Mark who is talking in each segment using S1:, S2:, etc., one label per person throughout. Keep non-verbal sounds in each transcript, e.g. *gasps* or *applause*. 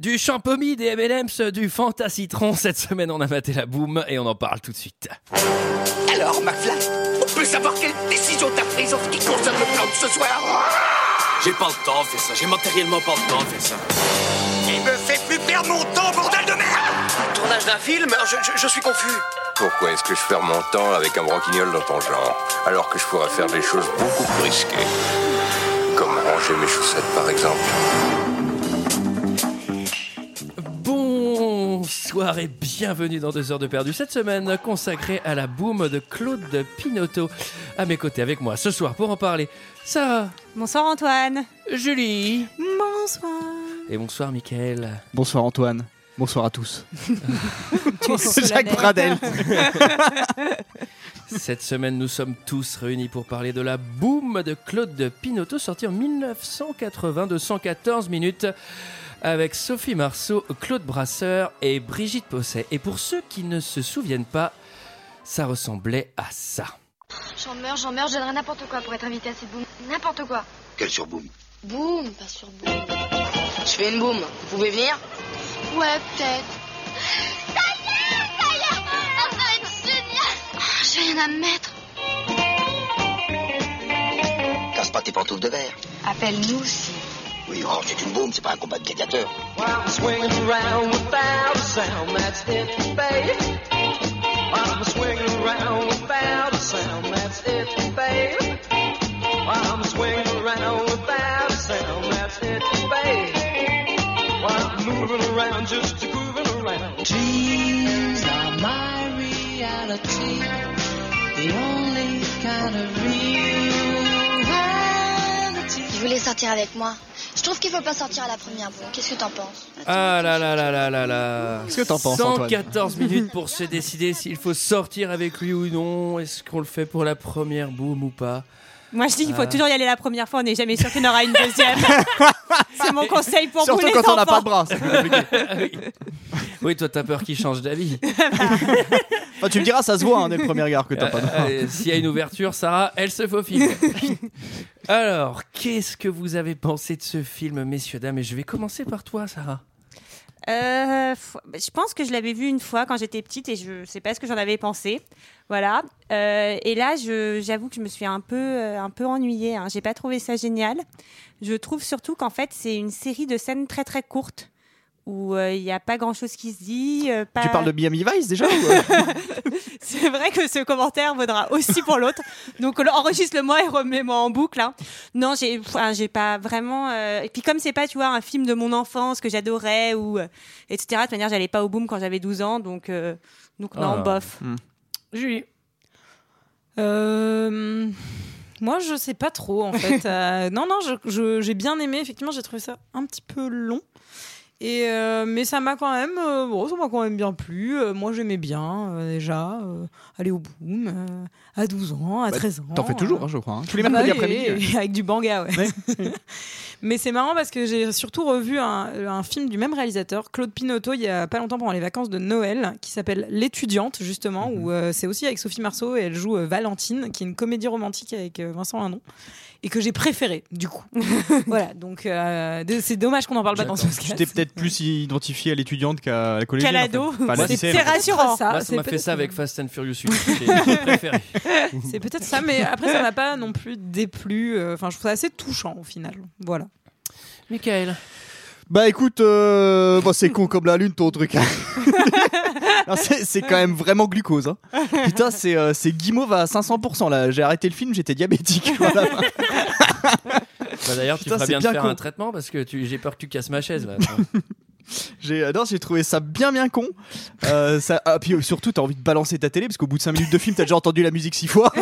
S1: Du champomy, des M&M's, du Fantacitron. Cette semaine, on a maté la boum et on en parle tout de suite.
S2: Alors, McFly, on peut savoir quelle décision t'as prise en ce qui concerne le plan de ce soir
S3: J'ai pas le temps de faire ça, j'ai matériellement pas le temps de faire ça.
S2: Il me fait plus perdre mon temps, bordel de merde
S3: Tournage d'un film je, je- je suis confus.
S4: Pourquoi est-ce que je perds mon temps avec un broquignol dans ton genre, alors que je pourrais faire des choses beaucoup plus risquées Comme ranger mes chaussettes, par exemple.
S1: Bonsoir et bienvenue dans 2 heures de perdu. Cette semaine consacrée à la boum de Claude Pinoteau. À mes côtés avec moi ce soir pour en parler, Sarah,
S5: Bonsoir Antoine.
S1: Julie
S5: Bonsoir.
S1: et bonsoir Mickaël.
S6: Bonsoir Antoine. Bonsoir à tous.
S5: Bonsoir
S6: Jacques Pradel.
S1: *laughs* Cette semaine, nous sommes tous réunis pour parler de la boum de Claude Pinoteau, sortie en 1980 de 114 minutes avec Sophie Marceau, Claude Brasseur et Brigitte Posset. Et pour ceux qui ne se souviennent pas, ça ressemblait à ça.
S7: J'en meurs, j'en meurs, je donnerais n'importe quoi pour être invité à cette boum. N'importe quoi.
S2: Quel surboom
S7: Boum, pas sur boum.
S8: Je fais une boum. Vous pouvez venir
S7: Ouais, peut-être. Ça y est, ça y est Ah, Ça va être génial Oh, J'ai rien à me mettre.
S2: Casse pas tes pantoufles de verre.
S7: Appelle-nous si.
S2: Oui, oh, c'est une boum, c'est pas un combat de gladiateurs.
S8: Dreams are my reality. The only kind of reality.
S7: Il voulait sortir avec moi. Je trouve qu'il faut pas sortir à la première boum. Qu'est-ce que t'en penses
S1: Ah là là là là là là
S6: Qu'est-ce que t'en penses, Antoine *laughs*
S1: 114 minutes pour se décider s'il faut sortir avec lui ou non. Est-ce qu'on le fait pour la première boum ou pas
S5: Moi je dis qu'il faut
S6: Euh.
S1: Ah.
S5: toujours y aller la première fois, on n'est jamais sûr qu'il y en aura une
S6: *laughs*
S5: deuxième. C'est mon conseil pour vous
S6: Surtout
S5: les
S6: quand on n'a pas
S5: enfants.
S6: de bras. c'est plus compliqué.
S1: Ah oui. oui, toi, t'as peur qu'il change d'avis.
S6: *laughs* Enfin, tu me diras, ça se voit hein, dès le premier regard que t'as pas de bras.
S1: Euh, euh, S'il y a une ouverture, Sarah, elle se faufile. Alors, qu'est-ce que vous avez pensé de ce film, messieurs, dames Et je vais commencer par toi, Sarah.
S5: Euh, f- je pense que je l'avais vu une fois quand j'étais petite et je sais pas ce que j'en avais pensé. Voilà. Euh, et là, je- j'avoue que je me suis un peu, euh, un peu ennuyée. Hein. J'ai pas trouvé ça génial. Je trouve surtout qu'en fait, c'est une série de scènes très très courtes où euh, il n'y a pas grand chose qui se dit. euh, pas...
S6: Tu parles de Miami Vice déjà ou, euh
S5: C'est vrai que ce commentaire vaudra aussi pour l'autre. Donc enregistre-le-moi et remets-moi en boucle. hein. Non, j'ai, pff, ah, j'ai pas vraiment. euh, Et puis comme c'est pas, tu vois, un film de mon enfance que j'adorais ou euh, etc. De toute manière, j'allais pas au boom quand j'avais 12 ans, donc euh, donc non,
S1: Ah.
S5: bof.
S1: Julie.
S9: Euh, moi, je sais pas trop en fait. Euh, non, non, je- je- j'ai bien aimé. Effectivement, j'ai trouvé ça un petit peu long. Et euh, mais ça m'a quand même, euh, bon, ça m'a quand même bien plu. Euh, moi, j'aimais bien euh, déjà euh, aller au boom euh, à 12 ans, à
S6: Bah,
S9: 13 ans.
S6: T'en fais toujours, hein, je crois. hein. Tous les
S9: Bah
S6: mercredis
S9: oui,
S6: après-midi. euh.
S9: oui, oui, avec du banga, ouais. *laughs* Mais c'est marrant parce que j'ai surtout revu un, un film du même réalisateur, Claude Pinoteau, il y a pas longtemps pendant les vacances de Noël, qui s'appelle L'étudiante, justement,
S1: Mhm.
S9: où euh, c'est aussi avec Sophie Marceau et elle joue euh, Valentine, qui est une comédie romantique avec euh, Vincent Lindon, et que j'ai préféré, du
S1: *laughs*
S9: coup. voilà, donc euh, de- c'est dommage qu'on en parle pas dans ce
S1: D'accord.
S9: podcast.
S6: Tu t'es peut-être plus identifié à l'étudiante qu'à la collégienne.
S5: Qu'à
S6: en fait.
S5: l'ado.
S6: Enfin, à la
S1: Moi,
S6: lycéenne.
S5: c'est rassurant.
S9: ça.
S1: Moi, ça
S9: c'est
S1: m'a fait
S9: peut-être- *laughs*
S1: ça avec Fast and Furious 8.
S5: *laughs*
S1: C'est mon préféré.
S9: C'est peut-être ça, mais après, ça m'a pas non plus déplu. euh, Enfin, je trouve ça assez touchant au final. Voilà.
S1: Michael.
S6: Bah écoute, euh, bah, c'est con comme la lune ton truc. *laughs* Non, c'est c'est quand même vraiment glucose. hein. Putain, c'est euh, c'est guimauve à 500%. Là, j'ai arrêté le film, j'étais diabétique. *laughs* voilà.
S1: Bah, D'ailleurs, tu
S6: Putain,
S1: feras
S6: c'est
S1: bien de
S6: bien
S1: faire
S6: con.
S1: un traitement parce que tu- j'ai peur que tu casses ma chaise.
S6: *laughs*
S1: Là.
S6: J'ai, euh, non, j'ai trouvé ça bien bien con. Euh, ça, ah, puis euh, surtout, t'as envie de balancer ta télé parce qu'au bout de 5 minutes de film, t'as déjà entendu la musique
S1: *laughs*
S6: 6 fois.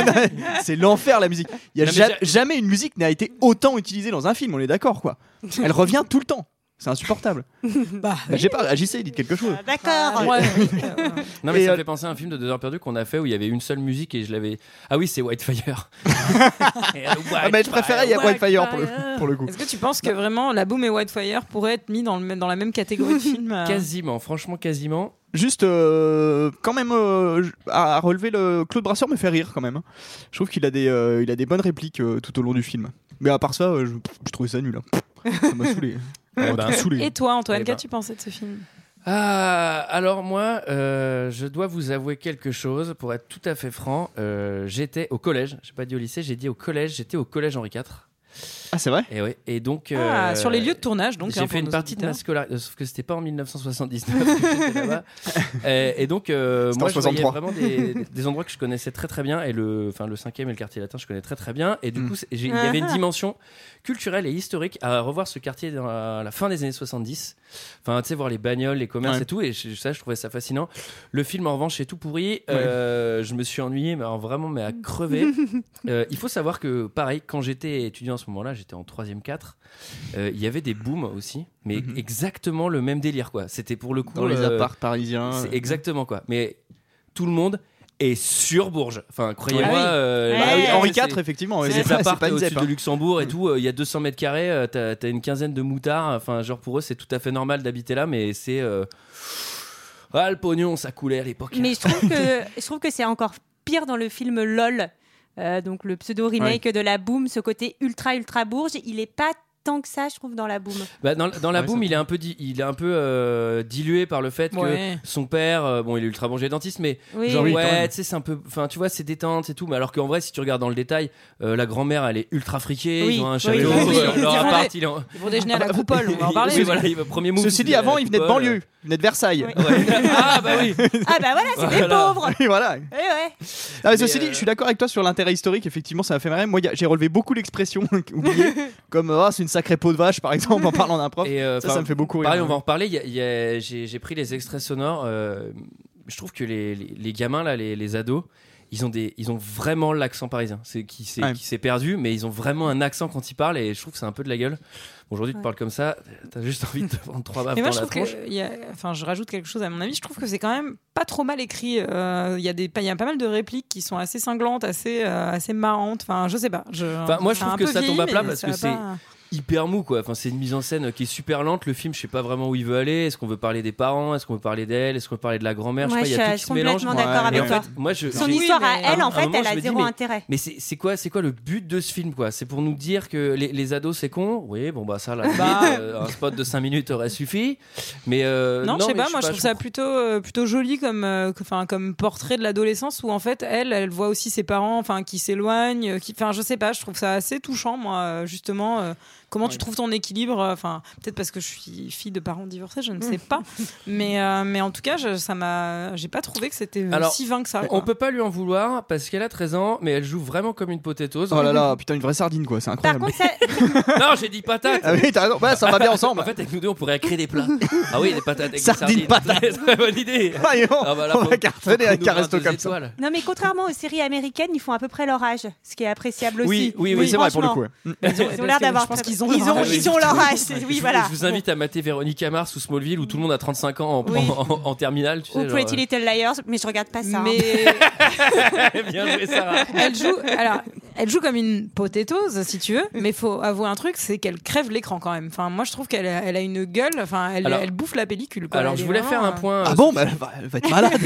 S6: *laughs* c'est l'enfer la musique. Il y a
S1: Non, mais
S6: ja-
S1: j'ai-
S6: jamais une musique n'a été autant utilisée dans un film, on est d'accord quoi. Elle revient tout le temps. C'est insupportable.
S9: Bah,
S6: Bah, J'ai pas, agissez, dites quelque chose.
S5: Ah, D'accord.
S9: moi, euh,
S1: Non, mais
S6: Et,
S1: ça me
S6: euh,
S1: fait penser à un film de 2 heures perdues qu'on a fait où il y avait une seule musique et je l'avais. Ah oui, c'est Whitefire.
S6: *laughs* Ah, mais je préférais il y a Wildfire pour le, pour le coup.
S9: Est-ce que tu penses que vraiment La Boom et Whitefire pourraient être mis dans, le, même- dans la même catégorie de films euh,
S1: Quasiment, franchement, quasiment.
S6: Juste, euh, quand même, euh, j- à à relever le Claude Brasseur me fait rire quand même. hein. Je trouve qu'il a des, euh, il a des bonnes répliques euh, tout au long du film. Mais à part ça, euh, je, je trouvais ça nul. hein. Ça m'a saoulé.
S10: On a un
S9: bah, Et
S10: saoulé.
S9: toi, Antoine,
S1: Eh ben.
S9: qu'as-tu pensé de ce film
S1: Ah, alors moi, euh, je dois vous avouer quelque chose, pour être tout à fait franc. euh, j'étais au collège, j'ai pas dit au lycée, j'ai dit au collège, j'étais au collège Henri IV.
S6: Ah, c'est vrai
S1: Et, oui, et donc.
S9: Ah,
S1: euh,
S9: Sur les lieux de tournage, donc.
S1: J'ai
S9: hein,
S1: fait
S9: pour
S1: une
S9: nos
S1: partie de ma
S9: auditeurs.
S1: scolarité, sauf que c'était pas en 1979 que *laughs* j'étais
S6: *laughs*
S1: là-bas. Euh, et donc, euh,
S6: C'était
S1: moi,
S6: en
S1: je voyais
S6: 63.
S1: vraiment des, des endroits que je connaissais très très bien, et le, enfin, le 5e et le quartier latin, je connais très très bien. Et du
S6: Mm.
S1: coup, c'est- j'ai- il y avait
S9: Ah,
S1: une dimension culturelle et historique à revoir ce quartier dans la, la fin des années 70. Enfin, tu sais, voir les bagnoles, les commerces
S6: Ouais.
S1: et tout, et je- ça, je trouvais ça fascinant. Le film, en revanche, est tout pourri. Euh, je me suis ennuyé, mais alors vraiment, mais à
S6: *laughs*
S1: crever. Euh, il faut savoir que, pareil, quand j'étais étudiant à ce moment-là, j'étais en 3ème 4, euh, il y avait des booms aussi, mais
S6: Mhm.
S1: exactement le même délire, quoi. C'était pour le coup.
S6: Dans les
S1: euh,
S6: apparts parisiens.
S1: c'est exactement, quoi. Mais tout le monde est sur Bourges. Enfin, croyez-moi.
S9: Ah oui.
S1: euh,
S5: Bah
S6: Ah oui,
S1: c'est-
S6: Henri
S1: c'est-
S6: IV, effectivement. ouais,
S1: c'est des
S6: pas-
S1: apparts
S6: pas une
S1: au-dessus
S6: ZEP, hein.
S1: de Luxembourg et tout. euh, Il y a 200 mètres carrés, euh, t'as t'as une quinzaine de moutards. Enfin, genre pour eux, c'est tout à fait normal d'habiter là, mais c'est. euh, Ah, le pognon, ça coulait à l'époque.
S5: Mais je trouve que je trouve que c'est encore pire dans le film LOL, euh, donc le pseudo remake de la Boom, ce côté ultra ultra bourge, il est pas tant que ça, je trouve, dans la Boom.
S1: Bah, dans, dans la
S6: Ouais,
S1: boum,
S6: ça-
S1: il est un peu, di- il est un peu euh, dilué par le fait
S9: Ouais.
S1: que son père, euh, bon, il est ultra bon j'ai dentiste, mais
S5: Oui.
S1: genre
S6: Oui, quand
S1: ouais,
S6: même.
S1: tu sais, c'est un peu, enfin, tu vois, c'est détente et tout, mais alors qu'en vrai, si tu regardes dans le détail, euh, la grand-mère, elle est ultra friquée,
S5: Oui.
S1: ils ont un
S5: Oui,
S1: château,
S9: oui, oui.
S1: euh, leur
S9: Ils vont
S1: appart,
S9: aller-
S1: il est en... Ah,
S9: Ils vont déjeuner à la coupole, on va en parler.
S1: Oui, voilà, il- premier move,
S6: Ceci
S1: c'était
S6: dit,
S1: la
S6: avant, il venait de
S1: coupole.
S6: banlieue. Il venait de Versailles.
S5: Oui.
S1: Ouais. ah bah oui.
S5: Ah bah voilà, c'est des
S1: Voilà.
S5: pauvres.
S6: Oui, voilà.
S5: Eh ouais.
S6: Ah, mais
S1: Mais,
S6: ceci
S1: euh,
S6: dit, je suis d'accord avec toi sur l'intérêt historique. Effectivement, ça m'a fait marrer. Moi, y a- j'ai relevé beaucoup *laughs* l'expression oubliée, comme ah, c'est une sacrée peau de vache, par exemple, en parlant d'un prof.
S1: Et, euh,
S6: ça, ça
S1: enfin,
S6: me fait beaucoup rire. hein.
S1: Pareil, on va en reparler. il y a- il y a- J'ai j'ai pris les extraits sonores. euh, je trouve que les, les- les gamins, là, les, les ados, ils ont, des, ils ont vraiment l'accent parisien. C'est qui s'est
S6: Ouais.
S1: qui s'est perdu, mais ils ont vraiment un accent quand ils parlent et je trouve que c'est un peu de la gueule. Bon, Aujourd'hui, tu
S5: Ouais.
S1: parles comme ça, t'as juste envie de te prendre trois baffes
S9: Mais moi,
S1: dans
S9: je
S1: la
S9: trouve
S1: tronche.
S9: que, il y a- enfin, je rajoute quelque chose à mon avis. Je trouve que c'est quand même pas trop mal écrit. Euh, Il y a des, il y a pas mal de répliques qui sont assez cinglantes, assez, euh, assez marrantes. Enfin, je sais pas. Je,
S1: Enfin, moi, je
S9: ça a
S1: trouve
S9: un
S1: que
S9: peu
S1: ça tombe à
S9: vieilli,
S1: plat
S9: mais
S1: parce
S9: ça
S1: que
S9: va
S1: c'est-
S9: pas-
S1: Hyper mou, quoi. Enfin, c'est une mise en scène qui est super lente. Le film, je sais pas vraiment où il veut aller. Est-ce qu'on veut parler des parents Est-ce qu'on veut parler d'elle Est-ce qu'on veut parler de la grand-mère
S5: Moi,
S1: Je
S5: je
S1: sais
S5: suis
S1: pas, il y a tout
S5: euh,
S1: qui se mélange.
S5: complètement
S6: mélange.
S5: d'accord
S6: Ouais,
S1: Et
S5: avec
S1: en
S5: toi.
S1: fait, moi, je,
S5: Son
S1: j'ai-
S9: Oui,
S5: histoire à
S9: mais
S5: elle,
S1: à
S5: en
S1: un
S5: fait,
S1: moment,
S5: elle
S1: je
S5: a
S1: me dis,
S5: zéro
S1: mais-
S5: intérêt.
S1: Mais c'est c'est quoi, c'est quoi le but de ce film quoi C'est pour nous dire que les, les ados c'est con Oui, bon bah ça là, un spot de 5 minutes aurait suffi. Mais euh,
S9: euh, non, je sais
S1: mais
S9: pas. Moi, je trouve ça
S1: comprends-
S9: plutôt, euh, plutôt joli comme, euh, que- enfin, comme portrait de l'adolescence où en fait, elle, elle voit aussi ses parents, enfin, qui s'éloignent, euh, qui, enfin, je sais pas. Je trouve ça assez touchant, moi, euh, justement. euh, comment tu trouves ton équilibre euh, Enfin, peut-être parce que je suis fille de parents divorcés, je ne
S1: *laughs*
S9: sais pas. mais, euh, mais en tout cas, je, ça m'a, j'ai pas trouvé que c'était euh,
S1: Alors,
S9: si vain que ça.
S1: On *laughs*
S9: quoi.
S1: peut pas lui en vouloir parce qu'elle a 13 ans, mais elle joue vraiment comme une potatoes.
S6: Oh là là, putain, une vraie sardine, quoi. C'est
S5: Par
S6: incroyable.
S5: contre, ça,
S1: *laughs* non, j'ai dit patate.
S6: Ah oui, t'as raison. Ouais, ça va bien
S1: En
S6: ensemble.
S1: fait, avec nous deux, on pourrait créer des plats. Ah oui, des patates avec
S6: Sardines,
S1: des sardines. *laughs* C'est une bonne idée.
S6: Voyons,
S1: Ah bah là,
S6: on
S1: faut- faut
S6: va cartonner avec
S1: qu'on
S6: un
S1: ouvre
S6: resto
S1: deux
S6: comme ça.
S1: étoiles.
S5: non mais contrairement aux séries américaines, ils font à peu près leur âge, ce qui est appréciable aussi.
S6: Oui, oui, oui, c'est vrai pour le coup. ouais.
S5: Ils ont,
S9: Parce
S5: ils ont
S9: que
S5: l'air
S9: je
S5: d'avoir.
S9: pense qu'ils
S5: Ils
S9: ont
S5: ont,
S9: leur âge.
S5: ils ont leur âge.
S1: Ah Je
S5: Oui,
S1: vous-
S5: voilà.
S1: Je vous invite à mater Véronica Mars ou Smallville où tout le monde a 35 ans en,
S5: Oui.
S1: en- en- en terminale. Tu sais,
S5: Ou
S1: genre,
S5: Pretty Little Liars, mais je regarde pas ça. hein.
S9: Mais
S1: euh, Bien joué, Sarah.
S9: *laughs* elle joue, alors, elle joue comme une potatoes, si tu veux, mais faut avouer un truc, c'est qu'elle crève l'écran quand même. Enfin, moi, je trouve qu'elle a, elle a une gueule, enfin, elle,
S1: Alors-
S9: elle bouffe la pellicule. quoi.
S1: Alors,
S9: Elle
S1: je
S9: est
S1: voulais
S9: vraiment,
S1: faire un
S9: euh,
S1: point. euh,
S6: Ah bon, bah, elle va- elle va être malade.
S1: *laughs*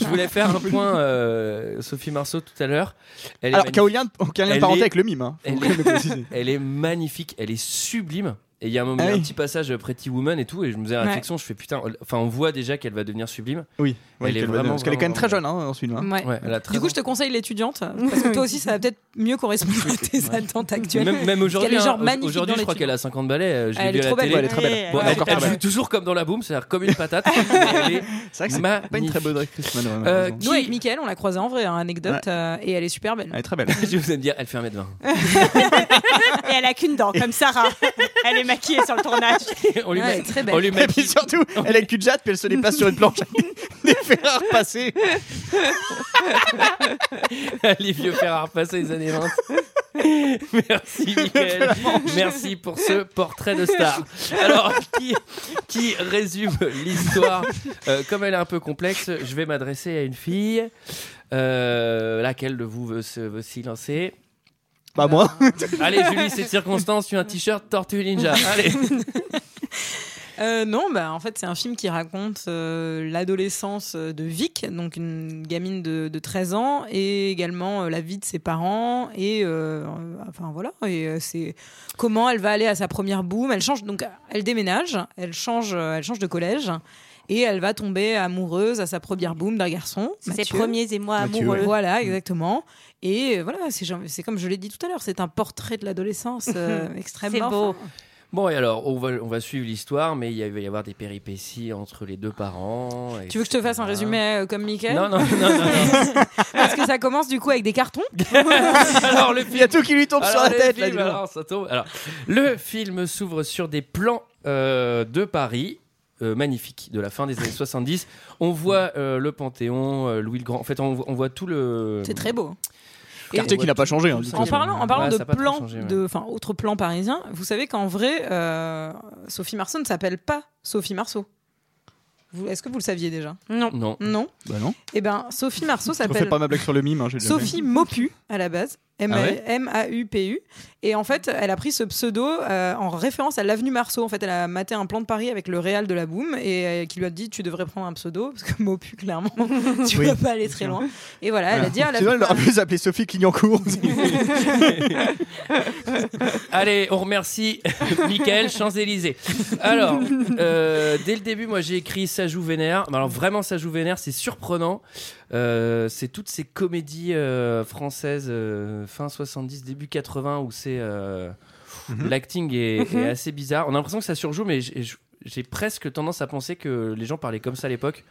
S1: je voulais faire un point, euh, Sophie Marceau, tout à l'heure. Elle, est
S6: Alors,
S1: magnifique.
S6: Kaolien, aucun lien
S1: Elle
S6: de parenté
S1: est-
S6: avec le mime. hein. Faut
S1: elle
S6: quand
S1: est-
S6: même le préciser.
S1: *laughs* elle est magnifique, elle est sublime. Et il y a un moment,
S6: Ah
S1: il y a un
S6: oui.
S1: petit passage euh, Pretty Woman et tout, et je me faisais la
S9: Ouais.
S1: réflexion, je fais putain, elle- enfin, on voit déjà qu'elle va devenir sublime.
S6: Oui,
S1: Elle
S6: ouais,
S1: est
S6: qu'elle va-
S1: vraiment,
S6: parce qu'elle est quand même
S1: vraiment
S6: très jeune hein, en ce film. hein.
S9: ouais.
S1: Ouais, elle a 13
S9: euh, Du coup,
S1: ans.
S9: je te conseille l'étudiante, parce que toi aussi, ça va peut-être mieux correspondre à tes attentes actuelles.
S1: Même, même aujourd'hui,
S9: Parce qu'elle est
S1: hein,
S9: genre magnifique
S1: aujourd'hui,
S9: dans
S1: je
S9: les
S1: crois
S9: films.
S1: qu'elle a 50 balais. euh, Je l'ai
S9: Elle est
S1: vu à la
S9: trop belle,
S1: télé.
S6: Ouais, elle est très belle.
S5: Et,
S1: Bon,
S5: euh,
S6: Ouais,
S1: elle,
S6: encore
S1: elle
S6: très
S1: joue
S6: belle.
S1: toujours comme dans la boom, c'est-à-dire comme
S9: *laughs*
S1: une patate. Elle est
S6: C'est vrai que c'est pas une
S1: magnifique.
S6: très bonne actrice, Manon,
S1: Euh,
S6: malheureusement.
S9: Nous, avec Mickaël, on l'a croisée en vrai, hein, anecdote, euh, et elle est super belle.
S6: Elle est très belle.
S1: *laughs* Je vous aime dire, elle
S9: *laughs*
S1: fait 1m20.
S5: *laughs* Et elle a qu'une dent, comme
S1: *laughs*
S5: Sarah. elle est maquillée sur le tournage.
S1: on lui
S9: Ouais,
S1: met-
S9: elle est très belle.
S1: on lui
S6: Et
S1: maquille-
S6: puis surtout, elle a le cul de jatte, puis elle se déplace sur
S1: *laughs*
S6: une planche. Des *laughs* fers à repasser.
S1: les vieux fers à repasser des années
S6: *laughs*
S1: 20. Merci Mickaël, merci pour ce portrait de star. Alors, qui, qui résume l'histoire Euh, Comme elle est un peu complexe, je vais m'adresser à une fille. Euh, laquelle de vous veut, se- veut s'y lancer Euh,
S6: Bah, moi.
S5: *laughs*
S1: Allez Julie, c'est circonstance, tu as un t-shirt Tortue Ninja. Allez
S9: *laughs* Euh, non, bah, en fait, c'est un film qui raconte euh, l'adolescence de Vic, donc une gamine de, de 13 ans, et également euh, la vie de ses parents, et euh, enfin voilà, et euh, c'est comment elle va aller à sa première boum. Elle change, donc elle déménage, elle change, euh, elle change de collège, et elle va tomber amoureuse à sa première boum d'un garçon.
S5: C'est ses
S9: Mathieu.
S5: premiers émois
S6: Mathieu,
S5: amoureux.
S9: Voilà, exactement. Et euh, voilà, c'est genre- c'est comme je l'ai dit tout à l'heure, c'est un portrait de
S6: *laughs*
S9: l'adolescence euh, extrêmement.
S5: C'est beau.
S9: enfin,
S1: Bon, et alors, on va, on va suivre l'histoire, mais il y a- il va y avoir des péripéties entre les deux parents.
S9: Tu veux que je te fasse un
S1: etc.
S9: résumé euh, comme Michael
S1: Non, non, non, non, non.
S9: *laughs* Parce que ça commence du coup avec des cartons.
S1: *laughs* alors, le
S6: Il y a
S1: film.
S6: tout qui lui tombe sur
S1: Alors,
S6: la
S1: le
S6: tête là.
S1: film,
S6: dis donc.
S1: alors, ça tombe. Alors, le film s'ouvre sur des plans euh, de Paris. euh, magnifiques de la fin des années 70. On voit euh, le Panthéon, euh, Louis le Grand. En fait, on, on voit tout le.
S9: C'est très beau. Et-
S6: Quartier qui n'a pas changé. hein, du
S9: En
S6: coup.
S1: Ouais,
S9: parlant, en parlant
S1: ça
S9: de
S1: a pas trop
S9: plan,
S1: changé, ouais.
S9: de, enfin, autre plan parisien, vous savez qu'en vrai, euh, Sophie Marceau ne s'appelle pas Sophie Marceau. Vous- Est-ce que vous le saviez déjà
S5: Non.
S1: Non.
S9: Non.
S6: Bah non.
S9: Eh ben, Sophie Marceau
S6: Je refais
S9: s'appelle
S6: pas ma blague sur le mime. hein, j'ai déjà fait.
S9: Sophie Maupu à la base. M-
S6: Ah ouais
S9: M-A-U-P-U. Et en fait, elle a pris ce pseudo euh, en référence à l'avenue Marceau. En fait, elle a maté un plan de Paris avec le Réal de la Boum et euh, qui lui a dit Tu devrais prendre un pseudo, parce que Maupu, *laughs* clairement, tu
S6: Oui. Ah,
S9: vas pas aller très loin. Et voilà, elle a dit à la
S6: Sinon, elle aurait pu s'appeler
S9: *laughs*
S6: Sophie Clignancourt.
S9: euh,
S1: Allez, on remercie *laughs* Michael Champs-Élysées. Alors, euh, dès le début, moi j'ai écrit Ça joue vénère. Mais Alors vraiment, Ça joue vénère, c'est surprenant. Euh, c'est toutes ces comédies euh, françaises euh, fin 70, début 80 où c'est euh, l'acting est, est
S5: Mhm.
S1: assez bizarre. On a l'impression que ça surjoue, mais j'ai- j'ai presque tendance à penser que les gens parlaient comme ça à l'époque.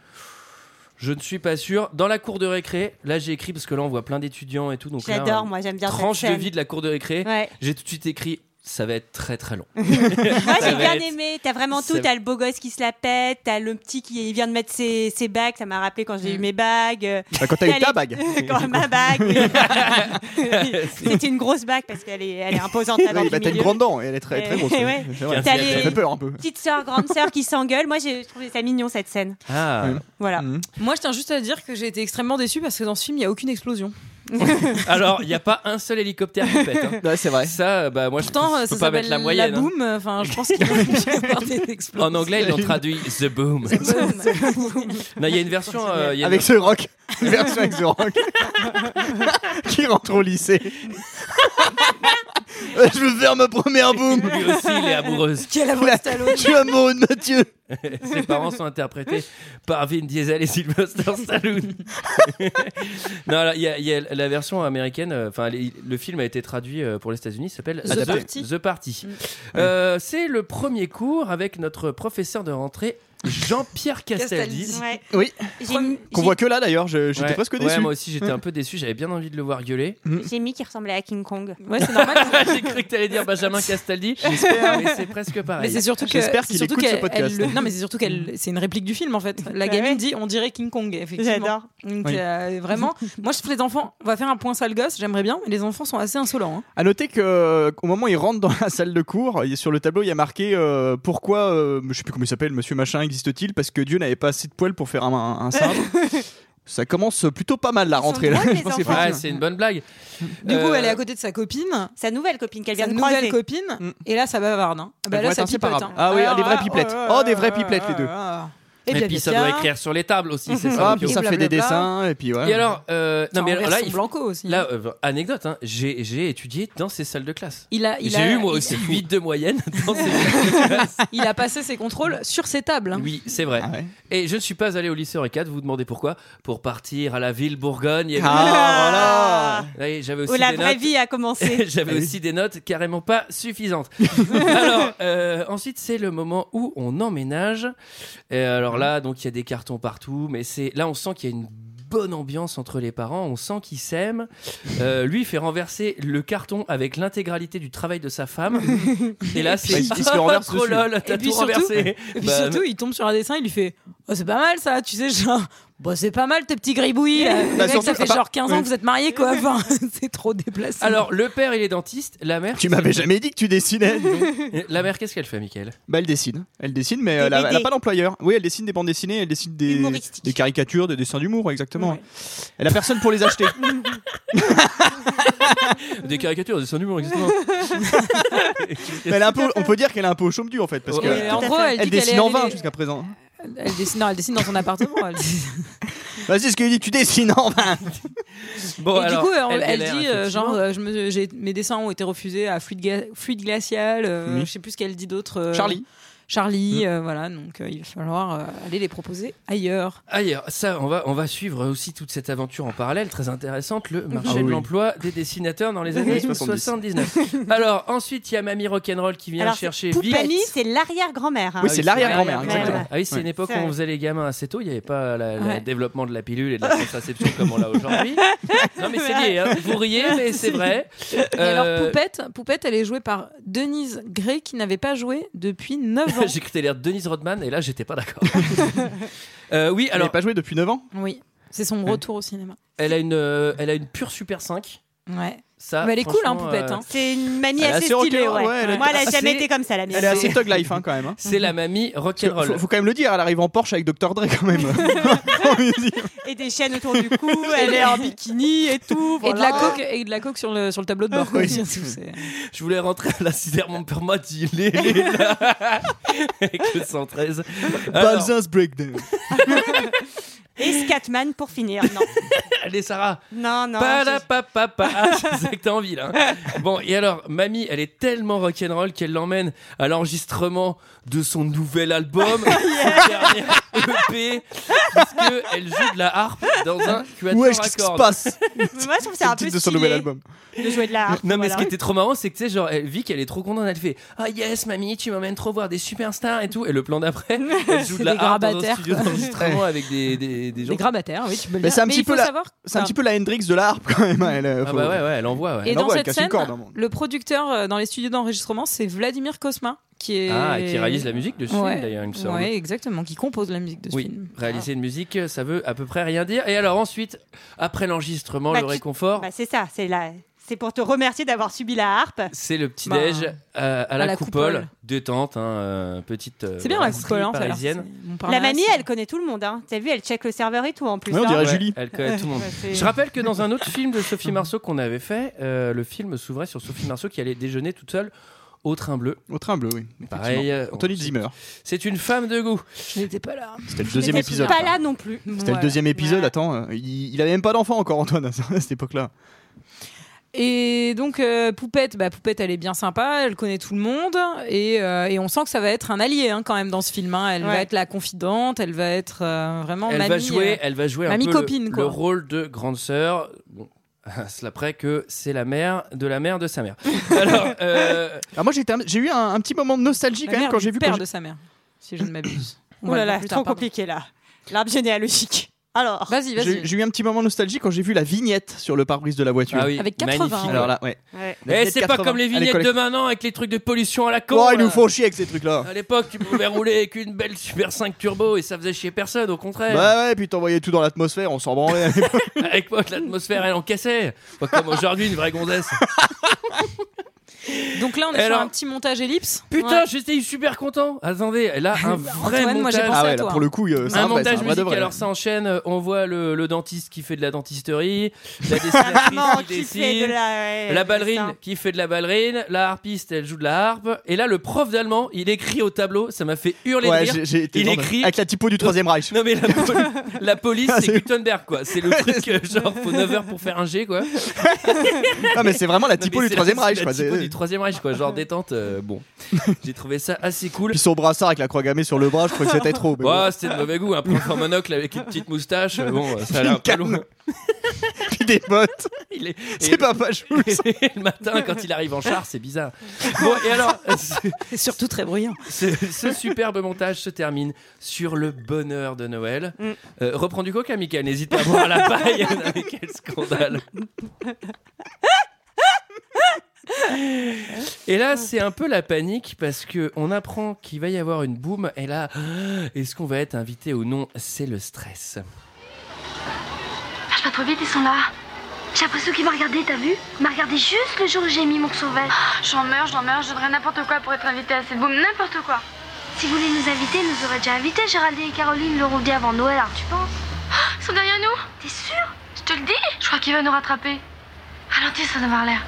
S1: Je ne suis pas sûr. Dans la cour de récré, là j'ai écrit parce que là on voit plein d'étudiants et tout. Donc là,
S5: J'adore,
S1: euh,
S5: moi, j'aime bien
S1: Tranche
S5: cette
S1: de
S5: scène.
S1: vie de la cour de récré.
S5: Ouais.
S1: J'ai tout de suite écrit, ça va être très très long.
S5: *laughs*
S1: *laughs*
S5: Moi
S1: Ça
S5: j'ai
S1: va
S5: bien
S1: être-
S5: aimé, t'as vraiment
S1: ça
S5: tout,
S1: va-
S5: t'as le beau gosse qui se la pète, t'as le petit qui vient de mettre ses, ses bagues, ça m'a rappelé quand j'ai
S1: Mm.
S5: eu mes bagues, euh,
S6: Bah, quand t'as eu
S5: Allez.
S6: ta bague.
S5: *laughs* quand ma bague, oui. c'était une grosse bague parce qu'elle est, elle est imposante là, dans
S6: Oui,
S5: le
S6: bah, t'as une
S5: milieu.
S6: grande dent et elle est très, très
S5: Et-
S6: grosse.
S9: Eh
S5: ouais.
S6: ouais. C'est vrai.
S5: T'as
S6: Ça
S5: les-
S6: fait peur un peu.
S5: Petite sœur, grande sœur qui s'engueule, moi j'ai trouvé ça mignon cette scène,
S1: Ah.
S5: voilà. *laughs*
S6: Mhm.
S9: Moi, je tiens juste à dire que j'ai été extrêmement déçue parce que dans ce film, il n'y a aucune explosion.
S1: Alors, il n'y a pas un seul hélicoptère qui pète. hein.
S6: *laughs* Ouais, c'est vrai.
S1: Ça, euh, bah, moi,
S9: Pourtant,
S1: je
S9: euh, ça
S1: peux pas mettre
S9: s'appelle
S1: la moyenne. hein.
S9: boum. Enfin, je
S6: *laughs*
S9: pense qu'il aurait pu y avoir des explosions.
S1: En anglais, ils
S5: *laughs*
S1: l'ont traduit The Boom. Non, il y a une version. euh, il y a une-
S6: Avec ce rock. *laughs* Une version avec ce rock. *laughs* qui rentre au lycée. Euh, *laughs* Je veux faire ma première boum.
S1: Lui aussi, il est *laughs* amoureuse.
S9: Quelle voix de
S6: *laughs*
S9: Stallone.
S6: Tu es amoureux de Mathieu.
S1: *laughs* Ses parents sont interprétés par Vin Diesel et Sylvester Stallone. *laughs* non, alors, il y, a- il y a la version américaine. euh, Enfin, les- le film a été traduit euh, pour les États-Unis. s'appelle
S9: The Party. Mm.
S1: The Party. Euh, C'est le premier cours avec notre professeur de rentrée, Jean-Pierre Castaldi.
S5: Ouais.
S6: Oui.
S5: J'ai mis- j'ai-
S6: Qu'on voit que là d'ailleurs. je- J'étais
S1: Ouais.
S6: presque
S1: Ouais,
S6: déçu. Mm.
S1: moi aussi, j'étais un peu déçu. J'avais bien envie de le voir gueuler.
S5: j'ai mis qui ressemblait à King Kong.
S9: Ouais, c'est normal.
S5: *laughs*
S1: *laughs* J'ai cru que t'allais dire Benjamin
S6: *laughs*
S1: Castaldi. J'espère. Mais c'est presque
S9: Mais
S1: pareil.
S9: c'est surtout que
S6: J'espère
S9: c'est
S6: qu'il
S9: surtout
S6: écoute ce
S9: qu'elle-
S6: podcast.
S9: elle le- non mais c'est surtout qu'elle c'est une réplique du film en fait. La
S5: Ouais.
S9: gamine dit on dirait King Kong effectivement.
S5: J'adore.
S9: Donc
S6: Oui.
S9: euh, vraiment moi je trouve les enfants on va faire un point sale gosse, j'aimerais bien mais les enfants sont assez insolents. hein.
S6: À noter que euh, au moment où il rentre dans la salle de cours, il- sur le tableau il y a marqué euh, pourquoi euh, je sais plus comment il s'appelle Monsieur Machin existe-t-il parce que Dieu n'avait pas assez de poils pour faire un,
S1: *laughs*
S6: un singe. Ça commence plutôt pas mal la
S5: sont
S6: rentrée là. *laughs*
S5: drôles, les
S6: Je pense qu'il faut-
S5: enfants.
S1: Ouais, c'est une bonne blague.
S9: Du coup,
S1: Euh,
S9: elle est à côté de sa copine,
S5: Sa nouvelle copine qu'elle
S9: sa
S5: vient de
S9: nouvelle
S5: croiser.
S9: copine
S6: Mm.
S9: et là ça bavarde hein. Ah Bah
S6: Elles
S9: là
S6: vont
S9: ça
S6: être
S9: pipote.
S6: inséparables.
S9: hein.
S6: Ah oui, ah, des vraies
S9: ah,
S6: pipelettes.
S9: ah,
S6: Oh, des
S9: ah,
S6: vraies
S9: ah,
S6: pipelettes, les
S9: ah,
S6: deux.
S9: ah.
S1: Et,
S9: bien,
S1: puis
S9: bien,
S1: ça doit
S9: bien.
S1: écrire sur les tables aussi.
S9: *laughs*
S1: C'est ça.
S6: Ah,
S1: le
S6: puis
S1: pire.
S6: ça fait des
S9: Blablabla.
S6: dessins et puis ouais.
S1: Et alors, euh, non mais
S9: Envers
S1: là,
S9: son
S1: il-
S9: Blanco aussi.
S1: là, euh, anecdote, hein, j'ai j'ai étudié dans ces salles de classe.
S9: il a il
S1: J'ai
S9: a
S1: eu moi
S9: il-
S1: aussi 8 de moyenne *laughs* dans
S9: *laughs*
S1: ces salles de classe.
S9: *laughs* il a passé ses contrôles sur ses tables. hein.
S1: Oui, c'est vrai.
S6: Ah ouais.
S1: Et je ne suis pas allé au lycée Henri IV, vous vous demandez pourquoi Pour partir à la ville Bourgogne. Et-
S6: Ah,
S1: Ouais, J'avais
S5: Où
S1: aussi
S5: la
S1: des
S5: vraie
S1: notes-
S5: vie a commencé.
S1: *laughs* J'avais
S6: Ah oui.
S1: aussi des notes carrément pas suffisantes. alors, euh, ensuite, c'est le moment où on emménage. Et alors là, donc il y a des cartons partout, mais c'est là on sent qu'il y a une bonne ambiance entre les parents. On sent qu'ils s'aiment. Euh, lui il fait renverser le carton avec l'intégralité du travail de sa femme. Et là, c'est
S6: Bah, Il se- il
S1: *laughs*
S6: se le renverse
S1: trop
S6: dessus.
S1: lol. T'as
S9: Et puis
S1: tout
S9: surtout-
S1: renversé.
S9: Et puis
S1: Bah,
S9: surtout, il tombe sur un dessin, il lui fait Oh, c'est pas mal ça, tu sais, genre, Bah, c'est pas mal tes petits gribouillis. là. Les mecs,
S6: surtout,
S9: ça fait
S6: ah bah,
S9: genre 15 ans
S6: oui.
S9: que vous êtes mariés quoi.
S1: *laughs*
S9: Enfin, *laughs* c'est trop déplacé.
S1: Alors, le père, il est dentiste. La mère,
S6: Tu m'avais jamais dit que tu dessinais.
S1: *laughs* la mère, qu'est-ce qu'elle fait, Michael
S6: Bah, elle dessine. Elle dessine, mais euh, elle
S5: Des
S6: a- elle a
S5: BD.
S6: pas d'employeur. Oui, elle dessine des bandes dessinées, elle dessine des,
S5: Humoristique.
S6: des caricatures, des dessins d'humour, exactement.
S9: Ouais.
S6: Elle a personne pour les acheter.
S1: Des caricatures, des dessins d'humour, exactement.
S6: Mais elle est un peu, on peut dire qu'elle est un peu au chaume du en fait, parce
S1: Ouais.
S6: que
S9: Et en
S5: Tout à
S9: gros,
S5: fait.
S9: elle,
S6: elle
S9: dit qu'elle
S6: dessine
S9: est
S6: en vain
S9: allée-
S6: jusqu'à présent.
S9: Elle dessine, non, elle dessine dans son *laughs* appartement. elle.
S6: *laughs* Vas-y, ce qu'il dit, tu dessines en vain.
S1: Bon,
S9: et
S1: alors,
S9: du coup, elle, elle
S1: galère,
S9: dit euh, genre,
S1: effectivement.
S9: euh, je me- j'ai- mes dessins ont été refusés à Fluide, Ga- Fluide Glacial, euh,
S6: Oui.
S9: je sais plus ce qu'elle dit d'autre. euh,
S6: Charlie.
S9: Charlie, euh, voilà, donc euh, il va falloir euh, aller les proposer ailleurs.
S1: Ailleurs, ça, on va, on va suivre aussi toute cette aventure en parallèle, très intéressante, le marché
S6: Ah
S1: de
S6: oui.
S1: l'emploi des dessinateurs dans
S6: *laughs*
S1: les années
S6: 70.
S1: 79. Alors, ensuite, il y a Mamie Rock'n'Roll qui vient
S5: Alors,
S1: chercher
S5: Poupée
S1: Vivette.
S5: Mie, c'est l'arrière-grand-mère. hein.
S6: Oui, c'est l'arrière-grand-mère,
S5: l'arrière-grand-mère.
S6: exactement.
S1: Ah oui, c'est
S6: Ouais.
S1: une époque où
S5: C'est
S1: on
S5: vrai.
S1: faisait les gamins assez tôt. Il n'y avait pas la- la-
S9: Ouais.
S1: le développement de la pilule et de la contraception
S9: *laughs*
S1: comme on l'a aujourd'hui. Non, mais c'est lié. hein. Vous riez, *laughs* mais c'est vrai. Euh,
S9: Et alors Poupette, Poupette, elle est jouée par Denise Gray qui n'avait pas joué depuis
S1: *laughs*
S9: 9 ans.
S1: J'ai cru que t'allais dire Denise Rodman et là, j'étais pas
S9: *laughs*
S1: d'accord. Euh, oui,
S6: Elle n'a
S1: alors, Hmm.
S6: pas joué depuis 9 ans.
S9: oui, c'est son retour au cinéma.
S1: elle a, une, euh, elle a une pure Super 5.
S9: Ouais.
S1: Ça,
S9: Mais elle est cool, hein,
S1: franchement,
S9: Poupette,
S1: euh,
S9: hein.
S5: C'est une mamie
S6: Elle est
S5: assez
S6: assez
S5: stylée,
S6: rock'n'roll,
S5: ouais.
S6: ouais, elle est
S5: Moi, elle a
S1: assez-
S5: jamais été comme ça, la mienne.
S6: Elle est assez thug life hein, quand même. hein.
S1: C'est la mamie
S6: Parce que
S1: rock'n'roll.
S6: Faut, faut quand même le dire, elle arrive en Porsche avec Dr Dre
S9: *laughs*
S6: quand même. En musique.
S5: Et des chaînes autour du
S6: *laughs*
S5: cou, elle est en bikini et
S9: *laughs*
S5: tout.
S9: Et de la coke et de la coke sur le sur le tableau de bord. *laughs* quoi.
S6: hein. Bah Ah Oui.
S9: C'est- c'est-
S1: Je voulais rentrer à la sidère, mon père m'a dit
S9: *laughs*
S1: il est là. *laughs* Avec le 113. Alors,
S6: Balza's Breakdown.
S5: Et Scatman pour finir. Non,
S1: *laughs* allez, Sarah.
S5: non, non.
S1: Pas
S5: je-
S1: *laughs* la papa,
S6: *laughs*
S1: Ah, c'est que t'as envie là. Bon, et alors, mamie, elle est tellement rock'n'roll qu'elle l'emmène à l'enregistrement de son nouvel
S6: *laughs*
S1: album, son dernier E EP, puisqu'elle joue de la harpe dans un quatuor
S6: Ouais,
S1: à
S6: qu'est-ce qui se
S1: cordes.
S6: passe
S5: *laughs* Mais Moi, je trouve
S6: C'est
S5: ça
S6: le
S5: un peu
S6: titre de son nouvel
S5: stylé
S6: album.
S5: de jouer de la harpe.
S1: Non, mais
S5: voilà.
S1: ce qui était trop marrant, c'est que tu sais, genre, elle vit qu'elle est trop contente, elle fait Ah yes, mamie, tu m'emmènes trop voir des superstars et tout. Et le
S5: *laughs*
S1: plan d'après, elle joue
S9: C'est
S1: de la
S9: des
S1: harpe dans un
S9: grabataires,
S1: studio
S9: quoi.
S1: d'enregistrement avec des, des, des gens.
S9: Des grabataires, oui, tu peux le
S6: Mais
S9: dire.
S6: c'est un petit
S9: il
S6: peu
S9: faut
S6: la-
S9: savoir.
S6: C'est un
S9: enfin,
S6: petit peu la Hendrix de la harpe quand même. hein, elle, euh,
S1: ah
S6: faut-
S1: bah ouais, ouais, elle envoie, ouais.
S9: Et
S6: Non,
S9: dans
S6: Ah ouais,
S9: cette
S6: elle casse une
S9: scène,
S6: corde, hein.
S9: le producteur euh, dans les studios d'enregistrement, c'est Vladimir Kosma qui est
S1: Ah, et qui réalise la musique de ce film,
S9: Ouais.
S1: d'ailleurs, il me semble.
S9: Ouais, exactement, qui compose la musique de ce
S1: Oui,
S9: film. Ah.
S1: réaliser une musique, euh, ça veut à peu près rien dire. Et alors ensuite, après l'enregistrement,
S5: Bah,
S1: le
S5: tu-
S1: réconfort,
S5: Bah, c'est ça, c'est la... c'est pour te remercier d'avoir subi la harpe.
S1: c'est le petit
S9: Bah,
S1: déj euh, à, la,
S9: la
S1: coupole,
S9: coupole.
S1: détente, hein, euh, petite. euh,
S9: C'est bien la
S1: brasserie
S9: coupole hein, ça, alors,
S1: parisienne.
S9: c'est- on parle
S5: La
S9: là,
S5: mamie,
S9: c'est-
S5: elle connaît tout le monde. Hein. T'as vu, elle check le serveur et tout en plus.
S6: Ouais, on
S5: hein.
S6: dirait
S1: Ouais,
S6: Julie.
S1: Elle connaît tout le monde.
S5: Ouais, c'est-
S1: Je rappelle que dans un autre film
S9: *laughs*
S1: de Sophie Marceau qu'on avait fait, euh, le film s'ouvrait sur Sophie Marceau qui allait déjeuner toute seule au train bleu.
S6: Au train bleu, oui.
S1: Pareil, euh,
S6: Anthony
S1: on-
S6: Zimmer.
S1: C'est une femme de goût.
S9: Je n'étais pas là.
S6: C'était le
S5: Mais
S6: deuxième
S5: t'es
S6: épisode.
S5: Pas là non plus.
S6: C'était le deuxième épisode, attends, euh, il, il avait même pas d'enfant encore Antoine à cette époque-là.
S9: Et donc euh, Poupette, bah, Poupette, elle est bien sympa, elle connaît tout le monde et, euh, et on sent que ça va être un allié hein, quand même dans ce film. hein. Elle
S5: Ouais.
S9: va être la confidente, elle va être euh, vraiment
S1: Elle
S9: mamie.
S1: va jouer,
S9: euh,
S1: elle va jouer un
S9: mamie
S1: peu
S9: copine,
S1: le,
S9: quoi.
S1: le rôle de grande sœur. Bon, *laughs* à cela près que c'est la mère de la mère de sa mère.
S9: *laughs*
S1: Alors, euh,
S6: Ah, moi j'ai été un- j'ai eu un, un petit moment de nostalgie
S9: la
S6: quand même
S9: mère
S6: quand
S9: du
S6: j'ai vu
S9: père
S6: quand
S9: de sa mère, si je ne m'abuse. On
S5: Oh
S9: va
S5: là
S9: le voir
S5: là,
S9: plus tard,
S5: trop
S9: pardon.
S5: compliqué là. L'arbre généalogique. Alors,
S9: Vas-y,
S6: j'ai-
S9: vas-y.
S6: j'ai eu un petit moment de nostalgie quand j'ai vu la vignette sur le pare-brise de la voiture.
S1: ah oui,
S9: Avec 80,
S1: magnifique.
S9: hein.
S6: Alors là, ouais.
S5: ouais.
S6: La
S1: Eh,
S6: vignette
S1: c'est pas
S6: 80,
S1: comme les
S6: elle est
S1: vignettes
S6: collectée.
S1: de maintenant avec les trucs de pollution à la con.
S6: Oh, ils
S1: là.
S6: nous font chier avec ces trucs-là.
S1: À l'époque, tu pouvais rouler avec une belle Super 5 Turbo et ça faisait chier personne, au contraire.
S6: Bah ouais, puis t'envoyais tout dans l'atmosphère, on s'en
S1: *laughs*
S6: branlait.
S1: Avec moi, l'atmosphère, elle encaissait. Pas comme aujourd'hui, une vraie gondesse.
S9: Donc là, on est sur
S1: Et alors-
S9: un petit montage ellipse.
S1: Putain,
S9: Ouais.
S1: j'étais super content. Attendez, là, un vrai
S9: Antoine, moi, j'ai pensé
S1: montage.
S6: ah
S9: à
S6: ouais, là,
S9: toi.
S6: pour le coup, euh, c'est
S1: un
S6: vrai, c'est
S1: montage
S6: vrai de
S1: musique,
S6: vrai.
S1: alors ça enchaîne, euh, on voit le, le dentiste qui fait de la dentisterie, la dessinatrice
S5: Maman
S1: qui
S5: qui
S1: dessine,
S5: fait de
S1: la,
S5: la, ouais, le
S1: ballerine
S5: dessin.
S1: qui fait de la ballerine, la harpiste elle joue de la harpe, et là le prof d'allemand il écrit au tableau, ça m'a fait hurler
S6: Ouais,
S1: de rire.
S6: j'ai- j'ai été
S1: Il
S6: dans-
S1: écrit-
S6: avec la typo du Troisième Reich.
S1: Non mais
S6: *laughs*
S1: la, poli- *laughs* la police
S6: Ah,
S1: c'est
S6: *laughs* c'est-
S1: Gutenberg quoi, c'est le truc euh, genre faut 9 heures pour faire un G
S6: *laughs*
S1: quoi.
S6: Ah mais c'est vraiment la
S1: Non,
S6: typo
S1: mais
S6: du
S1: c'est
S6: Troisième
S1: la-
S6: Reich.
S1: la
S6: quoi,
S1: typo
S6: c'est-
S1: du troisième Reich quoi, genre détente, euh, bon. J'ai trouvé ça assez cool. Bah,
S6: Puis son brassard avec la croix gammée sur le bras, je crois que c'était trop.
S1: *laughs*
S6: mais bon.
S1: Ouais, c'était de mauvais goût, un prof en monocle avec une petite moustache, euh, bon, ça a l'air un peu
S6: Une
S1: long.
S6: Puis des bottes,
S1: Il est- et-
S6: c'est Papa Schultz.
S1: *laughs* Et le matin, quand il arrive en char, c'est bizarre. Bon,
S9: *laughs*
S1: et alors, ce,
S9: C'est surtout très bruyant.
S1: ce- ce superbe montage se termine sur le bonheur de Noël.
S5: Mm.
S1: Euh, reprends du coca, Mika, n'hésite pas à boire la paille. *laughs* Non, mais *laughs* quel scandale. Et là, c'est un peu la panique parce que on apprend *gasps* qu'il va y avoir une boum. Et là, est-ce qu'on va être invité ou non C'est le stress.
S7: va trop vite, ils sont là. J'ai l'impression qu'il m'a regardé, t'as vu Il m'a regardé juste le jour où j'ai mis mon sauvage.
S10: Ah, J'en meurs, j'en meurs, je donnerais n'importe quoi pour être invité à cette boum, n'importe quoi.
S7: Si vous voulez nous inviter, nous aurait déjà invités Géraldine et Caroline l'auront dit avant Noël, alors tu penses
S10: Ils sont derrière nous
S7: T'es sûr
S10: Je te le dis Je crois qu'il va nous rattraper. Ralentis sans avoir l'air.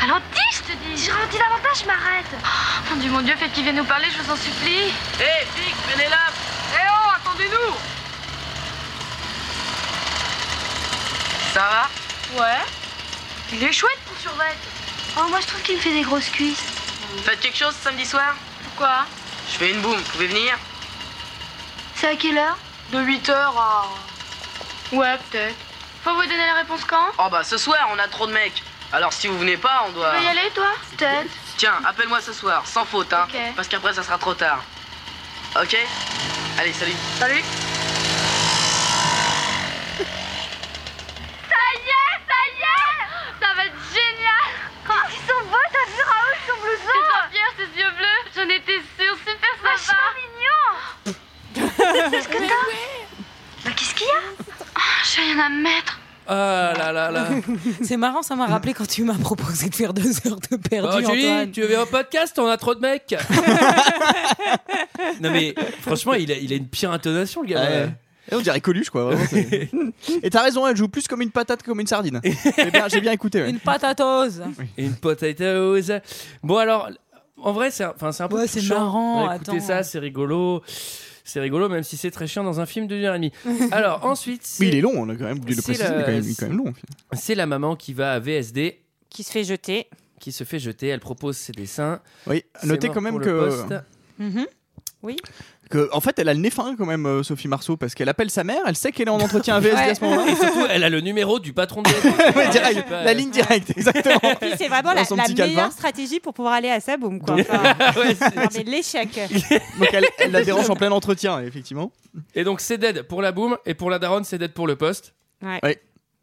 S10: Ralentis, je te dis
S7: J'ai ralenti davantage, je m'arrête.
S10: Oh, Mon Dieu, mon Dieu, faites qu'il vienne nous parler, je vous en supplie.
S3: Hé, Pic, venez là
S10: Eh oh, attendez-nous
S3: Ça
S10: Ouais Il est chouette, ton survêt
S7: Oh, moi je trouve qu'il me fait des grosses cuisses.
S3: va Faites quelque chose samedi soir
S10: Pourquoi
S3: Je fais une boum, vous pouvez venir
S7: C'est à quelle heure
S10: De 8h à... Oh. Ouais, peut-être. Faut vous donner la réponse quand
S3: Oh bah ce soir, on a trop de mecs. Alors si vous venez pas, on doit...
S10: Tu veux y aller, toi
S7: Peut-être.
S3: Tiens, appelle-moi ce soir, sans faute, hein.
S10: Ok.
S3: Parce qu'après, ça sera trop tard. Ok Allez, salut.
S10: Salut Ça y est, ça y est Ça va être génial
S7: Ils sont beaux, t'as vu Raoul, son blouson
S10: C'est pas fière, ses yeux bleus J'en étais sûre, super sympa
S7: Qu'est-ce que t'as Bah, qu'est-ce qu'il y a
S10: J'ai rien à mettre
S1: Ah là là là.
S9: Euh, C'est marrant, ça m'a rappelé quand tu m'as proposé de faire deux heures de *laughs* perdu,
S1: Oh, Julie,
S9: Antoine.
S1: tu viens au podcast On a trop de
S6: *laughs*
S1: mecs. non mais franchement, il a, il a une pire
S6: *laughs*
S1: intonation, le gars.
S6: Ouais. Et on dirait Coluche, quoi. vraiment,
S1: *laughs*
S6: c'est- et t'as raison, elle joue plus comme une patate que comme une sardine. J'ai bien, j'ai bien écouté. ouais.
S9: Une patatose.
S1: Une potatoes. Bon alors, en vrai, c'est un, enfin, c'est un peu
S9: Ouais, c'est
S1: touchant.
S9: marrant,
S1: Ouais, Écoutez
S9: attends.
S1: ça, c'est rigolo. C'est rigolo, même si c'est très chiant dans un film de
S9: *laughs*
S1: 2h30. *laughs* Alors ensuite,
S6: Oui, il est
S1: c'est
S6: long, on a quand même oublié de le
S1: c'est la-
S6: préciser. Il, est quand même, il est quand même long.
S1: c'est la maman qui va à VSD,
S5: Qui se fait jeter.
S1: qui se fait jeter. Elle propose ses dessins.
S6: Oui,
S1: C'est
S6: notez
S1: mort
S6: quand même
S1: pour le
S6: que,
S1: poste.
S9: Mhm.
S6: que- En fait, elle a le nez fin quand même, euh, Sophie Marceau, parce qu'elle appelle sa mère, elle sait qu'elle est en entretien à VSD à ce moment-là.
S1: Surtout, *laughs* elle a le numéro du patron de
S6: *laughs* Ouais, direct,
S1: Je sais pas,
S6: la
S1: euh,
S6: ligne directe, exactement.
S5: Puis c'est vraiment
S6: Dans
S5: la,
S6: son
S5: la
S6: petit
S5: meilleure
S6: calvin.
S5: stratégie pour pouvoir aller à sa boum, quoi. Enfin,
S1: ouais, c'est-
S5: non, mais l'échec.
S6: Donc elle, elle la dérange en plein entretien, effectivement.
S1: Et donc c'est dead pour la boum et pour la daronne c'est dead pour le poste.
S5: Ouais.
S6: Ouais.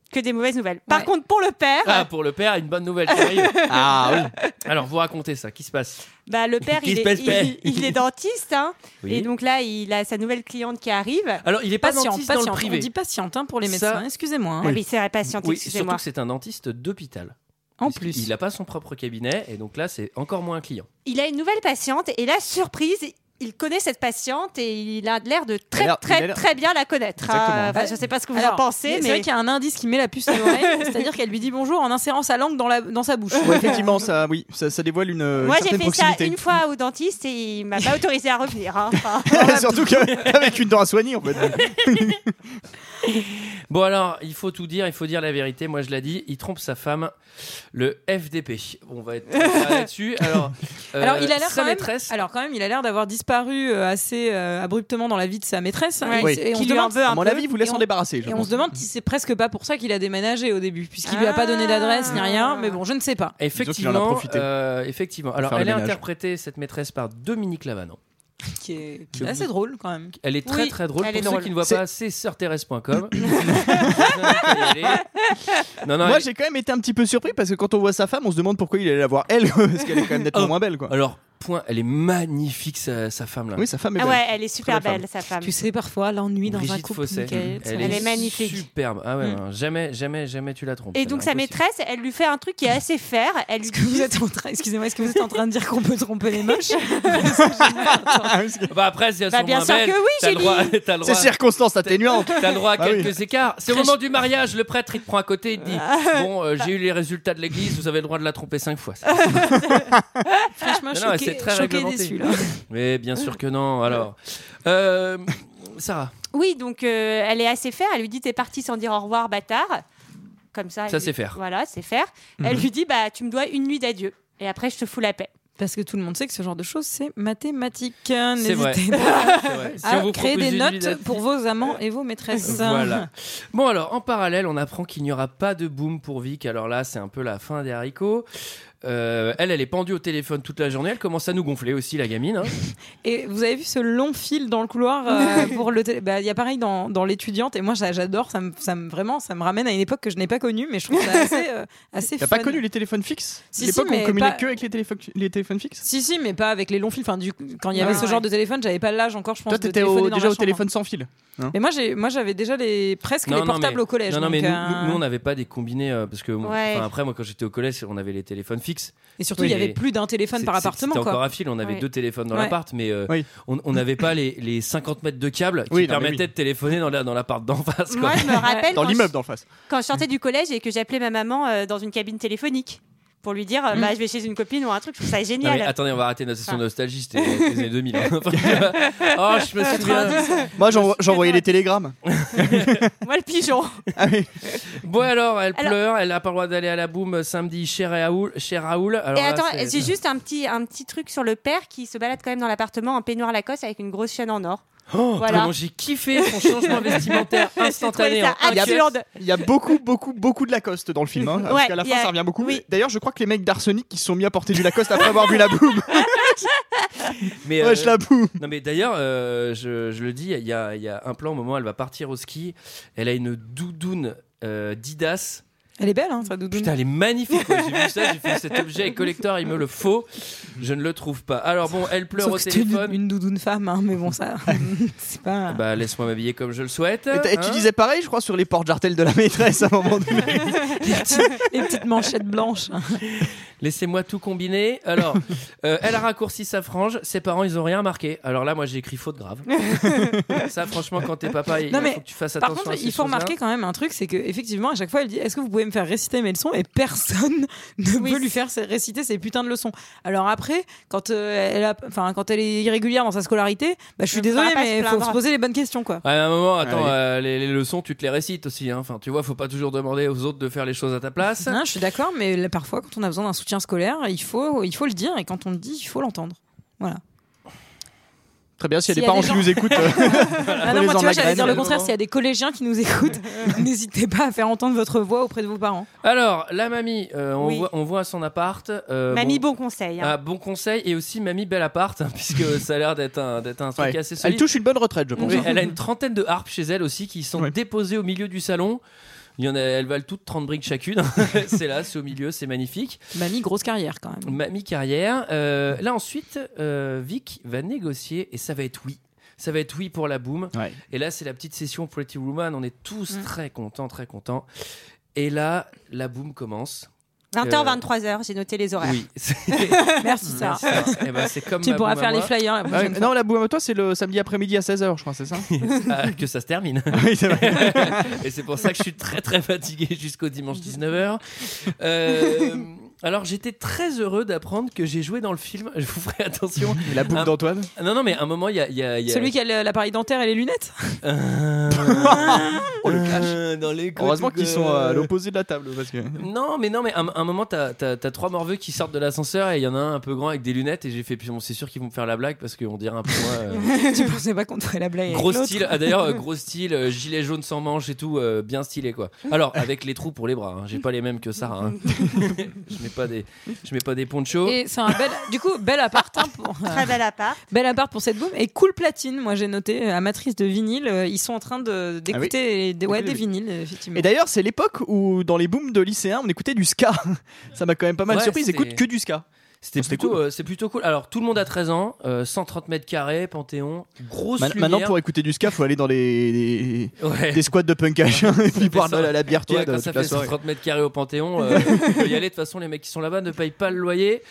S5: Que des mauvaises nouvelles. Par
S9: Ouais.
S5: contre, pour le père,
S1: Ah pour le père une bonne nouvelle qui arrive.
S6: *laughs* Ah oui.
S1: Alors vous racontez ça, qui se passe
S5: bah, le père,
S1: Qui
S5: il
S1: se
S5: est,
S1: pèse,
S5: il-
S1: père.
S5: il est dentiste. hein. Et donc là, il a sa nouvelle cliente qui arrive.
S1: Alors il est pas
S9: Patient,
S1: dentiste dans le
S9: patient. On
S1: privé.
S9: dit patiente hein, pour les
S1: Ça-
S9: médecins, excusez-moi. hein.
S5: Ah oui, c'est patiente,
S1: Oui, surtout
S5: excusez-moi.
S1: que c'est un dentiste d'hôpital.
S9: En
S1: Puisqu'il-
S9: plus.
S1: Il n'a pas son propre cabinet et donc là c'est encore moins un client.
S5: Il a une nouvelle patiente et là, surprise, il connaît cette patiente et il a l'air de
S6: Il a
S5: très,
S6: l'air- il a
S5: très,
S6: l'air-
S5: très bien la connaître. hein.
S6: Exactement.
S5: Enfin, je sais pas ce que vous
S9: Alors,
S5: en pensez,
S9: C'est
S5: mais
S9: vrai qu'il y a un indice qui met la puce à l'oreille,
S5: *laughs*
S9: c'est-à-dire qu'elle lui dit bonjour en insérant sa langue dans, la, dans sa bouche.
S6: Ouais, effectivement, ça, oui, ça, ça dévoile une, euh, une
S5: moi, j'ai
S6: certaine
S5: fait ça
S6: proximité.
S5: une fois au dentiste et il m'a
S6: *laughs*
S5: pas autorisé à revenir. hein. Enfin,
S6: Surtout qu'avec une dent à soigner, en fait.
S1: Bon alors il faut tout dire, il faut dire la vérité. Moi je l'ai dit, il trompe sa femme, le FDP. On va
S5: *laughs*
S1: être très clair là-dessus. Alors,
S9: *laughs*
S1: euh,
S9: Alors, il a l'air
S1: sa
S9: quand même-
S1: maîtresse.
S9: Alors quand même, il a l'air d'avoir disparu euh, assez euh, abruptement dans la vie de sa maîtresse. hein,
S5: Ouais.
S9: Et-
S6: Oui.
S9: Et, on
S5: qui
S9: se
S5: lui en
S9: demande,
S5: veut un
S6: À mon
S5: peu.
S6: avis, il voulait
S9: Et
S6: s'en
S9: on-
S6: débarrasser, je
S9: et on
S6: pense.
S9: se demande si c'est presque pas pour ça qu'il a déménagé au début, puisqu'il lui a pas
S5: Ah.
S9: donné d'adresse ni rien. Mais bon, je ne sais pas.
S1: Effectivement,
S6: qu'il en a profité.
S1: euh, effectivement. Alors,
S6: faire le
S1: elle est
S6: ménage.
S1: interprétée, cette maîtresse, par Dominique Lavanant.
S9: Qui est,
S1: Je vous-
S9: assez drôle quand même.
S1: Elle est très
S5: Oui,
S1: très drôle.
S5: elle
S1: Pour
S5: est
S1: ceux
S5: drôle.
S1: qui ne voient
S6: C'est-
S1: pas,
S5: *laughs*
S1: c'est sœurthérèse.com. Je vous invite à y aller. non, non,
S6: Moi,
S1: elle-
S6: j'ai quand même été un petit peu surpris parce que quand on voit sa femme, on se demande pourquoi il allait la voir elle, *laughs* parce qu'elle est quand même nettement
S1: Oh.
S6: moins belle, quoi.
S1: Alors, point, elle est magnifique, sa, sa femme là.
S6: Oui, sa femme est
S5: Ah
S6: belle.
S5: ouais, elle est super
S6: Très belle
S5: belle, sa femme.
S9: Tu sais, parfois, l'ennui dans un
S1: Brigitte
S9: couple.
S1: Fosset.
S9: Michael, ça
S1: Elle,
S9: va.
S5: Elle est magnifique.
S1: Superbe. Ah ouais,
S9: Mm.
S1: non, jamais, jamais, jamais tu la trompes.
S5: Et
S1: celle-là,
S5: donc sa
S1: impossible.
S5: maîtresse, elle lui fait un truc qui est assez faire. Elle lui
S9: Est-ce que vous
S5: dit
S9: êtes en train, excusez-moi, est-ce que vous êtes en train de dire qu'on peut tromper les
S5: *laughs*
S9: moches
S1: Bah après, si elles
S5: Bah,
S1: sont
S5: bien
S1: moins
S5: sûr
S1: belles,
S5: que oui,
S1: t'as le
S5: Julie.
S1: droit- *laughs* t'as le
S6: Ah, C'est
S1: droit-
S6: circonstance atténuante.
S1: T'as le droit à
S6: Bah oui.
S1: quelques écarts. C'est au moment du mariage, le prêtre il te prend à côté, il te
S9: *laughs*
S1: dit Bon, euh,
S9: Bah.
S1: j'ai eu les résultats de l'église, vous avez le droit de la tromper cinq fois.
S9: *laughs* Franchement,
S1: Non, non,
S9: choqué,
S1: c'est très
S9: choqué
S1: réglementé.
S9: déçu là.
S1: *laughs* Mais bien sûr que non. Alors, euh, Sarah,
S5: oui, donc euh, elle est assez faire. Elle lui dit t'es parti sans dire au revoir, bâtard. Comme ça. elle
S1: Ça,
S5: lui-
S1: c'est faire. Mhm.
S5: Voilà, c'est faire. Elle lui dit bah tu me dois une nuit d'adieu. Et après je te fous la paix.
S9: Parce que tout le monde sait que ce genre de choses, c'est mathématique. N'hésitez
S1: vrai.
S6: *laughs*
S9: pas
S1: c'est vrai. Si
S9: à
S1: on vous
S9: créer
S1: propose
S9: des
S1: une
S9: notes
S1: nuit d'adieu-
S9: pour vos amants et vos maîtresses.
S1: Voilà. Bon alors, en parallèle, on apprend qu'il n'y aura pas de boom pour Vic. Alors là, c'est un peu la fin des haricots. Euh, elle, elle est pendue au téléphone toute la journée. Elle commence à nous gonfler aussi, la gamine. hein.
S9: Et vous avez vu ce long fil dans le couloir euh, pour le télé- bah, Il y a pareil dans, dans l'étudiante, et moi j'a- j'adore, ça me, ça me- vraiment, ça me ramène à une époque que je n'ai pas connue, mais je trouve ça assez, euh, assez
S6: T'as
S9: fun.
S6: pas connu les téléphones fixes
S9: Si, si,
S6: L'époque où
S9: mais
S6: on communiquait
S9: pas-
S6: que avec les, téléphones les téléphones fixes
S9: Si, si, mais pas avec les longs fils. Enfin, du coup, quand il y avait
S6: Ah,
S9: ce genre de téléphone, j'avais pas l'âge encore, je pense.
S6: Toi,
S9: de
S6: t'étais au-
S9: téléphoner dans
S6: déjà
S9: ma
S6: au
S9: chambre.
S6: téléphone
S1: *laughs*
S6: sans fil.
S1: Oh,
S6: hein
S9: Mais moi, j'ai, moi, j'avais déjà les presque les portables
S1: mais,
S9: au collège.
S1: Non, non,
S9: donc,
S1: mais nous-
S9: euh,
S1: nous, nous, on n'avait pas des combinés. euh, parce que moi-
S9: Ouais.
S1: enfin, après, moi, quand j'étais au collège, on avait les téléphones fixes.
S9: Et surtout, il y
S1: Et-
S9: avait plus d'un téléphone
S1: c'est-
S9: par
S1: c'est-
S9: appartement.
S1: C'était
S9: quoi.
S1: encore à fil, on avait
S9: Ouais.
S1: deux téléphones dans
S9: Ouais.
S1: l'appart, mais euh,
S6: Oui.
S1: on on n'avait pas les, les 50 mètres de câble qui
S6: Oui, non, mais
S1: permettaient
S6: oui.
S1: de téléphoner dans la- dans l'appart d'en face. quoi.
S5: Moi, je me rappelle
S6: Dans
S5: quand,
S6: l'immeuble d'en face.
S5: je, quand je
S1: Mhm.
S5: sortais du collège et que j'appelais ma maman euh, dans une cabine téléphonique pour lui dire euh,
S9: Mm.
S5: bah, je vais chez une copine ou un truc. Je trouve ça
S1: Mhm. Non, mais
S5: génial.
S1: attendez, on va arrêter notre session
S5: Ah.
S1: nostalgie, c'était les années 2000. hein. *laughs* Enfin, oh,
S6: *laughs*
S1: je me souviens.
S6: Moi, j'envo- j'envoyais les télégrammes.
S1: *laughs*
S5: Moi, le pigeon.
S6: *laughs* Ah oui.
S1: Bon, alors, elle
S5: Alors-
S1: pleure, elle n'a pas le droit d'aller à la boum euh, samedi chez Raoul. Chez Raoul. Alors
S5: et
S1: là,
S5: attends,
S1: c'est-
S5: j'ai juste un petit, un petit truc sur le père qui se balade quand même dans l'appartement en peignoir Lacoste avec une grosse chaîne en or.
S1: Oh,
S5: Voilà.
S1: comment j'ai kiffé son
S9: *laughs*
S1: changement vestimentaire
S5: J'ai trouvé
S1: instantané. hein. Ah,
S5: ça
S1: en un cut.
S5: absurde.
S6: Il y a beaucoup, beaucoup, beaucoup de Lacoste dans le film. Hein, parce
S5: Ouais,
S6: qu'à la
S5: il
S6: fin,
S5: y a-
S6: ça revient beaucoup.
S5: oui.
S6: D'ailleurs, je crois que les mecs d'Arsenic qui se sont mis à porter du Lacoste après avoir vu
S1: *laughs*
S6: la boum.
S1: Mais, euh,
S6: Wesh, la boum.
S1: Non mais d'ailleurs, euh, je, je le dis, il y a, il y a un plan au moment où elle va partir au ski. Elle a une doudoune euh, Didas.
S9: Elle est belle, hein, ça doudoune.
S1: Putain, elle est magnifique. quoi. J'ai vu ça, j'ai fait cet
S9: *laughs*
S1: objet est collector, il me le faut. Je ne le trouve pas. Alors bon, elle pleure
S9: Sauf
S1: au
S9: que c'était
S1: téléphone.
S9: une, une doudoune femme, hein, mais bon,
S1: *laughs*
S9: ça, *laughs* c'est pas.
S1: Bah laisse-moi m'habiller comme je le souhaite.
S6: Et t'as- et
S1: hein.
S6: tu disais pareil, je crois, sur les portes jartelles de la maîtresse à un moment donné.
S9: *laughs* les, petites, les petites manchettes blanches. hein.
S1: Laissez-moi tout combiner.
S9: *laughs*
S1: Alors, euh, elle a raccourci sa frange. Ses parents, ils ont rien marqué. Alors là, moi, j'ai écrit
S9: *laughs*
S1: faute grave. ça, franchement, quand t'es papa, il
S9: Non, mais
S1: faut que tu fasses
S9: Par
S1: attention.
S9: contre,
S1: à ces
S9: il faut
S1: choses-là.
S9: remarquer quand même un truc, c'est que effectivement, à chaque fois, elle dit Est-ce que vous pouvez me faire réciter mes leçons Et personne *laughs* ne
S5: Oui,
S9: peut lui faire réciter ses putains de leçons. Alors après, quand euh, elle a, enfin, quand elle est irrégulière dans sa scolarité, bah, je suis
S5: On pourra
S9: désolée,
S5: pas se
S9: mais faut
S5: plaindre.
S9: se poser les bonnes questions, quoi.
S1: Ouais, mais à un moment, attends,
S6: Allez.
S1: euh, les, les leçons, tu te les récites aussi. hein. Enfin, tu vois, faut pas toujours demander aux autres de faire les choses à ta place.
S9: Hein, je suis d'accord, mais là, parfois, quand on a besoin d'un soutien scolaire, il faut, il faut le dire, et quand on le dit, il faut l'entendre. Voilà.
S6: Très bien, s'il y a
S9: S'il y a
S6: des parents
S9: des
S6: qui
S9: gens- *laughs*
S6: nous écoutent. euh, *laughs*
S9: Ah non,
S6: les
S9: moi, tu
S6: en
S9: vois, j'allais dire le
S6: migraine,
S1: c'est le
S9: contraire.
S1: moment.
S9: S'il y a des collégiens qui nous
S6: *laughs*
S9: écoutent, n'hésitez pas à faire entendre votre voix auprès de vos parents.
S1: Alors, la mamie, euh, on,
S5: Oui.
S1: voit, on voit son appart. euh,
S5: Mamie,
S1: bon,
S5: bon, conseil. hein.
S1: ah, bon conseil et aussi mamie bel appart, hein,
S9: *laughs*
S1: puisque ça a l'air d'être un, d'être un truc
S6: ouais.
S1: assez
S6: Elle
S1: solide.
S6: touche une bonne retraite, je pense. hein.
S1: Oui, elle a une trentaine de harpes chez elle aussi qui sont
S6: Ouais.
S1: déposées au milieu du salon. Il y en a, elles valent toutes 30 briques
S6: *laughs*
S1: chacune. c'est là, c'est au milieu, c'est magnifique.
S9: Mamie, grosse carrière quand même.
S1: Mamie carrière. Euh, là ensuite, euh, Vic va négocier et ça va être oui. Ça va être oui pour la boum.
S6: Ouais.
S1: Et là, c'est la petite session Pretty Woman. On est tous très contents, très contents. Et là, la boum commence.
S5: 20h, 23h, j'ai noté les horaires.
S1: Ah, euh,
S5: *laughs*
S1: Oui. *laughs* C'est
S9: Merci, Sarah.
S1: Eh ben, c'est comme
S9: Tu
S1: ma
S9: pourras
S1: boum à
S9: faire les
S1: moi.
S9: flyers. la
S6: Ah
S9: prochaine
S6: oui, non, la boum à toi, c'est le samedi après-midi à 16h, je crois,
S1: *laughs*
S6: c'est ça
S1: Ah, que ça se termine.
S6: *laughs* Oui, c'est vrai.
S1: *laughs* Et c'est pour ça que je suis très très fatigué jusqu'au dimanche 19h. alors j'étais très heureux d'apprendre que j'ai joué dans le film. Je vous ferai attention.
S6: *laughs* La boum
S1: Ah.
S6: d'Antoine.
S1: Non non mais à un moment il y a, il y a- il y a-
S9: Celui qui a le- l'appareil dentaire et les lunettes
S1: Euh,
S6: *laughs* Oh, le clash.
S1: euh, dans les
S6: *laughs* Heureusement qu'ils sont à
S1: euh,
S6: l'opposé de la table. Parce que...
S1: Non, mais non, mais à un- à un moment, t'as as, trois morveux qui sortent de l'ascenseur et il y en a un un peu grand avec des lunettes. Et j'ai fait, puis bon, c'est sûr qu'ils vont me faire la blague parce qu'on dirait un peu moi. euh,
S9: *laughs* Tu pensais pas qu'on te ferait la blague avec
S1: gros
S9: l'autre
S1: style,
S9: *laughs*
S1: ah, d'ailleurs, euh, gros style, euh, gilet jaune sans manches et tout, euh, bien stylé quoi. Alors, avec les trous pour les bras, hein, j'ai pas les mêmes que
S9: *laughs*
S1: Sarah. hein. je, mets pas des, je mets pas des ponchos.
S9: Et c'est un bel, du coup, bel appart, hein, pour,
S5: *laughs*
S9: euh,
S5: Très bel appart.
S9: bel appart pour cette boum. Et cool platine, moi j'ai noté, à matrice de vinyle, euh, ils sont en train de- d'écouter des, ouais,
S6: Écoutez,
S9: des
S6: Ah oui.
S9: vinyles, euh, effectivement.
S6: Et d'ailleurs, c'est l'époque où, dans les booms de lycéens, on écoutait du ska. *laughs* Ça m'a quand même pas mal
S1: Ouais,
S6: surpris. Ils
S1: c'était-
S6: écoutent que du ska.
S1: C'était
S6: c'était
S1: plutôt,
S6: cool.
S1: euh, c'est plutôt cool. Alors, tout le monde a 13 ans, euh, 130 mètres carrés, Panthéon, grosse
S6: Ma-
S1: lumière.
S6: Maintenant, pour écouter du ska, faut aller dans les, les-
S1: Ouais.
S6: des squats de punkage et puis boire
S1: ça.
S6: de la, la bière
S1: Ouais,
S6: tiède
S1: quand
S6: euh,
S1: ça
S6: toute la
S1: fait
S6: soirée.
S1: 130 mètres carrés au Panthéon,
S6: *laughs*
S1: euh, on peut y aller. De toute façon, les mecs qui sont là-bas ne payent pas le loyer.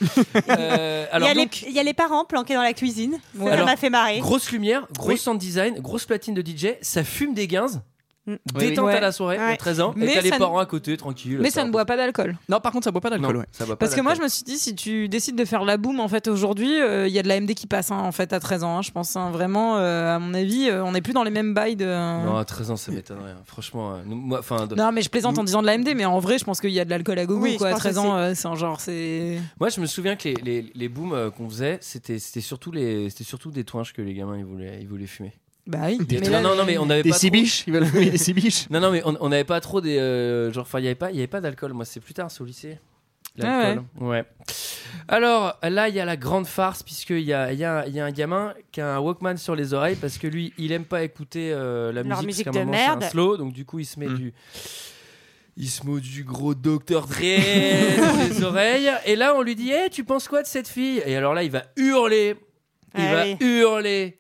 S1: Euh,
S5: Il y,
S1: alors,
S5: a les-
S1: donc,
S5: il y a les parents planqués dans la cuisine. Ça, Ça
S1: Alors,
S5: m'a fait marrer.
S1: Grosse lumière, gros
S6: Oui.
S1: sound design, grosse platine de DJ, ça fume des guinzes.
S5: Mm.
S1: Détente
S9: Oui, oui.
S1: à la soirée,
S5: Ouais.
S1: à 13 ans,
S9: Mais
S1: et t'as les
S9: ça ne-
S1: parents à côté, tranquille.
S9: Mais ça ne boit pas d'alcool.
S6: Non, par contre, ça boit pas d'alcool.
S1: Non,
S6: ouais.
S1: ça boit pas
S9: Parce que moi, je
S1: d'alcool.
S9: me suis dit, si tu décides de faire la boum, en fait, aujourd'hui, euh, il y a de la MD qui passe, hein, en fait, à 13 ans. hein, je pense hein, vraiment, euh, à mon avis, euh, on n'est plus dans les mêmes bails de.
S1: Non,
S9: Non.
S1: à 13 ans, ça m'étonnerait. hein. Franchement, euh, nous- moi, enfin, de-
S9: mais je plaisante en disant de la MD, mais en vrai, je pense qu'il y a de l'alcool à gogo,
S5: Oui, je
S9: quoi. À
S5: pense
S9: 13 ans, euh, c'est un
S5: *laughs*
S9: genre, c'est.
S1: moi, je me souviens que les, les, les booms euh, qu'on faisait, c'était c'était surtout, les- c'était surtout des toinches que les gamins ils voulaient, ils voulaient fumer.
S9: Bah oui.
S1: Des-
S9: Mais
S1: non,
S9: là,
S1: non, non, mais on n'avait
S6: Des
S1: pas. trop-
S6: sibiches. Ils veulent oui, des sibiches.
S1: Non, non, mais on on n'avait pas trop des. euh, genre, enfin, il n'y avait pas, il y avait pas d'alcool. Moi, c'est plus tard, c'est au lycée. L'alcool.
S5: Ah
S1: ouais. Alors là, il y a la grande farce, puisqu'il y a, il y, a, il y a un gamin qui a un Walkman sur les oreilles, parce que lui, il aime pas écouter euh, la
S5: Leur
S1: musique,
S5: musique
S1: parce
S5: de
S1: qu'à un moment, c'est un
S5: merde.
S1: slow, donc du coup, il se
S6: Mm.
S1: met du. Il se met du gros Dr. Dre
S6: *laughs*
S1: sur les oreilles. Et là, on lui dit Eh, Tu penses quoi de cette fille Et alors là, il va hurler. Il
S5: Ah
S1: va
S5: oui.
S1: hurler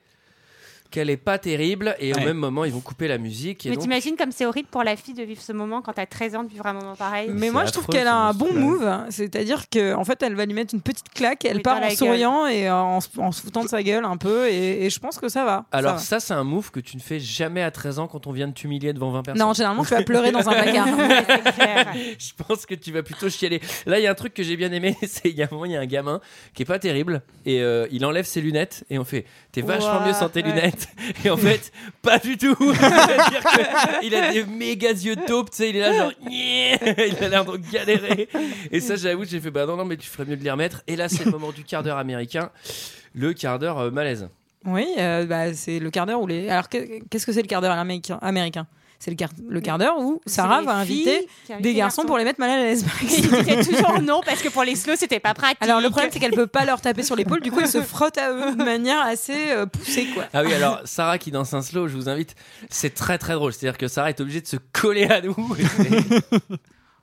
S1: qu'elle est pas terrible. Et au
S6: Ouais.
S1: même moment, ils vont couper la musique. Et
S5: Mais
S1: donc,
S5: t'imagines comme c'est horrible pour la fille de vivre ce moment quand t'as 13 ans de vivre un moment pareil.
S9: Mais
S1: C'est
S9: moi, je trouve
S1: affreux,
S9: qu'elle a
S1: ce
S9: un
S1: monstre.
S9: bon move. hein. C'est-à-dire que, en fait, elle va lui mettre une petite claque. Elle
S5: Oui, dans
S9: part
S5: la
S9: en
S5: gueule.
S9: souriant et en, se- en se foutant de sa gueule un peu. Et, et je pense que ça va. Ça
S1: Alors
S9: va.
S1: ça, c'est un move que tu ne fais jamais à 13 ans quand on vient de t'humilier devant 20 personnes.
S9: non, généralement, tu vas pleurer dans un placard.
S1: *laughs*
S5: C'est clair.
S1: Je pense que tu vas plutôt chialer. Là, il y a un truc que j'ai bien aimé, *laughs* c'est il y a un moment, il y a un gamin qui est pas terrible et euh, il enlève ses lunettes et on fait "T'es vachement
S5: Ouah,
S1: mieux sans tes
S5: ouais.
S1: lunettes." *laughs* Et en fait, pas du tout. *laughs* C'est-à-dire que il a des méga yeux taupes, tu sais, il est là genre *laughs* Nyeh il a l'air de galérer. Et ça, j'avoue, j'ai fait "Bah non non, mais tu ferais mieux de les remettre." Et là, c'est le moment du quart d'heure américain, le quart d'heure euh, malaise.
S9: Oui, euh, bah, c'est le quart d'heure où les. Alors, que- qu'est-ce que c'est le quart d'heure américain- américain C'est le quart, le quart d'heure où Sarah
S5: C'est
S9: va
S5: les filles
S9: inviter
S5: qui invitent
S9: des garçons pour les mettre mal à l'aise. *laughs* par exemple.
S5: *laughs* Il disait toujours non parce que pour les slow c'était pas pratique.
S9: Alors, le problème, c'est qu'elle peut pas leur taper sur l'épaule. Du coup, elle se frotte à eux de manière assez euh, poussée, quoi.
S1: Ah oui, alors Sarah qui danse un slow, je vous invite, c'est très très drôle. C'est-à-dire que Sarah est obligée de se coller à nous.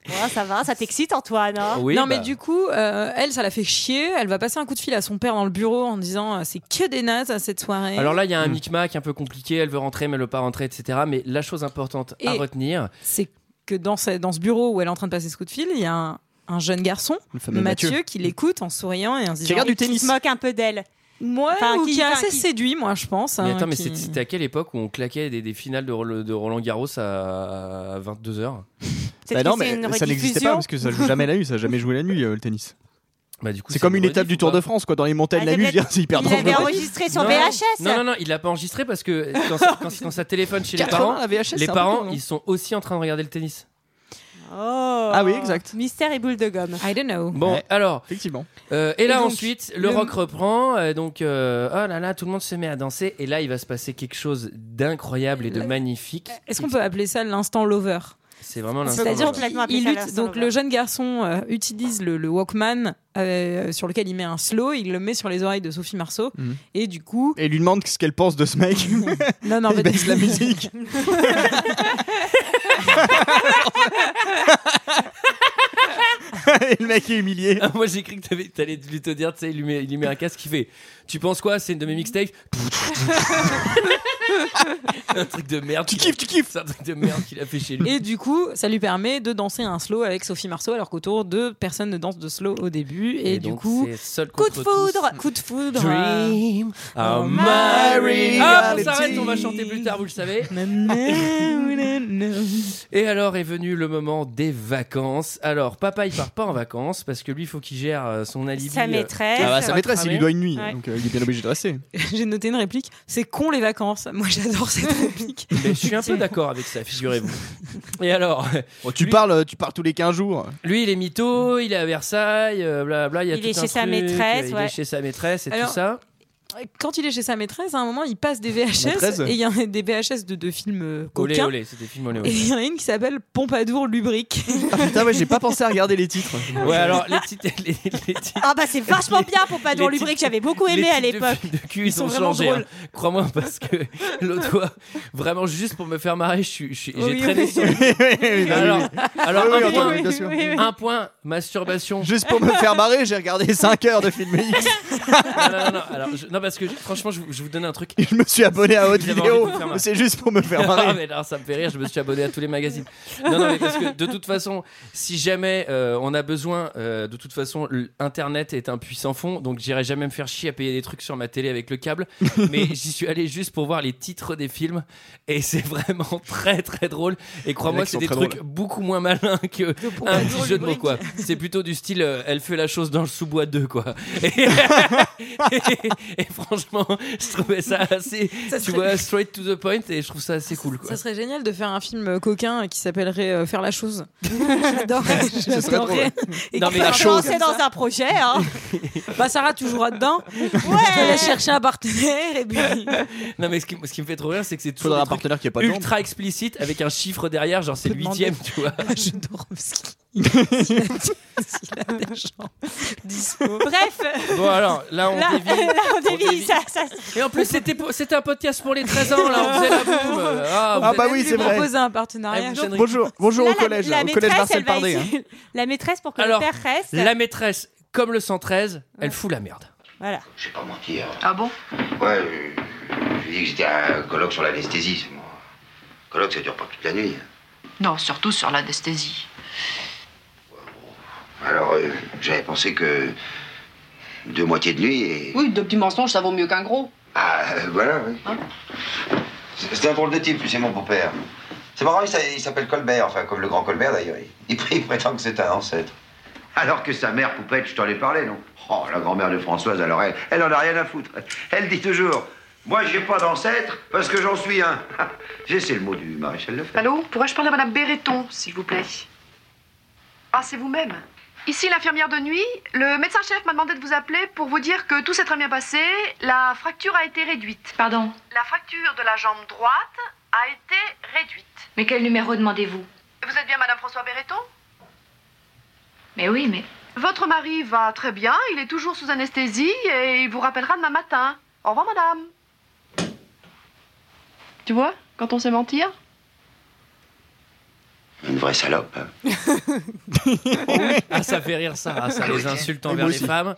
S5: Ouais, Ah, ça va, ça t'excite Antoine. hein
S1: Oui,
S9: non,
S1: bah,
S9: mais du coup, euh, elle, ça la fait chier. Elle va passer un coup de fil à son père dans le bureau en disant euh, c'est que des nazes à cette soirée. Mm.
S1: Alors là, il y a un micmac un peu compliqué. Elle veut rentrer, mais elle veut pas rentrer, etc. Mais la chose importante à
S9: Et-
S1: retenir,
S9: c'est que dans ce, dans ce bureau où elle est en train de passer ce coup de fil, il y a un, un jeune garçon,
S6: Le fameux
S9: Mathieu,
S6: Mathieu.
S9: qui l'écoute en souriant et en se disant
S6: Qui regarde du
S5: Qui se
S6: tennis.
S5: moque un peu d'elle.
S9: Moi,
S5: Enfin,
S9: ou
S5: qui-
S9: qui est
S5: enfin,
S9: assez
S5: qui-
S9: séduit, moi, je pense.
S1: mais
S9: hein,
S1: attends, mais
S9: qui-
S1: c'est- c'était à quelle époque où on claquait des, des finales de, Rol- de Roland Garros à 22 h
S5: C'est
S6: Bah non,
S5: que c'est
S6: mais
S5: une
S6: ça n'existait pas
S5: rediffusion.
S6: parce que ça joue *laughs* jamais la nuit, ça a jamais joué la nuit euh, le tennis.
S1: *laughs* Bah du coup,
S6: C'est comme une
S1: rediff
S6: étape du
S1: ou
S6: Tour
S1: pas
S6: de France quoi, dans les montagnes
S5: Ah,
S6: la
S5: c'est
S6: nuit, je veux
S5: peut-être-
S6: dire, c'est hyper
S5: Il l'avait
S6: dangereux.
S5: enregistré sur
S1: Non,
S5: VHS.
S1: Non, non, non, il l'a pas enregistré parce que quand, quand- quand ça téléphone chez les
S6: 80,
S1: parents,
S6: la VHS,
S1: les
S6: c'est un peu
S1: parents,
S6: comme, non
S1: ils sont aussi en train de regarder le tennis.
S5: Oh.
S6: Ah oui, exact.
S5: Mystère et boule de gomme.
S9: I don't know.
S1: Bon,
S6: Ouais.
S1: alors,
S6: Effectivement.
S1: Euh, et là
S9: Et donc,
S1: ensuite, le,
S9: le-
S1: rock reprend. euh, donc, euh, oh là là, tout le monde se met à danser. Et là, il va se passer quelque chose d'incroyable et de
S9: Le-
S1: magnifique.
S9: Est-ce qu'on peut appeler ça l'instant lover
S1: C'est vraiment l'instant.
S6: *laughs*
S9: C'est-à-dire
S1: voilà.
S5: complètement
S9: qu'il
S5: appelé ça
S9: lutte.
S5: l'instant
S9: Donc
S5: lover.
S9: le jeune garçon euh, utilise le, le Walkman euh, sur lequel il met un slow, il le met sur les oreilles de Sophie Marceau
S6: Mhm.
S9: et du coup,
S6: Et il lui demande ce qu'elle pense de
S5: *laughs*
S6: ce mec.
S9: non non,
S6: il
S9: mais-
S6: baisse la musique. Et le mec est humilié.
S1: Ah, moi, j'ai cru que t'avais- t'allais lui te dire, tu sais, il lui met, il lui met un casque qui fait. Tu penses quoi C'est une de mes mixtapes *laughs* Un truc de merde.
S6: Tu
S1: qu'il a-
S6: kiffes, tu kiffes.
S1: C'est un truc de merde qu'il a fait chez lui.
S9: *laughs* Et du coup, ça lui permet de danser un slow avec Sophie Marceau, alors qu'autour de personne ne danse de slow au début. Et, du
S1: donc,
S9: coup,
S1: c'est seul
S9: coup de
S1: contre tous.
S9: foudre, coup de foudre. euh,
S1: Dream
S6: Oh,
S1: of my
S9: Mary.
S1: reality. Ah, on s'arrête, on va chanter plus tard, vous le savez.
S9: na, na, na, na.
S1: Et alors est venu le moment des vacances. Alors, papa, il part pas en vacances parce que lui, il faut qu'il gère euh, son alibi.
S5: Sa
S1: euh,
S5: maîtresse.
S6: Ah bah,
S1: Ça
S6: sa
S1: va
S6: maîtresse, il
S1: cramer.
S6: lui doit une nuit,
S5: Ouais.
S6: donc euh, il est bien obligé de rester.
S9: *laughs* J'ai noté une réplique. C'est con les vacances. Moi, j'adore cette réplique.
S1: mais je suis un peu d'accord avec ça, figurez-vous. Et alors,
S6: *laughs* Oh, tu,
S1: lui-
S6: parles, tu parles tous les 15 jours.
S1: lui, il est mytho, il est à Versailles, euh, blablabla. il y a
S5: Il est
S1: tout un
S5: chez sa
S1: truc,
S5: maîtresse,
S1: euh, Il
S5: ouais.
S1: est chez sa maîtresse et
S9: Alors,
S1: tout ça.
S9: Quand il est chez sa maîtresse, à un moment, il passe des VHS
S6: Maîtresse
S9: et il y en a des VHS de deux films euh,
S1: Olé,
S9: coquins.
S1: olé, c'était film olé,
S9: Et
S5: *laughs*
S1: olé.
S9: il y en a une qui s'appelle Pompadour *laughs* Lubrique.
S6: Ah, putain, ouais, j'ai pas pensé à regarder les titres.
S1: *laughs* Ouais, alors, les petites. Les, les petites-
S5: Ah bah c'est vachement bien pour pas
S1: Les
S5: dans
S1: titres-
S5: Lubrique, j'avais beaucoup
S1: les
S5: aimé à
S1: titres de
S5: l'époque.
S1: films De cul, ils,
S9: sont
S1: ont
S9: vraiment
S1: changé. hein.
S9: drôles.
S1: Crois-moi, parce que *laughs* l'autre fois, vraiment juste pour me faire marrer, je suis- je suis- j'ai
S9: Oui,
S1: traîné
S9: oui.
S1: sur.
S6: *laughs* Oui, oui, oui, bah
S1: Alors,
S6: oui, Ah
S1: alors
S6: oui,
S1: un,
S6: oui,
S1: point,
S6: oui, bien sûr.
S1: un point, masturbation.
S6: *laughs* Juste pour me faire marrer,
S1: *laughs*
S6: j'ai regardé 5 heures de film
S1: Non,
S6: X
S1: non, non, non, alors, je- non, parce que franchement, je, vous- je vous donne un truc.
S6: et *laughs* je me suis
S1: *laughs*
S6: abonné à haute
S1: J'avais
S6: vidéo.
S1: envie de faire marrer.
S6: C'est juste pour me faire
S1: *laughs* Ah,
S6: marrer.
S1: mais alors, ça me fait rire, je me suis abonné à tous les magazines. Non, non, mais parce que de toute façon, si jamais euh, on a besoin, euh, de toute façon, l- Internet est un puissant fond, donc j'irai jamais me faire chier à payer des trucs sur ma télé avec le
S6: *laughs*
S1: câble. Mais j'y suis allé juste pour voir les titres des films, et c'est vraiment *laughs* très très drôle. Et crois-moi,
S6: qui
S1: c'est
S6: sont
S1: des
S6: très
S1: trucs beaucoup moins malins que un petit jeu de mots,
S9: Lubrique.
S1: quoi. C'est plutôt du style, euh, elle fait la chose dans le sous-bois 2,
S6: *laughs*
S1: quoi. Et, *laughs* et- et franchement, je trouvais ça assez,
S9: Ça
S1: tu
S9: serait-
S1: vois, straight to the point, et je trouve ça assez cool, quoi.
S9: Ça serait génial de faire un film euh, coquin qui s'appellerait euh, Faire la chose. *laughs* J'adorerais. *laughs*
S6: serait drôle, ouais.
S9: J'adorerais. Et
S1: Non,
S9: que
S1: mais la
S9: Sarah
S1: chose-
S9: commençait
S5: C'est dans un projet,
S1: *laughs*
S5: hein.
S9: Bah Sarah, tu joueras dedans. Ouais. Je te laisse chercher un partenaire *laughs* et puis.
S1: Non, mais ce qui, ce qui me fait trop rire, c'est que c'est toujours
S6: Faudra un
S1: des trucs
S6: partenaire qui a pas de
S1: ultra explicite avec un chiffre derrière, genre c'est
S5: *laughs*
S1: le
S9: Demandez.
S1: huitième, tu vois.
S9: Jodorowsky. Il, il a, il a des gens
S1: *laughs*
S9: dispo.
S5: Bref.
S1: Bon, alors, là, on
S5: Là,
S1: dévie.
S5: là, on
S1: On
S5: dévie,
S1: dévie.
S5: ça, ça-
S1: Et
S5: *laughs*
S1: en plus, c'était pour- c'était un podcast pour les 13 ans, là, on faisait la boum. Ah, vous
S6: Ah
S1: êtes-
S6: bah oui,
S9: Lui
S6: c'est vrai.
S9: proposer un partenariat.
S1: Eh, vous êtes-
S6: Bonjour, bonjour
S5: là,
S6: au collège,
S5: la,
S6: au
S5: maîtresse,
S6: collège Marcel
S5: elle va
S6: Pardé. hein.
S5: essayer- *laughs* La maîtresse, pour que
S1: Alors,
S5: le père reste.
S1: La maîtresse, comme le 113, elle fout la merde.
S5: Voilà.
S2: Je vais pas mentir.
S3: Ah bon
S2: euh, Ouais, euh, j'ai dit que j'étais à un colloque sur l'anesthésie, c'est moi. Colloque, ça dure pas toute la nuit.
S3: Non, surtout sur l'anesthésie.
S2: Alors, euh, j'avais pensé que. Deux moitiés de nuit et.
S11: Oui, deux petits mensonges, ça vaut mieux qu'un gros.
S2: Ah, euh, voilà, oui.
S11: Hein
S2: C'est- C'était un drôle de type, c'est mon beau-père. C'est marrant, il s'a- il s'appelle Colbert, enfin, comme le grand Colbert d'ailleurs. Il, il prétend que c'est un ancêtre. Alors que sa mère, Poupette, je t'en ai parlé, non Oh, la grand-mère de Françoise, alors elle, elle en a rien à foutre. Elle dit toujours Moi, j'ai pas d'ancêtre parce que j'en suis un. *laughs* J'ai- c'est le mot du maréchal Lefebvre.
S3: Allô Pourrais-je parler à Madame Béreton, s'il vous plaît Ah, c'est vous-même Ici l'infirmière de nuit. Le médecin-chef m'a demandé de vous appeler pour vous dire que tout s'est très bien passé. La fracture a été réduite.
S10: Pardon,
S3: La fracture de la jambe droite a été réduite.
S10: mais quel numéro demandez-vous
S3: Vous êtes bien Madame François Béreton
S10: Mais oui, mais.
S3: Votre mari va très bien, il est toujours sous anesthésie et il vous rappellera demain matin. Au revoir, madame. Tu vois, quand on sait mentir
S2: Une vraie salope. hein.
S1: Ah, ça fait rire ça, ah, ça les insultes envers les femmes.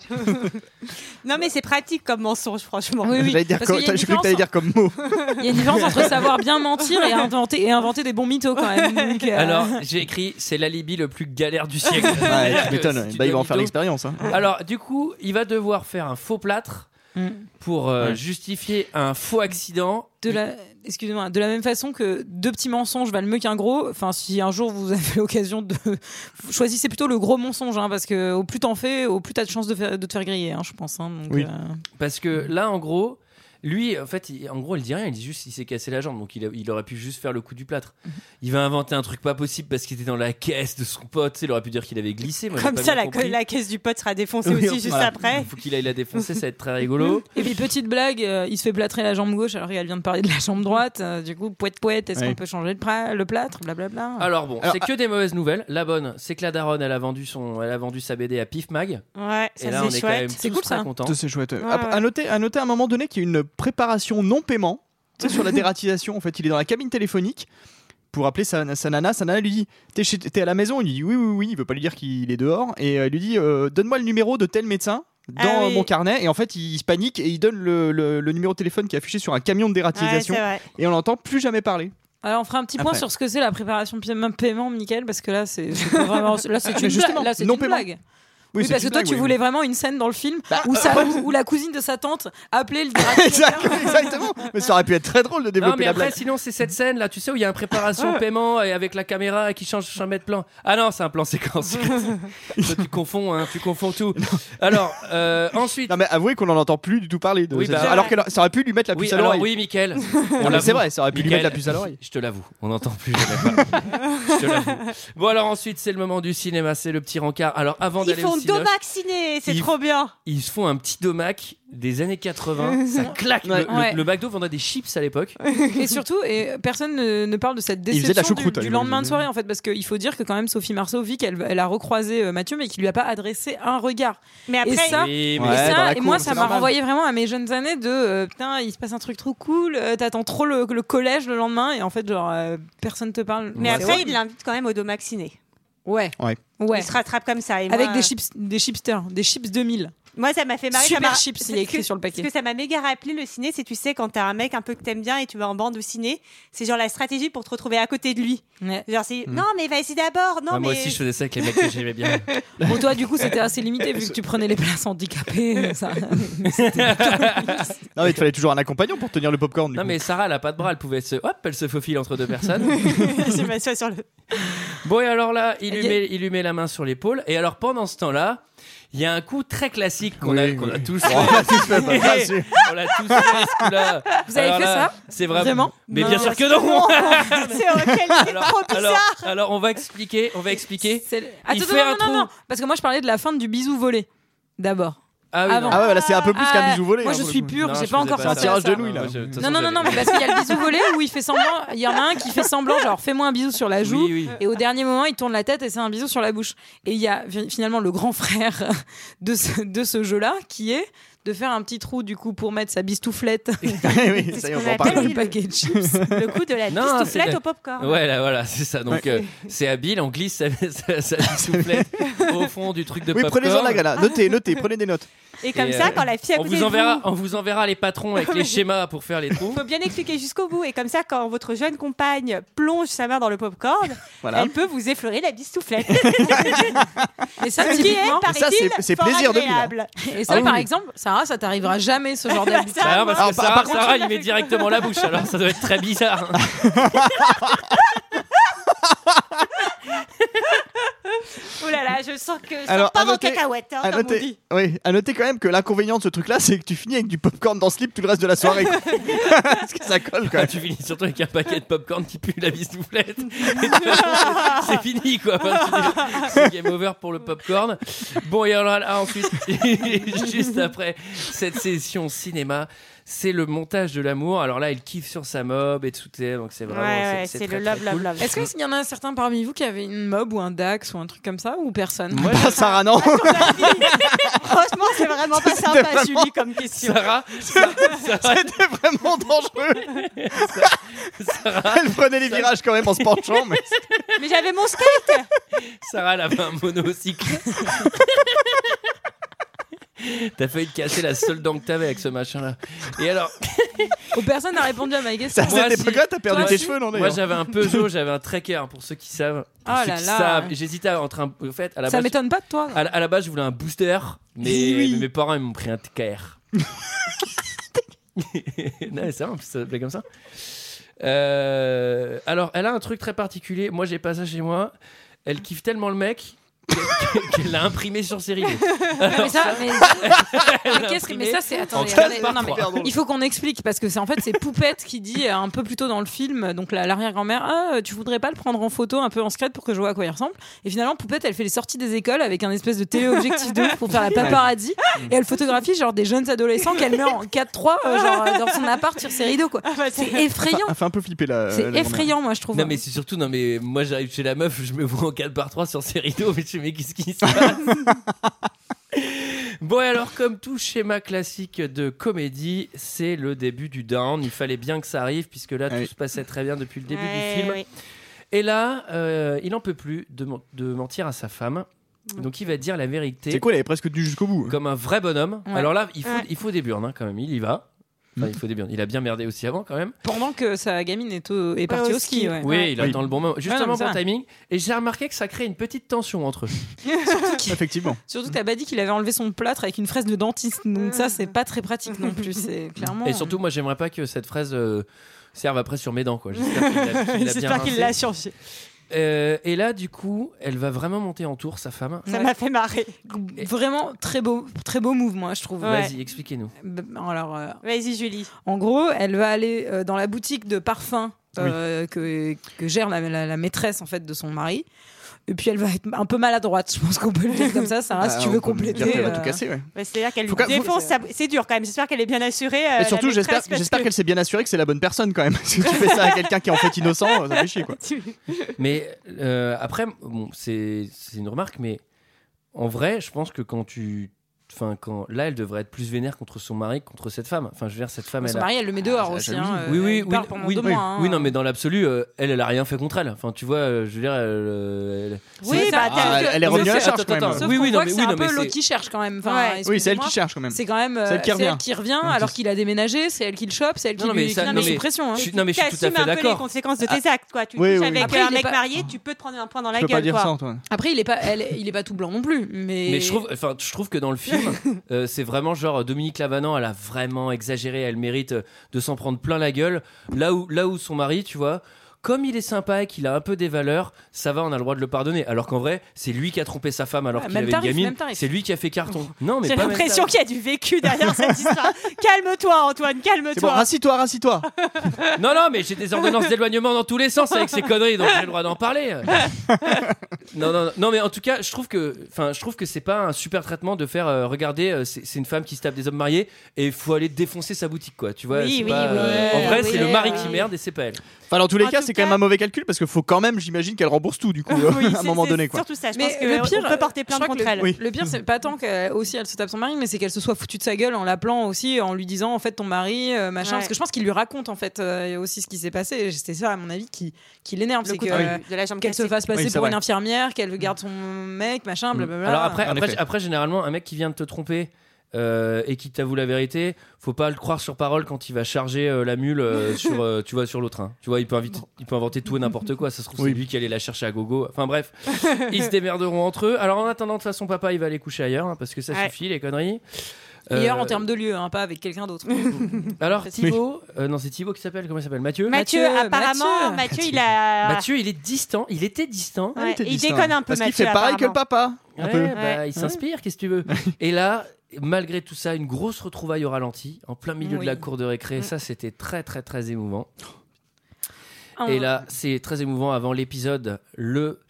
S5: Non, mais c'est pratique comme mensonge, franchement.
S9: Oui, oui.
S6: J'allais dire
S9: Parce
S6: comme-
S9: qu'il y a une
S6: Je crois que t'allais dire comme mot.
S9: Il y a une différence entre savoir
S1: *laughs*
S9: bien mentir et inventer, et inventer des bons mythos quand même. Donc, euh,
S1: Alors, j'ai écrit, c'est l'alibi le plus galère du siècle.
S6: *laughs* Ouais,
S1: C'est-à-dire
S6: tu
S1: que
S6: m'étonnes.
S1: si tu
S6: Bah, il va en
S1: dis
S6: faire
S1: au-
S6: l'expérience. hein.
S1: Alors, du coup, il va devoir faire un faux plâtre
S9: Mm.
S1: pour euh,
S6: Ouais.
S1: justifier un faux accident.
S9: de la, excusez-moi, de la même façon que deux petits mensonges valent mieux qu'un gros. Enfin, si un jour vous avez *laughs* l'occasion de, choisissez plutôt le gros mensonge, hein, parce que au plus t'en fais, au plus t'as de chances de, faire- de te faire griller, hein, je pense. hein. donc,
S6: Oui.
S9: euh,
S1: Parce que là, en gros, lui, en fait, il, en gros, il dit rien, il dit juste qu'il s'est cassé la jambe, donc il, a- il aurait pu juste faire le coup du plâtre.
S6: Mhm.
S1: Il va inventer un truc pas possible parce qu'il était dans la caisse de son pote, tu sais, il aurait pu dire qu'il avait glissé. Moi, j'ai
S5: Comme
S1: pas
S5: ça, la,
S1: bien compris.
S5: la caisse du pote sera défoncée
S1: Oui,
S5: aussi juste
S1: voilà.
S5: après.
S1: Il faut qu'il aille la défoncer, ça va être très
S6: *laughs* Mhm.
S1: rigolo.
S9: Et puis petite blague, euh, il se fait plâtrer la jambe gauche alors qu'elle vient de parler de la jambe droite. euh, du coup, poète poète, est-ce
S6: Ouais.
S9: qu'on peut changer le, pra- le plâtre, blablabla.
S1: Alors bon,
S6: Ah. Alors,
S1: c'est que des mauvaises nouvelles. La bonne, c'est que la daronne, elle a vendu son, elle a vendu sa BD à Pif Mag.
S5: Ouais,
S1: et là,
S5: ça
S1: on
S5: c'est
S1: est quand même
S5: chouette.
S1: tous
S9: C'est cool,
S1: très
S9: ça.
S1: contents.
S6: Ça, C'est chouette. ouais.
S5: Ouais,
S6: À, à
S5: ouais.
S6: noter, à noter à un moment donné qu'il y a une préparation non paiement. Tu sais,
S5: *laughs*
S6: sur la dératisation, en fait, il est dans la cabine téléphonique pour appeler sa, sa nana. Sa nana lui dit T'es chez- t'es à la maison Il lui dit Oui, oui, oui. Il veut pas lui dire qu'il est dehors. Et euh, il lui dit Euh, Donne-moi le numéro de tel médecin dans
S5: Ah
S6: euh,
S5: oui.
S6: mon carnet. Et en fait, il, se panique et il donne le, le- le numéro de téléphone qui est affiché sur un camion de
S5: Ouais,
S6: dératisation.
S5: c'est vrai.
S6: et on n'entend plus jamais parler. *laughs*
S9: Alors on fera un petit point
S6: Après.
S9: sur ce que c'est la préparation pi- paiement, Michael, parce que là c'est c'est pas
S6: *laughs*
S9: vraiment là c'est
S6: Mais
S9: une,
S6: justement,
S9: bla- là, c'est
S6: non
S9: une
S6: paiement.
S9: blague.
S6: Oui,
S9: Oui,
S6: c'est
S9: parce que
S6: une
S9: toi
S6: blague,
S9: tu
S6: oui. Bah,
S9: voulais vraiment une scène dans le film où,
S6: *laughs*
S9: sa- où la cousine de sa tante appelait le directeur.
S6: Exactement. Mais ça aurait pu être très drôle de
S1: Non
S6: développer
S1: mais
S6: la
S1: après
S6: blague.
S1: sinon c'est cette scène là tu sais où il y a une préparation au paiement et avec la caméra qui change sur un mètre plan ah non c'est un
S5: *laughs*
S1: plan séquence Toi, tu confonds hein, tu confonds tout alors euh, ensuite
S6: Non mais avouez qu'on n'en entend plus du tout parler. De
S1: Oui,
S6: cette-
S1: bah-
S6: alors que ça aurait pu lui mettre la
S1: oui
S6: puce à
S1: alors
S6: l'oreille.
S1: oui Mickaël
S6: Non,
S1: on
S6: mais
S1: l'a
S6: c'est vrai, ça aurait pu lui
S1: Michael,
S6: mettre la puce à l'oreille.
S1: Je te l'avoue, on n'entend plus jamais parler. Je te l'avoue. Bon alors ensuite c'est le moment du cinéma, c'est le petit rencard. Alors avant
S5: Ils
S1: d'aller au
S5: font deux
S1: cinéma,
S5: vaccinés, c'est
S1: Ils-
S5: trop bien.
S1: ils se font un petit domac des années
S5: *laughs*
S1: 80, ça claque. Le- Le,
S9: Ouais.
S1: le McDo vendait des chips à l'époque.
S9: et surtout, et personne ne, ne parle de cette
S6: faisait
S9: déception
S6: de la choucroute,
S9: du, du
S6: hein,
S9: lendemain de
S6: j'imagine.
S9: soirée en fait, parce qu'il faut dire que quand même Sophie Marceau vit qu'elle elle a recroisé euh, Mathieu, mais qu'il lui a pas adressé un regard.
S5: Mais après,
S9: et ça,
S1: Oui,
S6: Ouais,
S9: et, ça,
S6: dans la
S9: et moi,
S6: cour,
S9: ça
S6: c'est
S9: m'a
S6: normal.
S9: renvoyé vraiment à mes jeunes années de euh, putain, il se passe un truc trop cool, euh, t'attends trop le, le collège le lendemain et en fait, genre, euh, personne te parle.
S5: mais
S1: Ouais.
S5: après il l'invite quand même au dos vacciné.
S9: Ouais.
S6: Ouais.
S9: Ouais.
S5: Il se rattrape comme ça. Et
S9: Avec
S5: moi,
S9: des
S5: euh,
S9: chips, des chipsters, des chips 2000.
S5: Moi, ça m'a fait marrer. ça
S9: Super
S5: m'a-
S9: chips, il y a écrit
S5: ce que-
S9: sur le paquet.
S5: Ce que ça m'a méga rappelé le ciné, c'est tu sais, quand t'as un mec un peu que t'aimes bien et tu vas en bande au ciné, c'est genre la stratégie pour te retrouver à côté de lui.
S9: Ouais.
S5: Genre, c'est non, mais vas-y d'abord. Non,
S1: Hmm. Ouais, Ah, Moi
S5: mais.
S1: aussi je faisais ça avec les mecs que
S5: *laughs*
S1: j'aimais bien.
S9: Bon, toi, du coup, c'était assez limité vu que tu prenais les places handicapées.
S5: *laughs*
S9: euh, Ça.
S6: Non mais il fallait toujours un accompagnant pour tenir le popcorn. Du
S1: Non
S6: coup.
S1: mais Sarah elle a pas de bras, elle pouvait se hop, elle se faufile entre
S5: *laughs*
S1: deux personnes.
S5: je m'assois sur le.
S1: bon et alors là, il lui
S9: Y a-
S1: met, il lui met la main sur l'épaule et alors pendant ce temps-là, il y a un coup très classique qu'on a,
S6: Oui,
S1: qu'on
S6: oui.
S1: a tous
S6: Bon, *laughs* on l'a tous fait, bah,
S1: *laughs*
S6: bien sûr.
S1: on l'a tous fait ce coup-là.
S9: Vous avez
S1: Alors
S9: fait
S1: là,
S9: ça
S1: C'est vraiment.
S9: Vraiment
S1: Mais
S9: Non,
S1: bien sûr que non.
S9: *laughs*
S5: c'est
S1: *laughs*
S5: horrible, c'est trop
S1: alors,
S5: bizarre.
S1: alors, on va expliquer, on va expliquer.
S9: C'est- Attends,
S1: Il
S9: non,
S1: fait
S9: non,
S1: un
S9: non, non,
S1: trou.
S9: parce que moi, je parlais de la fin du bisou volé. D'abord.
S1: Ah oui,
S9: avant.
S1: non.
S6: Ah ouais, là, c'est un peu plus qu'un
S9: Ah,
S6: bisou volé,
S9: Moi,
S6: hein,
S9: je
S6: pour le
S9: suis
S6: coup.
S9: pure,
S1: Non,
S9: j'ai
S1: je
S9: pas
S1: faisais
S9: encore
S1: pas
S6: un
S9: sorti
S1: ça.
S6: tirage
S9: ça.
S6: de
S5: Ah,
S6: nouilles là.
S1: Moi, je- de toute
S9: Non,
S1: façon,
S9: non, non, non, mais parce qu'il y a le bisou volé où il fait semblant. Il y en a un qui fait semblant, genre fais-moi un bisou sur la joue.
S1: Oui, oui.
S9: Et au dernier moment, il tourne la tête et c'est un bisou sur la bouche. Et il y a fi- finalement le grand frère *laughs* de ce, de ce jeu-là qui est de faire un petit trou du coup pour mettre sa bistouflette
S6: *laughs* oui,
S5: C'est ce
S6: ça y est, on
S5: qu'on
S6: va en
S5: appelle
S9: dans
S6: parler.
S9: le paquet de chips.
S5: Le coup de la
S1: Non,
S5: pistouflette
S1: c'est-
S5: au popcorn.
S1: Ouais, là, voilà, c'est ça. Donc, euh, c'est habile, on glisse sa, *laughs* sa, sa
S9: *laughs*
S1: petite soufflette au fond du truc de
S6: Oui,
S1: popcorn. Ah.
S6: prenez-en la gala. Notez, notez, prenez des notes.
S5: Et comme
S1: Et, euh,
S5: ça, quand la fille à
S1: on
S5: côté
S1: vous,
S5: de
S1: enverra,
S5: vous-
S1: on vous enverra les
S9: *laughs*
S1: patrons avec les schémas pour faire les trous.
S5: faut bien expliquer jusqu'au bout. Et comme ça, quand votre jeune compagne plonge sa main dans le popcorn,
S1: *laughs*
S6: Voilà.
S5: elle peut vous effleurer la bistouflette. *laughs*
S9: Et ça,
S5: Ce qui est,
S9: typiquement,
S5: paraît-il,
S6: c'est- c'est
S5: fort
S6: plaisir de vivre.
S5: agréable.
S9: et ça
S6: Ah oui.
S9: par exemple, Sarah, ça t'arrivera jamais
S5: *laughs*
S9: ce genre d'habitude.
S1: Bah, non, parce que
S6: Alors, par-
S1: Sarah,
S6: par contre-
S1: Sarah, il met directement la bouche, alors ça doit être très bizarre.
S5: Oh là là, je sens que ça
S6: Alors,
S5: part
S6: à
S5: en
S6: noter-
S5: cacahuète, hein,
S6: À
S5: comme on
S6: noter,
S5: dit.
S6: oui, à noter quand même que l'inconvénient de ce truc là, c'est que tu finis avec du popcorn dans le slip tout le reste de la soirée.
S5: *laughs*
S6: quoi. Parce que ça colle quand même.
S1: tu finis surtout avec un paquet de popcorn qui pue la
S5: *laughs*
S1: bistouflette. Et de toute façon, *laughs* c'est fini, quoi. Enfin, c'est game over pour le popcorn. Bon, et alors là, ensuite, *laughs* juste après cette session cinéma, c'est le montage de l'amour. Alors là, il kiffe sur sa mob et tout, est- donc c'est
S5: Ouais,
S1: vraiment.
S5: ouais,
S1: c'est-
S5: c'est
S1: très,
S5: le
S1: très
S5: love,
S1: cool.
S5: love, love.
S9: Est-ce qu'il y en a certains parmi vous qui avaient une mob ou un dax ou un truc comme ça ou personne
S1: Moi,
S6: Ah, Sarah, non.
S5: Franchement, c'est vraiment pas sympa, Julie, comme question.
S1: Sarah, Sarah, Sarah,
S6: C'était vraiment dangereux. Elle prenait les virages quand même en se penchant. Mais...
S5: Mais j'avais mon skate
S1: Sarah, elle avait un monocycle. *laughs* T'as failli te casser la seule dent que t'avais avec ce machin-là. Et alors,
S9: Ou personne n'a répondu à ma question
S6: À
S1: Moi,
S6: cette
S1: si.
S6: époque-là, t'as perdu
S1: Toi,
S6: tes
S1: si.
S6: cheveux, non
S1: Moi
S6: d'ailleurs
S1: j'avais un Peugeot, j'avais un Tracker pour ceux qui savent. Pour
S9: Oh
S1: ceux
S9: là
S1: qui
S9: là.
S1: savent. J'hésitais entre un. En fait, à la
S9: Ça
S1: base,
S9: m'étonne pas de toi.
S1: à, la- à la base, je voulais un booster, mais,
S6: Eh Oui.
S1: mais mes parents ils m'ont pris un TKR. *laughs* non, mais c'est vrai, en plus, ça s'appelait comme ça. Euh, alors, elle a un truc très particulier. Moi, j'ai pas ça chez moi. Elle kiffe tellement le mec qu'elle- *laughs* qu'elle l'a imprimé sur ses rideaux.
S9: mais ça, mais, *laughs*
S1: *laughs*
S9: mais qu'est-ce que- mais ça c'est attendez,
S1: quatre
S9: attendez,
S1: par
S9: non, mais
S1: trois.
S9: il faut qu'on explique parce que c'est en fait c'est Poupette qui dit euh, un peu plus tôt dans le film donc la- l'arrière-grand-mère ah tu voudrais pas le prendre en photo un peu en secret pour que je vois à quoi il ressemble et finalement Poupette elle fait les sorties des écoles avec un espèce de téléobjectif de ouf pour faire la paparazzi et elle photographie genre des jeunes adolescents qu'elle met en 4-3 euh, genre euh, dans son appart sur ses rideaux quoi c'est effrayant
S6: Elle fait un peu flipper la. la
S9: c'est
S6: grand-mère.
S9: effrayant moi je trouve
S1: Non mais c'est surtout non mais moi j'arrive chez la meuf, je me vois en 4 par 3 sur ses rideaux, mais je me dis, mais qu'est-ce qui se passe
S9: *laughs*
S1: Bon et alors comme tout schéma classique de comédie, c'est le début du down, il fallait bien que ça arrive puisque là
S6: Ah oui.
S1: tout se passait très bien depuis le début
S5: Ouais,
S1: du film.
S5: oui.
S1: Et là, euh, il en peut plus de, men- de mentir à sa femme. Donc il va dire la vérité
S6: C'est cool, elle est presque due jusqu'au bout. hein.
S1: comme un vrai bonhomme.
S9: Ouais.
S1: Alors là, il faut,
S5: Ouais.
S1: il faut des burnes hein, quand même, il y va. Enfin,
S6: Mm.
S1: il faut des burnes. Il a bien merdé aussi avant quand même.
S9: pendant que sa gamine est, au- est partie
S5: Ouais,
S9: Ah, au ski ouais.
S1: Bah, Oui, il
S6: Oui.
S1: attend le bon moment.
S9: non,
S1: Justement,
S9: mais ça
S1: bon
S9: va. *laughs*
S1: timing. Et j'ai remarqué que ça crée une petite tension entre eux.
S6: Effectivement.
S9: Surtout, t'as pas dit qu'il avait enlevé son plâtre avec une fraise de dentiste. Donc, ça, c'est pas très pratique non
S5: *laughs*
S9: plus. C'est clairement.
S1: Et surtout, moi, j'aimerais pas que cette fraise euh, serve après sur mes dents. quoi. J'espère qu'il l'a- qu'il l'a bien
S5: J'espère qu'il
S1: rincé.
S5: l'a changé.
S1: Euh, et là, du coup, elle va vraiment monter en tour, sa femme.
S5: Ça
S9: Ouais.
S5: m'a fait marrer.
S9: Vraiment très beau, très beau move, moi, je trouve.
S5: Ouais.
S1: Vas-y, expliquez-nous.
S9: Bah, Alors, euh,
S5: Vas-y, Julie.
S9: en gros, elle va aller euh, dans la boutique de parfums euh, que, que gère la, la- la maîtresse en fait de son mari. Et puis, elle va être un peu maladroite. Je pense qu'on peut le dire comme ça, Sarah, si
S6: Bah,
S9: tu
S6: on
S9: veux
S6: peut me
S9: compléter.
S6: dire qu'elle va
S9: euh,
S6: tout casser, ouais.
S5: Ouais, C'est-à-dire qu'elle
S6: Faut
S5: lui
S6: quand- faut-
S5: défonce sa- C'est dur quand même. J'espère qu'elle est bien assurée. euh,
S6: Et
S5: la
S6: surtout, j'espère
S5: maîtresse, parce
S6: j'espère
S5: que-
S6: qu'elle sait bien assurer que c'est la bonne personne quand même. *laughs* si tu fais ça à quelqu'un qui est en fait innocent, euh, ça fait chier quoi.
S1: *laughs* Mais euh, après, bon, c'est c'est une remarque, mais en vrai, je pense que quand tu. Enfin, quand là, elle devrait être plus vénère contre son mari que contre cette femme. Enfin, je veux dire, cette femme,
S9: Son
S1: elle. a-
S9: mari, elle le met dehors
S6: la
S9: aussi.
S6: jalousie.
S9: hein,
S1: Ah, Oui,
S9: euh,
S1: oui,
S9: elle
S1: oui,
S9: part pendant
S1: oui,
S9: deux
S1: oui.
S9: mois, hein.
S1: Oui, non, mais dans l'absolu, euh, elle, elle a rien fait contre elle. Enfin, tu vois, euh, je veux dire, elle, euh, elle-
S5: Oui,
S1: c'est-
S5: bah,
S6: Ah, elle est revenue à la
S1: Attends,
S6: charge quand
S1: attends,
S6: même.
S9: Sauf
S1: Oui,
S9: qu'on
S1: oui, non,
S9: voit
S1: mais-
S9: que
S1: oui,
S9: c'est
S1: non,
S9: un
S1: mais
S9: peu
S1: c'est-
S9: l'autre qui cherche quand même. Enfin, hein,
S5: Ouais.
S6: Oui, c'est elle
S9: excusez-moi.
S6: qui cherche quand même.
S9: C'est quand même euh,
S6: C'est elle qui
S9: c'est elle
S6: revient.
S9: qui revient,
S6: Donc,
S9: alors
S6: c'est-
S9: qu'il a déménagé, c'est elle qui le chope, c'est elle qui
S1: Non, non, mais
S9: lui
S1: ça-
S9: qui
S1: non,
S9: met
S1: mais-
S9: sous pression. hein.
S1: Je suis- non, mais je suis tout à
S5: T'assumes
S1: fait
S5: un peu les
S1: d'accord. Ah.
S5: conséquences de tes actes, quoi. Tu
S6: Oui,
S5: couches
S6: oui,
S5: avec
S9: Après,
S5: un
S9: il est
S5: mec
S9: pas-
S5: marié, tu peux te prendre un point dans la
S6: Tu peux
S5: gueule,
S6: pas dire
S5: quoi.
S6: ça, Antoine.
S9: Après, il est pas, elle, il est pas tout blanc non plus, mais,
S1: Mais je trouve, enfin, je trouve que dans le
S9: *laughs*
S1: film, euh, c'est vraiment genre Dominique Lavanant, elle a vraiment exagéré, elle mérite euh, de s'en prendre plein la gueule. Là où, là où son mari, tu vois, comme il est sympa et qu'il a un peu des valeurs, ça va, on a le droit de le pardonner. Alors qu'en vrai, c'est lui qui a trompé sa femme alors
S5: Ah,
S1: qu'il
S5: même
S1: avait
S5: tarif,
S1: une
S5: même
S1: gamine.
S5: tarif.
S1: C'est lui qui a fait carton. Non, mais
S5: J'ai
S1: pas même
S5: l'impression qu'il y a du vécu derrière cette
S6: *laughs*
S5: histoire. calme-toi, Antoine, calme-toi.
S1: C'est bon, rassis-toi,
S6: rassis-toi.
S1: *laughs* Non, non, mais j'ai des ordonnances d'éloignement dans tous les sens avec ces conneries, donc j'ai le droit d'en parler. Non, non, non. non, mais en tout cas, je trouve que, enfin, je trouve que c'est pas un super traitement de faire euh, regarder. euh, c'est c'est une femme qui se tape des hommes mariés et faut aller défoncer sa boutique, quoi. Tu vois
S5: Oui,
S1: c'est
S5: oui,
S1: pas, euh,
S5: oui.
S1: En vrai,
S5: Oui,
S1: c'est le mari
S5: oui.
S1: qui merde et c'est pas elle.
S6: Enfin, dans tous les
S1: En
S6: cas,
S1: tout
S6: c'est quand même un mauvais calcul parce qu'il faut quand même, j'imagine, qu'elle rembourse tout
S5: *laughs*
S6: du coup euh,
S1: *laughs*
S6: à un moment donné. Quoi.
S5: ça, je
S9: Mais
S5: pense que
S9: le
S5: on
S9: pire,
S5: peut porter
S9: je
S5: plainte
S9: crois que
S5: contre
S9: le,
S5: elle.
S9: Le pire, c'est pas tant qu'elle aussi elle se tape son mari, mais c'est qu'elle se soit foutue de sa gueule en l'appelant aussi, en lui disant en fait ton mari, euh, machin.
S5: Ouais.
S9: Parce que je pense qu'il lui raconte en fait euh, aussi ce qui s'est passé. Et C'est ça, à mon avis, qui, qui l'énerve.
S5: Le
S9: C'est
S5: coup
S9: que,
S5: de-
S9: euh,
S5: de la jambe Mm.
S9: qu'elle se
S5: cassée.
S9: fasse passer
S1: Oui, c'est
S9: pour
S1: vrai. Mm.
S9: une infirmière, qu'elle garde son mec, machin, blablabla.
S1: Alors après,
S9: En
S1: après,
S9: effet.
S1: après, généralement, un mec qui vient de te tromper euh, et qui t'avoue la vérité, faut pas le croire sur parole quand il va charger euh, la
S9: *laughs*
S1: mule euh, sur, euh, tu vois, sur l'autre. hein. Tu vois, il peut, inviter- il peut inventer tout et n'importe quoi. Ça se trouve, c'est lui qui allait la chercher à gogo.
S9: *laughs*
S1: Enfin bref, ils se démerderont entre eux. Alors en attendant, de toute façon, papa, il va aller coucher ailleurs hein, parce que ça
S9: Ouais.
S1: suffit les conneries.
S9: Et Hier,
S1: Euh,
S9: en termes de lieu, hein, pas avec quelqu'un
S1: *laughs*
S9: d'autre.
S1: Alors Thibaut, euh, non c'est Thibaut qui s'appelle, comment il s'appelle Mathieu
S5: Mathieu, apparemment, Mathieu, il a.
S1: Mathieu, il est distant, il était distant.
S5: Ouais, Il était il distant, déconne un peu,
S6: parce qu'il Mathieu, fait pareil que le apparemment. papa, un
S1: Ouais,
S6: peu.
S1: bah,
S6: Ouais.
S1: Il s'inspire, qu'est-ce que tu veux Et là, malgré tout ça, une grosse retrouvaille au ralenti, en plein milieu de
S9: Oui.
S1: la cour de récré.
S9: Mm.
S1: Ça, c'était très, très, très émouvant.
S9: Ah.
S1: Et là, c'est très émouvant avant l'épisode, le,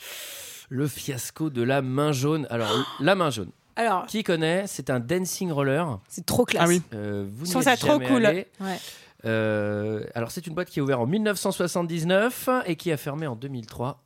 S1: le fiasco de la main jaune. Alors, la main jaune.
S9: Alors,
S1: Qui connaît C'est un dancing roller.
S9: C'est trop classe. Ah oui.
S1: Euh, vous
S9: Je
S1: n'y
S9: trouve ça
S1: êtes
S9: trop
S1: jamais
S9: cool.
S1: allé.
S9: Ouais.
S1: Euh, alors, c'est une boîte qui est ouverte en 1979 et qui a fermé en 2003.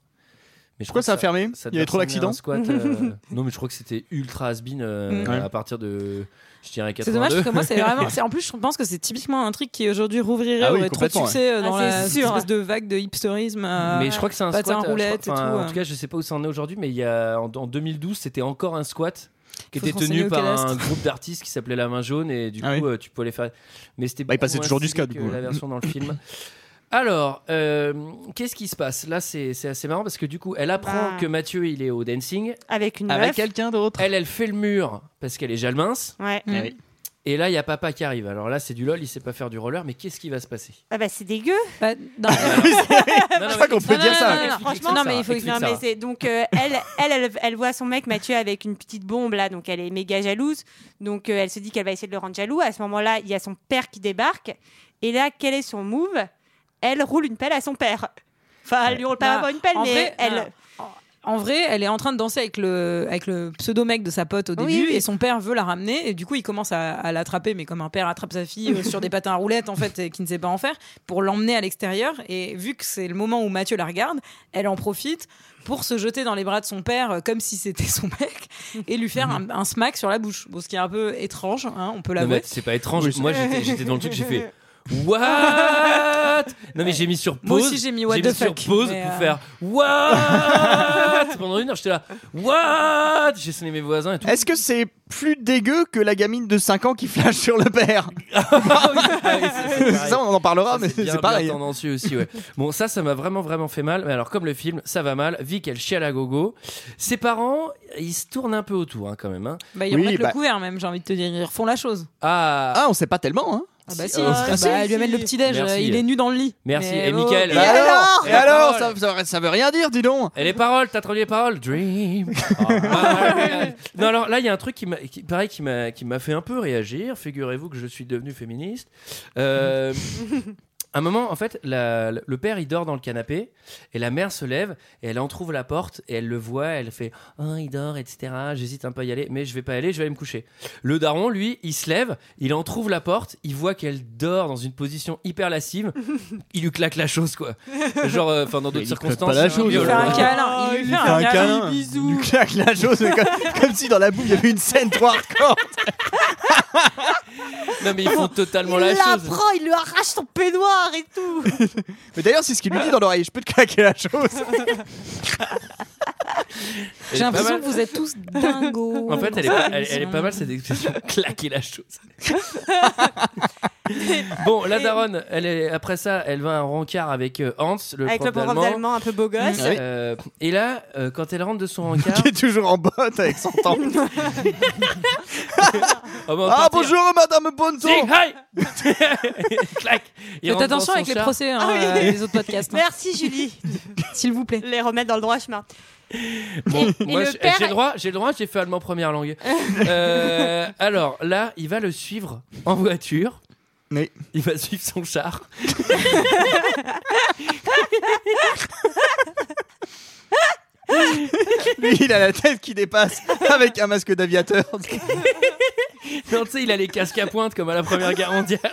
S1: Mais je crois
S6: Pourquoi
S1: que
S6: ça a fermé Il y
S1: doit
S6: avait
S1: ressembler à
S6: trop
S1: un
S6: d'accidents
S9: *laughs*
S1: squat, euh, Non, mais je crois que c'était ultra has-been euh,
S9: Mm. Ouais.
S1: à partir de, je dirais, 82.
S9: C'est dommage parce que moi c'est
S1: *laughs*
S9: vraiment. c'est- En plus, je pense que c'est typiquement un truc qui aujourd'hui rouvrirait,
S1: Ah oui,
S9: aurait trop de
S1: complètement,
S9: succès
S1: ouais.
S9: euh, dans
S1: Ah, c'est
S9: la cette
S1: sûr.
S9: espèce de vague de hipsterisme. euh,
S1: mais je crois que c'est un
S9: patin
S1: squat. euh, je crois-
S9: roulette et tout.
S1: enfin,
S9: euh.
S1: En tout cas, je sais pas où ça en est aujourd'hui, mais il y a, en, en 2012, c'était encore un squat qui
S9: Faut
S1: était
S9: se renseigner
S1: tenu
S9: au
S1: par un
S9: cadastre.
S1: groupe d'artistes qui s'appelait La Main Jaune et du coup, euh, tu pouvais les faire. Mais c'était
S6: Ah Bah, il
S1: beaucoup
S6: passait
S1: moins
S6: toujours du
S1: stylé
S6: ska, du
S1: que
S6: coup,
S1: La
S6: ouais.
S1: version dans le
S6: *laughs*
S1: film. Alors, euh, qu'est-ce qui se passe Là, c'est c'est assez marrant parce que du coup, elle apprend
S9: Bah.
S1: que Mathieu, il est au dancing.
S5: Avec une
S1: Avec
S5: meuf.
S1: quelqu'un d'autre. Elle, elle fait le mur parce qu'elle est jalmince.
S5: Ouais.
S1: mince. Et là, il y a papa qui arrive. Alors là, c'est du lol, il sait pas faire du roller, mais qu'est-ce qui va se passer
S5: Ah bah c'est dégueu. *laughs*
S1: Je crois qu'on peut
S5: Non,
S1: dire
S5: non,
S1: ça.
S5: non, non,
S1: Explique
S5: franchement,
S1: ça,
S5: non mais il faut
S1: explique
S5: non,
S1: ça.
S5: mais c'est- donc euh, elle, elle, elle, elle voit son mec Mathieu avec une petite bombe là, donc elle est méga jalouse. Donc euh, elle se dit qu'elle va essayer de le rendre jaloux. À ce moment-là, il y a son père qui débarque. Et là, quel est son move Elle roule une pelle à son père. Enfin, elle lui roule pas
S9: Bah,
S5: vraiment une pelle,
S9: en
S5: mais
S9: vrai,
S5: elle.
S9: non. En vrai, elle est en train de danser avec le, avec le pseudo mec de sa pote au début
S5: oui.
S9: et son père veut la ramener et du coup il commence à, à l'attraper mais comme un père attrape sa fille euh, sur des patins à roulettes en fait et qui ne sait pas en faire pour l'emmener à l'extérieur et vu que c'est le moment où Mathieu la regarde, elle en profite pour se jeter dans les bras de son père euh, comme si c'était son mec et lui faire un, un smack sur la bouche. Bon, ce qui est un peu étrange, hein, on peut
S1: Non, mais
S9: l'avouer.
S1: c'est pas étrange.
S9: Oui, c'est-
S1: Moi, j'étais j'étais dans le truc,
S9: *laughs*
S1: j'ai fait. What Non mais j'ai mis sur pause.
S9: Moi aussi, j'ai mis what the
S1: sur
S9: fuck,
S1: pause
S9: mais,
S1: pour
S9: euh,
S1: faire What pendant une heure. J'étais là What J'ai sonné mes voisins et tout.
S6: Est-ce que c'est plus dégueu que la gamine de 5 ans qui flash sur le père Ça, on en parlera, mais
S1: bien,
S6: c'est pareil.
S1: bien tendancieux aussi, ouais. Bon, ça, ça m'a vraiment, vraiment fait mal. Mais alors, comme le film, ça va mal. Vic, elle chiale à gogo. Ses parents, ils se tournent un peu autour, hein, quand même. hein.
S9: Bah, ils remettent le couvert même, j'ai envie de te dire, ils refont la chose.
S1: Ah.
S6: on sait pas tellement, hein.
S9: Ah bah
S1: Si,
S9: si,
S1: euh,
S9: bah,
S1: ah, si,
S9: elle
S1: si.
S9: lui amène le petit-déj,
S1: Merci.
S9: euh, il est nu dans le lit.
S1: Merci.
S9: Mais oh.
S1: Et
S9: bon.
S1: Michael.
S6: Bah alors, et alors, ça, ça- ça veut rien dire, dis donc.
S1: Et les paroles, t'as traduit les paroles
S6: *laughs*
S1: Dream. Oh, my God. non, alors là, il y a un truc qui m'a, qui- pareil, qui m'a, qui m'a fait un peu réagir. Figurez-vous que je suis devenu féministe. Euh, à un moment, en fait, la- le père, il dort dans le canapé et la mère se lève et elle trouve la porte et elle le voit, elle fait Ah, il dort, etc. J'hésite un peu à y aller, mais je vais pas y aller, je vais aller me coucher. Le daron, lui, il se lève, il en trouve la porte, il voit qu'elle dort dans une position hyper lascive, il lui claque la chose, quoi. *laughs* Genre, euh, enfin, dans d'autres
S6: Il claque
S1: circonstances.
S6: pas la
S1: c'est un
S6: chose,
S1: viol,
S6: il fait un
S1: quoi.
S9: câlin, il lui fait
S6: Faire
S9: un câlin.
S6: Il lui claque la chose mais *laughs* comme, comme si dans la boue il y avait une scène trop hardcore.
S1: *laughs* Non mais ils font totalement
S5: il
S1: la chose.
S5: l'apprend, il lui arrache son peignoir et tout.
S6: Mais d'ailleurs, c'est ce qu'il lui dit dans l'oreille je peux te claquer la chose.
S1: Elle est
S9: J'ai
S1: pas
S9: l'impression
S1: mal.
S9: que vous êtes tous dingos.
S5: *laughs*
S1: En fait, elle est, pas, elle, elle est pas mal cette expression claquer la chose. *laughs* Bon, la daronne, elle est, après ça, elle va à un rencard avec euh, Hans, le
S5: Avec *laughs* le
S1: prof
S5: prof
S1: d'allemand.
S5: d'allemand un peu beau gosse.
S1: Mm. Euh, et là, euh, quand elle rentre de
S6: *laughs*
S1: son rencard.
S6: Qui est toujours en botte avec son
S5: *laughs*
S1: *laughs*
S6: temps.
S1: Oh, on va partir.
S6: ah bonjour madame Bonto
S9: *laughs*
S1: Zing, hi Clac Il
S9: Faites
S1: rentre dans
S9: attention
S1: son
S9: avec les
S1: char.
S9: procès hein,
S5: Ah oui.
S9: euh, des autres podcasts. hein.
S5: Merci Julie,
S9: *laughs* S'il vous plaît.
S5: les remettre dans le droit
S6: *laughs*
S5: chemin.
S1: Bon,
S5: Et- et
S1: moi,
S5: le
S1: j'ai
S5: père-
S1: j'ai le droit, j'ai le droit, j'ai fait allemand
S5: *laughs*
S1: première langue. Euh, alors là, il va le suivre en voiture.
S6: Oui.
S1: Il va suivre son char.
S6: *laughs* Lui il a la tête qui dépasse avec un masque
S9: *laughs*
S6: d'aviateur.
S1: *laughs* Non, tu sais, il a les casques à pointe comme à la Première Guerre mondiale. *laughs*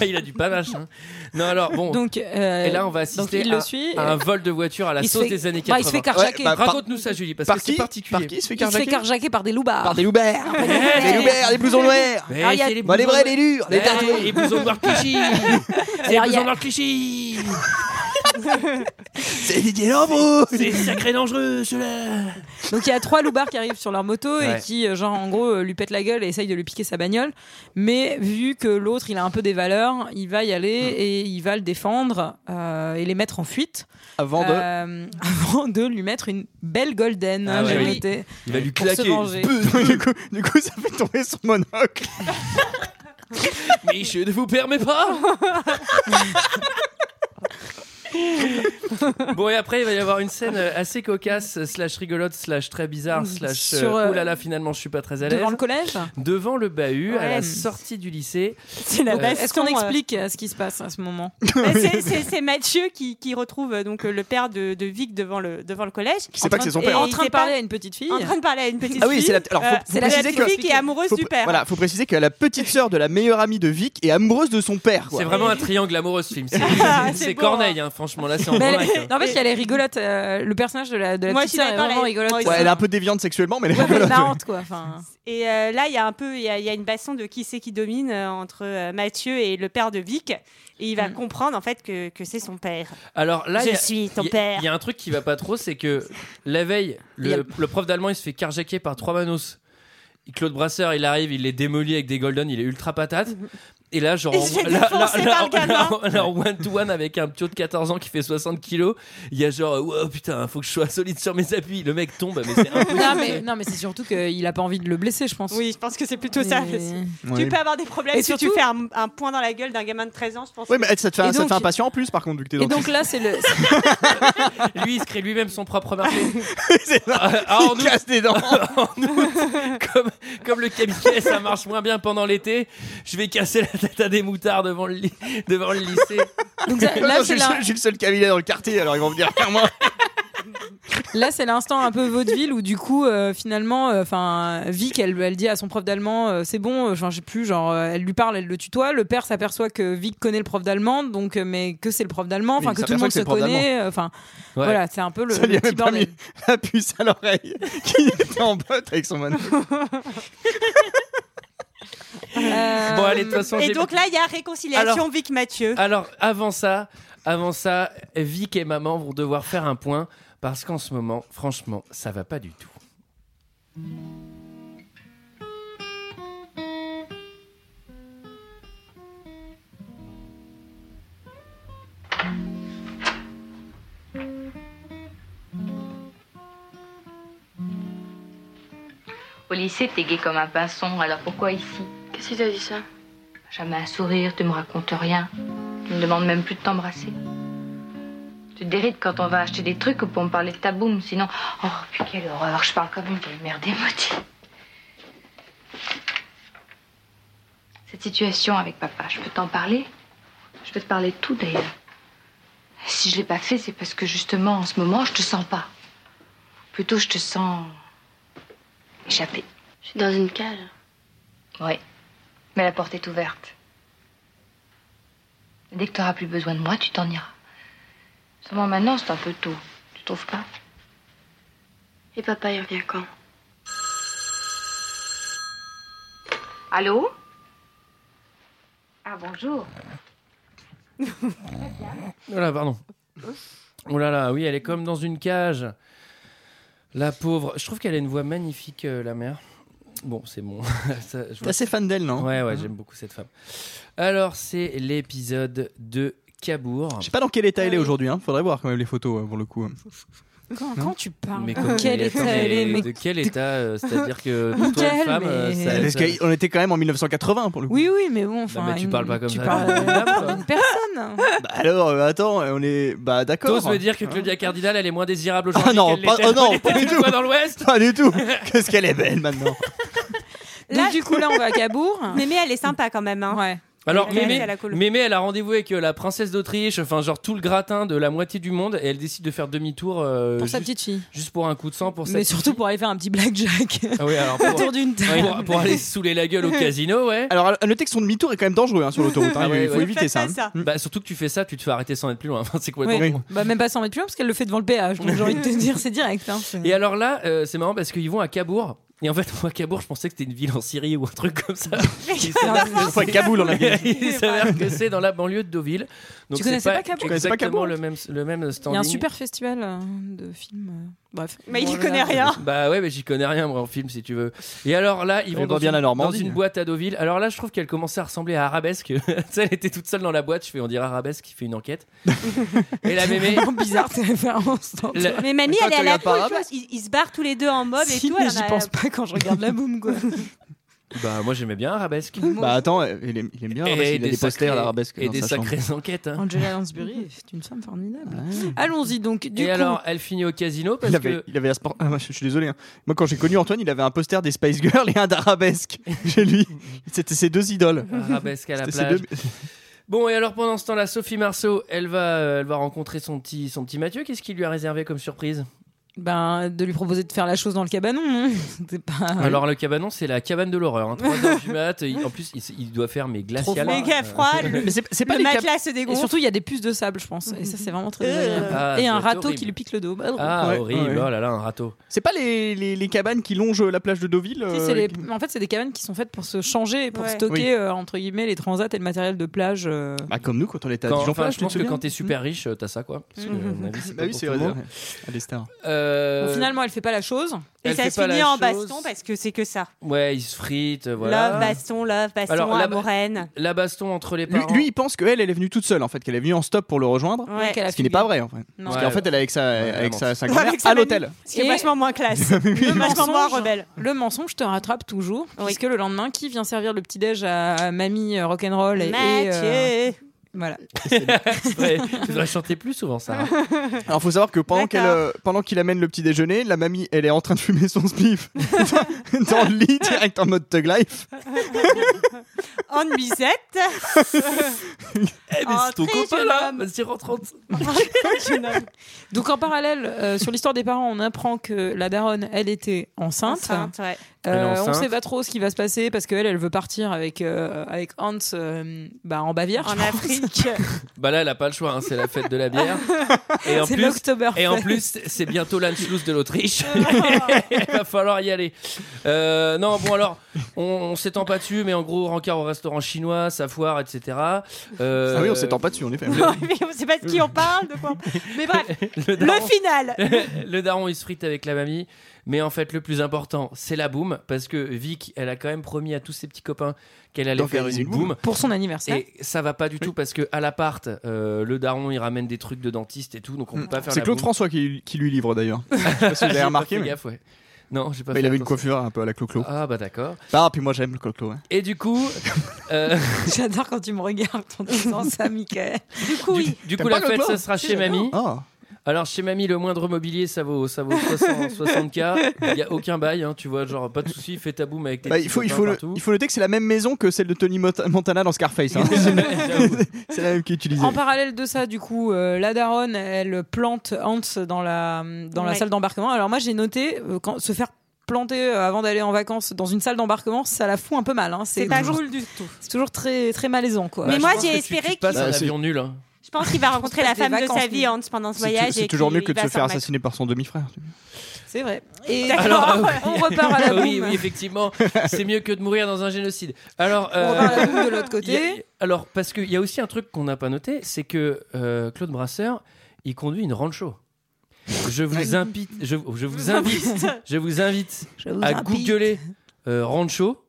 S1: Ah, il a du panache. hein. Non, alors bon.
S9: Donc, euh,
S1: et là, on va assister
S9: donc il
S1: à,
S9: le suit.
S1: à un vol de voiture à la
S9: il se
S1: sauce
S9: fait-
S1: des années 80.
S9: bah, il se fait carjacker.
S6: Ouais, bah, par-
S1: Raconte-nous ça, Julie, parce
S6: Par
S1: que c'est
S6: qui
S1: particulier.
S6: Par qui il se fait
S9: il se fait
S6: carjacker
S9: carjacker par des loupards.
S6: Par des
S9: *laughs*
S6: louberts
S1: Eh,
S6: Les louberts, les blousons noirs
S1: mais
S9: Ah, il y a-
S1: c'est les
S6: Bah, les
S1: blousons
S6: vrais, les durs, les
S1: Eh,
S6: tatoués *laughs*
S1: Les blousons noirs clichy Les
S9: Alors, il y
S1: blousons
S9: a-
S1: noirs clichy
S6: C'est Didier Lambrou
S1: *laughs* C'est sacré dangereux, ceux-là
S9: Donc il y a trois loupards qui arrivent sur leur moto
S1: Ouais.
S9: et qui, euh, genre, en gros, euh, lui pètent la gueule et essayent de lui piquer sa bagnole. Mais vu que l'autre, il a un peu des valeurs, il va y aller
S6: Mmh.
S9: et il va le défendre euh, et les mettre en fuite.
S6: Avant de...
S9: Euh, *laughs* avant de lui mettre une belle golden,
S1: Ah
S9: j'ai
S1: ouais.
S9: noté,
S1: Il va lui
S9: pour se
S1: claquer.
S9: venger.
S1: *laughs*
S6: du, coup, du coup, ça fait tomber son monocle.
S1: Mais je ne vous permets pas Eh, *laughs*
S9: *laughs*
S1: Bon et après il va y avoir une scène euh, assez cocasse euh, slash rigolote slash très bizarre slash
S9: Sur, euh,
S1: oulala finalement je suis pas très à l'aise
S9: Devant le collège
S1: devant le bahut à la
S5: Ouais.
S1: sortie du lycée
S5: C'est la
S1: Donc,
S5: baston,
S9: Est-ce qu'on
S5: euh.
S9: explique euh, ce qui se passe à ce *laughs*
S1: *laughs*
S9: moment
S5: Bah, c'est- C'est c'est Mathieu qui, qui retrouve euh, donc euh, le père de, de Vic devant le, devant le collège.
S6: Qui sait pas que c'est son
S5: Et
S6: père. hein.
S9: En
S5: il
S9: train de
S5: sait pas-
S9: parler à une petite fille.
S5: En train de parler à une petite
S6: Ah oui,
S5: fille. Euh,
S6: c'est la- alors, faut- faut
S5: c'est la
S6: préciser
S5: petite
S6: que-
S5: fille qui est amoureuse
S6: Faut
S5: du
S6: pr-
S5: père.
S6: Voilà, faut préciser que la petite sœur de la meilleure amie de Vic est amoureuse de son père. quoi.
S1: c'est vraiment un triangle
S9: *laughs*
S1: amoureux ce film c'est
S5: Ah,
S1: c'est
S5: c'est beau,
S1: Corneille hein, franchement là c'est en
S9: Mais elle- *laughs*
S1: vrac, hein.
S9: non, en fait, elle est rigolote. euh, le personnage de la, de la
S5: Moi, je
S9: petite
S5: suis
S9: sœur est
S5: d'accord,
S9: vraiment
S5: elle-
S9: rigolote.
S5: moi aussi.
S6: Ouais, elle est un peu déviante sexuellement, mais elle est
S9: Ouais, mais elle est
S6: rigolote.
S9: marrante, quoi. Enfin,
S5: Et euh, là, il y a un peu, il y, a il y a une baston de qui c'est qui domine euh, entre euh, Mathieu et le père de Vic. Et il va
S9: Mm.
S5: comprendre en fait que, que c'est son père. *laughs*
S1: alors là il
S5: Je
S1: y a-
S5: suis ton
S1: il y a-
S5: père.
S1: il y a un truc qui va pas trop c'est que la veille
S9: Il y
S1: le, le prof d'allemand il se fait carjacker par trois manos Claude Brasseur il arrive il les démolit avec des golden il est
S5: *laughs*
S1: ultra patate et là, genre,
S5: Il se fait
S1: là,
S5: défoncer par le gamin.
S1: one-to-one avec un petit de 14 ans qui fait 60 kilos, il y a genre, wow, putain, faut que je sois solide sur mes appuis. Le mec tombe, mais c'est impossible.
S9: non, *laughs* mais, non, mais c'est surtout qu'il a pas envie de le blesser, je pense.
S5: Oui, je pense que c'est plutôt ça.
S9: Mais-
S6: Ouais.
S5: Tu peux avoir des problèmes
S9: Et
S5: si tu
S9: surtout-
S5: fais un, un point dans la gueule d'un gamin de 13 ans, je pense.
S6: Ouais, mais ça te fait,
S9: Et
S6: un- ça te
S9: donc-
S6: fait un patient en plus, par contre, vu que t'es
S9: Et
S6: dans *laughs*
S9: donc là, c'est le.
S1: Lui, il se crée lui-même son propre marché.
S6: *laughs*
S1: *laughs*
S6: C'est ça.
S1: Ah, ah, en
S6: Il
S1: août,
S6: casse des dents.
S1: *laughs* en août, comme, comme le cabinet, ça marche moins bien pendant l'été, je vais casser la tête à des moutards devant le, ly- devant le lycée.
S9: donc ça-
S6: Non,
S9: là,
S6: non, je
S9: c'est
S6: suis le
S9: la-
S6: seul- je suis le seul cabinet dans le quartier, alors ils vont venir vers moi.
S9: là, c'est l'instant un peu vaudeville où du coup, euh, finalement, enfin, Vic, elle, elle dit à son prof d'allemand, euh, c'est bon, euh, genre, je sais plus, genre, euh, elle lui parle, elle le tutoie. Le père s'aperçoit que Vic connaît le prof d'allemand, donc, euh, mais que c'est le prof d'allemand, enfin,
S6: Oui, il
S9: que tout le
S6: s'aperçoit
S9: monde
S6: que c'est
S9: se
S6: le prof
S9: connaît. euh, Enfin,
S1: Ouais.
S9: voilà, c'est un peu le,
S6: Ça lui
S9: le
S6: a
S9: petit
S6: même pas
S9: bordel.
S6: mis la puce à l'oreille *laughs* qui était en botte avec son monocle.
S9: Euh,
S1: Bon, allez, de toute façon,
S5: Et
S1: j'ai-
S5: donc là, il y a réconciliation
S1: Alors-
S5: Vic-Mathieu.
S1: Alors, avant ça, avant ça, Vic et maman vont devoir faire un point parce qu'en ce moment, franchement, ça va pas du tout.
S8: Au lycée, t'es gay comme un pinson, alors pourquoi ici
S10: Qu'est-ce qu'il t'a dit ça
S8: Jamais un sourire, tu me racontes rien. Tu me demandes même plus de t'embrasser. Tu te dérides quand on va acheter des trucs ou pour me parler de ta boum, sinon. Oh, puis quelle horreur, je parle comme une vieille merde émotive. Cette situation avec papa, je peux t'en parler Je peux te parler de tout d'ailleurs. Si je l'ai pas fait, c'est parce que justement en ce moment, je te sens pas. Plutôt, je te sens. échappée.
S10: Je suis dans une cage.
S8: Oui, mais la porte est ouverte. Dès que tu auras plus besoin de moi, tu t'en iras. Seulement maintenant, c'est un peu tôt. Tu trouves pas
S10: Et papa, il revient quand
S8: Allô Ah, bonjour.
S1: Oh là, pardon. Oh là là, oui, elle est comme dans une cage. La pauvre. Je trouve qu'elle a une voix magnifique, euh, la mère. Bon, c'est bon. *laughs* Ça, je
S6: T'es assez fan d'elle, non
S1: Ouais, ouais, j'aime beaucoup cette femme. Alors, c'est l'épisode de Cabourg.
S6: Je sais pas dans quel état elle est aujourd'hui, hein. faudrait voir quand même les photos euh, pour le coup. euh.
S9: Euh, Quand,
S6: Non.
S9: quand tu parles
S1: Mais
S9: de
S1: comment-
S9: quel
S1: mais
S9: état
S1: attends,
S9: elle est,
S1: mais
S9: mais-
S1: de quel état euh, C'est-à-dire
S6: *laughs*
S1: que pour toi, une
S9: Nickel,
S1: femme, euh,
S9: mais-
S1: ça-
S6: Parce
S1: ça-
S6: qu'on était quand même en 1980 pour le coup.
S9: Oui, oui, mais bon, enfin.
S1: Non, mais tu
S9: une-
S1: parles pas comme
S9: tu
S1: ça.
S9: parles, euh, d'une personne.
S6: Bah alors, euh, attends, euh, on est. Bah d'accord.
S1: T'oses me dire que Claudia Cardinal, elle est moins désirable
S6: Ah
S1: aujourd'hui
S6: non,
S1: qu'elle
S6: pas-
S1: l'était
S6: oh non,
S1: quand *laughs* elle
S6: pas
S1: était
S6: du
S1: une
S6: tout.
S1: fois dans l'Ouest
S6: Pas du tout Qu'est-ce qu'elle est belle maintenant
S9: Donc, du coup, là, on va à Cabourg.
S5: *laughs* Mémé, elle est sympa quand même. hein.
S9: Ouais.
S1: Bah Alors,
S5: Ouais,
S1: Mémé,
S5: elle a cool.
S1: Mémé, elle a rendez-vous avec euh, la princesse d'Autriche, enfin, genre tout le gratin de la moitié du monde, et elle décide de faire demi-tour euh,
S9: Pour
S1: juste,
S9: sa petite fille.
S1: juste pour un coup de
S6: *laughs*
S1: sang. Pour sa
S9: Mais
S1: petite
S9: surtout
S1: fille.
S9: pour aller faire un petit blackjack
S1: Ah oui, alors, pour,
S9: autour d'une
S1: ouais,
S9: table.
S1: pour- pour aller saouler la
S6: *laughs*
S1: gueule au casino, ouais.
S6: Alors, à noter que son demi-tour est quand même dangereux hein, sur l'autoroute. hein.
S1: Ah ouais,
S6: il faut
S1: ouais.
S6: éviter
S5: Faites
S6: ça.
S5: pas
S6: hein.
S5: ça.
S1: Bah, surtout que tu fais ça, tu te fais arrêter sans être plus loin. Enfin, c'est complètement
S6: Oui.
S1: con.
S9: Bah, même pas 100 mètres plus loin parce qu'elle le fait devant le péage. Donc j'ai envie de te dire, c'est direct. hein.
S1: Et alors là, euh, c'est marrant parce qu'ils vont à Cabourg. Et en fait, moi, Cabourg, je pensais que c'était une ville en Syrie ou un truc
S5: *laughs*
S1: comme ça. Il s'avère que
S6: Faut pas
S1: c'est-
S6: Kaboul, on a bien
S1: *laughs* Il s'avère que c'est dans la banlieue de Deauville. Donc
S9: Tu
S1: c'est
S9: connaissais pas Cabourg
S6: Tu connaissais pas
S1: exactement
S6: Cabourg
S1: le même, le même
S9: Il
S1: standing.
S9: y a un super festival euh, de films. euh, Bref.
S5: Mais il
S9: Bon,
S5: y
S9: là,
S5: connaît rien.
S1: Bah ouais, mais j'y connais rien moi en film si tu veux. Et alors là, ils
S6: Elle
S1: vont
S6: voit
S1: dans,
S6: bien
S1: une,
S6: la Normandie.
S1: dans une boîte à Deauville. Alors là, je trouve qu'elle commençait à ressembler à Arabesque. *laughs* tu sais, elle était toute seule dans la boîte. Je fais, on dirait Arabesque qui fait une enquête. Et la
S9: C'est
S1: mémé,
S9: vraiment bizarre tes références. tant pis.
S1: la-
S5: Mais mamie,
S6: Attends,
S5: elle est à
S6: tu
S5: la
S6: regardes pas
S5: cool, tu
S6: Arabes
S5: vois, ils, ils se barrent tous les deux en mob et
S9: Si,
S5: tout.
S9: mais
S5: elle en
S9: j'y
S5: a-
S9: pense pas quand je regarde la boum quoi.
S1: bah moi j'aimais bien Arabesque.
S6: Bah attends, il aime, il aime bien l'arabesque, il a des posters
S1: sacrés-
S6: l'arabesque
S1: et
S6: dans
S1: des
S6: sa chambre.
S1: sacrées enquêtes. hein.
S9: *laughs* Angela Lansbury est une femme formidable.
S6: Ouais.
S9: Allons-y donc. Du
S1: et
S9: coup,
S1: alors, elle finit au casino parce
S6: Il avait,
S1: que.
S6: il avait un sport- ah, moi, je, je suis désolé. hein. Moi, quand j'ai connu Antoine, il avait un poster des Spice Girls et
S1: *laughs*
S6: un d'arabesque chez lui. C'était ses deux idoles.
S1: Arabesque à la
S6: euh, C'était
S1: plage.
S6: ses deux- *laughs*
S1: Bon, et alors pendant ce temps-là, Sophie Marceau, elle va, euh, elle va rencontrer son petit, son petit Mathieu. Qu'est-ce qu'il lui a réservé comme surprise
S9: ben, de lui proposer de faire la chose dans le cabanon, non *laughs* c'était pas
S1: Alors, le cabanon, c'est la cabane de l'horreur. Hein. 3 heures du mat. Il- en plus, il, s- il doit faire mais glacial.
S5: Mais
S9: euh,
S5: gars
S1: *laughs*
S5: froid,
S9: *laughs*
S5: le,
S6: Mais c'est c'est pas
S5: le
S6: les cap-
S5: matelas se
S9: Et
S5: dégonfle.
S9: surtout, il y a des puces de sable, je pense. Et ça, c'est vraiment très.
S5: Euh.
S9: désagréable.
S1: Ah,
S9: et
S1: ça
S9: un
S1: doit être
S9: râteau
S1: horrible.
S9: qui lui pique le dos. Bah, drôle.
S1: Ah,
S6: Ouais,
S1: horrible.
S6: ouais.
S1: Oh là là, un râteau.
S6: c'est pas les, les, les cabanes qui longent la plage de Deauville
S9: Tu sais,
S6: euh,
S9: c'est les-
S6: qui-
S9: En fait, c'est des cabanes qui sont faites pour se changer et pour
S5: Ouais.
S9: stocker,
S6: Oui.
S9: euh, entre guillemets, les transats et le matériel de plage. euh.
S6: Bah, comme nous quand on était à
S1: Quand-
S6: Dijon
S1: enfin,
S6: plage,
S1: je pense que quand t'es super riche, euh, t'as ça quoi. Parce que, à mon avis, c'est pas
S6: Bah oui,
S1: pour
S6: c'est
S1: tout le
S6: vrai.
S1: monde.
S6: Ah, les stars.
S1: *laughs* Euh,
S9: Bon, finalement, elle fait pas la chose.
S5: Et
S1: elle
S5: ça
S1: fait
S5: se
S1: pas la
S5: finit en
S1: chose.
S5: baston parce que c'est que ça.
S1: Ouais, il se frite. euh, Voilà.
S5: Love, baston, love, baston,
S1: Alors, la-
S5: amourène.
S1: La baston
S5: *laughs*
S1: entre les
S6: Lui,
S1: parents.
S6: lui, il pense qu'elle, elle est venue toute seule en fait, qu'elle est venue en stop pour le rejoindre.
S5: Ouais.
S9: qu'elle a
S6: Ce qui n'est
S9: fugué.
S6: pas vrai en fait.
S9: Non.
S6: Parce
S1: Ouais.
S6: qu'en fait, elle est avec sa, avec
S1: vraiment.
S6: sa, sa
S5: *laughs*
S6: grand-mère
S5: Avec sa
S6: à
S5: mamie.
S6: l'hôtel.
S5: Ce qui est
S9: Et-
S5: vachement moins
S1: *laughs*
S5: classe. vachement moins
S9: mensonge.
S5: rebelle.
S9: Le mensonge te rattrape toujours,
S5: Oui.
S9: puisque le lendemain, qui vient servir le petit déj à, à mamie euh, rock'n'roll et, et,
S5: Mathieu.
S9: euh, voilà.
S1: Ouais, tu devrais chanter plus souvent ça. hein.
S6: *laughs* Alors, faut savoir que pendant qu'elle,
S5: D'accord.
S6: euh, pendant qu'il amène le petit déjeuner, la mamie, elle est en train de fumer son spliff *laughs* dans le lit, direct en mode thug life.
S5: *laughs* En
S1: *laughs*
S5: bisette.
S1: Eh, mais
S5: Oh,
S1: c'est ton
S5: très
S1: copain
S5: jeune
S1: là
S5: homme.
S1: Vas-y, rentre, rentre.
S9: *laughs* Donc en parallèle, euh, sur l'histoire des parents, on apprend que la daronne, elle était enceinte.
S5: Enceinte, ouais.
S9: Euh,
S1: Elle est enceinte.
S9: on sait pas trop ce qui va se passer parce qu'elle, elle veut partir avec, euh, avec Hans euh, bah, en Bavière.
S5: En
S9: je pense.
S5: Afrique.
S1: Bah là, elle a pas le choix, hein, c'est la fête de
S5: *laughs*
S1: la bière. Et en
S9: C'est
S1: plus,
S9: l'October.
S1: et en plus c'est bientôt l'Anschluss
S5: *laughs*
S1: de l'Autriche. Il va falloir y aller. Euh, non, bon, alors, on, on s'étend pas dessus, mais en gros, rencard au restaurant chinois, sa foire, etc. Euh,
S6: Ah oui, on s'étend pas
S5: *laughs*
S6: dessus, en effet.
S5: Mais on sait pas de qui on parle. de quoi on- Mais bref,
S1: *laughs* Le
S5: le
S1: daron,
S5: final.
S1: le daron, il se frite avec la mamie. Mais en fait, le plus important, c'est la boum. Parce que Vic, elle a quand même promis à tous ses petits copains qu'elle allait
S6: Donc,
S1: faire
S6: elle
S1: une,
S6: dit une boum.
S1: boum.
S9: Pour son anniversaire.
S1: Et ça va pas du tout parce que à l'appart, euh, le daron il ramène des trucs de dentiste et tout, donc on peut pas faire.
S6: Mm. C'est
S1: la
S6: Claude
S1: boum.
S6: François qui, qui lui
S1: *laughs*
S6: livre d'ailleurs. Je sais pas
S1: J'ai
S6: si vous avez
S1: pas
S6: remarqué,
S1: fait
S6: mais
S1: gaffe, ouais. Non, j'ai pas.
S6: mais il
S1: fait
S6: avait une
S1: attention.
S6: coiffure un peu à la Clo-Clo.
S1: Ah bah d'accord.
S6: Ah, puis moi j'aime le Clo-Clo. hein.
S1: Et du coup, *laughs* euh,
S9: *laughs* J'adore quand tu me regardes
S5: *laughs*
S9: en disant ça, Michael.
S5: Du coup, oui.
S1: du
S6: T'as
S1: coup
S6: pas
S1: la
S6: le
S1: fête
S6: clan
S1: ce sera
S9: Si,
S1: chez
S9: j'adore.
S1: mamie.
S6: Ah.
S1: Alors chez mamie le moindre mobilier ça vaut ça vaut
S6: *laughs*
S1: 60, 60k. Il y a aucun bail, hein, tu vois, genre pas de souci, fais ta boum avec tes.
S6: Bah,
S1: petits
S6: il, faut, il,
S1: copains
S6: faut le-
S1: partout.
S6: il faut noter que c'est la même maison que celle de Tony Mot- Montana dans Scarface. hein.
S1: *laughs* J'avoue.
S6: c'est la même qui est utilisée.
S9: En parallèle de ça, du coup, euh, la daronne, elle plante Hans dans la, dans la
S5: Ouais.
S9: salle d'embarquement. Alors moi, j'ai noté, euh, quand, se faire planter euh, avant d'aller en vacances dans une salle d'embarquement, ça la fout un peu mal. hein.
S5: C'est
S9: C'est
S5: pas
S9: toujours,
S5: cool du tout.
S9: c'est toujours très, très malaisant, quoi.
S1: Bah,
S5: Mais
S1: je
S5: moi,
S1: pense
S5: j'ai
S1: que tu-
S5: espéré
S1: Tu, passes
S6: qu'il-
S1: un
S6: Bah, c'est-
S1: avion nul. hein.
S9: Ah,
S5: Je pense qu'il va rencontrer
S9: pas
S5: la
S9: des
S5: femme de
S9: vacances,
S5: sa vie,
S9: mais-
S5: Hans, pendant ce
S6: C'est tu-
S5: voyage.
S6: c'est
S5: et
S6: toujours
S5: qu'il
S6: mieux que de
S5: va
S6: se faire
S5: s'en battre.
S6: assassiner par son demi-frère.
S9: C'est vrai. Et
S1: Alors, euh,
S9: alors, *laughs* on repart à la boum.
S1: Ah oui, oui, effectivement, c'est mieux que de mourir dans un génocide. Alors,
S9: On
S1: euh,
S9: repart à la boum de l'autre
S1: Il y a-
S9: côté.
S1: alors, parce qu'il y a aussi un truc qu'on n'a pas noté, c'est que euh, Claude Brasseur, il conduit une rancho. Je vous invite, je, je vous invite, je vous invite
S9: Je vous
S1: à
S9: invite.
S1: googler euh, Rancho.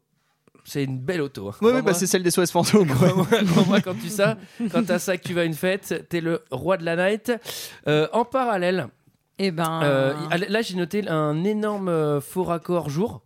S1: C'est une belle auto. hein.
S6: Ouais, ouais,
S1: Crois-moi.
S6: bah, c'est celle des SOS
S1: *laughs*
S6: fantômes.
S1: Crois-moi, crois-moi, quand tu ça, quand t'as ça, que tu vas à une fête, t'es le roi de la night. Euh, en parallèle,
S5: Eh
S9: Et ben.
S1: euh, là j'ai noté un énorme euh, faux
S5: *laughs*
S1: raccord jour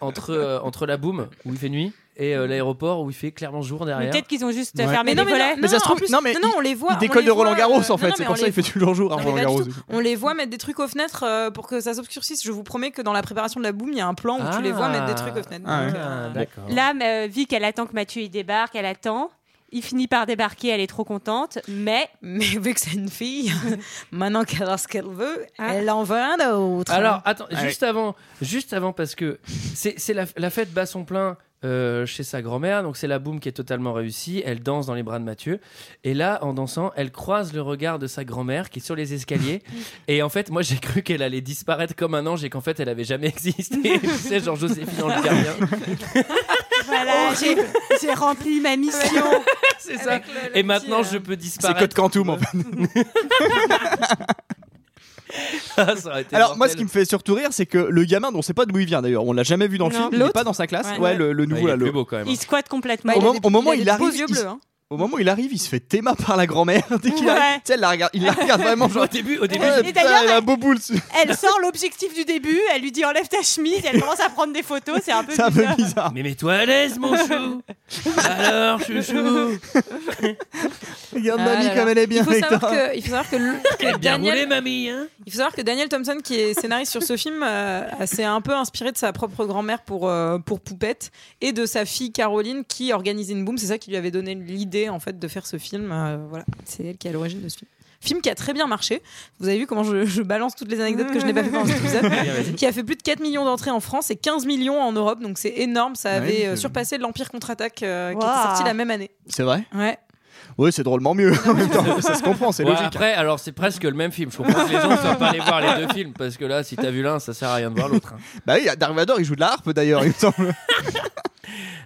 S1: entre euh, entre la boum où il fait nuit et euh, l'aéroport où il fait clairement jour derrière.
S5: Peut-être qu'ils ont juste
S6: Ouais.
S5: fermé
S9: Mais non,
S5: les
S9: mais non,
S5: volets.
S9: non,
S6: Mais ça se
S9: en
S6: trouve-
S9: plus-
S6: non, mais
S9: non, on les voit.
S6: Il
S9: on
S6: décolle
S9: les
S6: de
S9: voit,
S6: Roland Garros
S9: euh,
S6: en fait,
S9: non,
S6: c'est
S9: mais
S6: pour
S9: on
S6: ça
S9: les
S6: il fait toujours jour à
S9: Non, mais
S6: Roland
S9: pas du
S6: Garros.
S9: tout. On les voit mettre des trucs aux fenêtres euh, pour que ça s'obscurcisse. Je vous promets que dans la préparation de la boum, il y a un plan où tu les vois mettre des trucs aux fenêtres.
S6: Ah ouais.
S9: Donc, euh,
S1: Ah, d'accord.
S5: Là, mais, euh, Vic, elle attend que Mathieu il débarque, elle attend. Il finit par débarquer, elle est trop contente, mais
S9: Mais vu que c'est une fille, *laughs* maintenant qu'elle a ce qu'elle veut,
S5: Ah.
S9: elle en veut un autre.
S1: Alors attends,
S6: Allez.
S1: juste avant, juste avant parce que c'est c'est la, la fête bat son plein euh, chez sa grand-mère, donc c'est la boum qui est totalement réussie. Elle danse dans les bras de Mathieu et là, en dansant, elle croise le regard de sa grand-mère qui est sur les escaliers. et en fait, moi j'ai cru qu'elle allait disparaître comme un ange et qu'en fait elle avait jamais existé. tu sais, genre Joséphine dans le gardien.
S5: *laughs* voilà, j'ai j'ai rempli ma *laughs* mission.
S1: c'est ça. Et maintenant je peux
S6: *laughs* C'est
S1: disparaître. *laughs*
S6: Code Quantum en fait.
S1: Ah, ça aurait été
S6: Alors moi ce
S1: mortel.
S6: qui me fait surtout rire c'est que le gamin dont on sait pas d'où il vient d'ailleurs, on l'a jamais vu dans le
S5: Non.
S6: film, il est
S9: L'autre
S6: pas dans sa classe.
S9: Ouais.
S6: Ouais, le, le nouveau
S1: Ouais, il est
S6: là, le-
S1: plus beau quand même. hein.
S5: Il squatte complètement.
S6: Au moment- au moment où il
S9: a des beaux
S6: arrive,
S9: yeux
S6: il-
S9: bleus. hein.
S6: Au moment où il arrive, il se fait téma par la grand-mère *laughs* dès qu'il arrive.
S5: Ouais.
S6: Tu sais, elle la regarde, il la regarde vraiment genre
S1: Au début, au début,
S6: Ouais,
S5: Et
S6: putain,
S5: d'ailleurs,
S6: elle a un beau boule. dessus.
S5: Elle sort l'objectif du début, elle lui dit enlève ta chemise, elle commence à prendre des photos, c'est un peu
S6: C'est un peu
S5: bizarre.
S6: bizarre.
S1: mais mets-toi à l'aise, mon
S6: *laughs*
S1: chou. Alors, chouchou.
S6: Regarde
S9: Ah
S6: mamie
S9: là
S6: comme
S9: là.
S6: elle est bien.
S9: Il faut savoir
S6: putain.
S9: que, il faut savoir que, le- que Daniel,
S1: mamie, hein
S9: il faut savoir que Daniel Thompson, qui est scénariste sur ce film, euh, s'est un peu inspiré de sa propre grand-mère pour, euh, pour Poupette et de sa fille Caroline qui organisait une boum. C'est ça qui lui avait donné l'idée en fait de faire ce film. Euh, voilà, c'est elle qui est à l'origine de ce film. Film qui a très bien marché. Vous avez vu comment je, je balance toutes les anecdotes que je n'ai pas fait pendant cet épisode. qui a fait plus de 4 millions d'entrées en France et 15 millions en Europe. Donc c'est énorme. Ça avait
S6: Ouais,
S9: euh,
S6: c'est-
S9: surpassé l'Empire contre-attaque euh, qui
S5: Waouh.
S9: était sorti la même année.
S6: C'est vrai
S9: Ouais.
S6: Ouais, c'est
S1: *laughs*
S6: drôlement mieux. En même temps, ça se comprend, c'est
S1: Ouais,
S6: logique.
S1: Après, alors c'est presque le même film. Je comprends que les gens ne doivent pas aller voir les deux films parce que là, si t'as vu l'un, ça sert à rien de voir l'autre. hein.
S6: Bah oui, Dark Vador, il joue de la harpe d'ailleurs, il me semble.
S1: *laughs*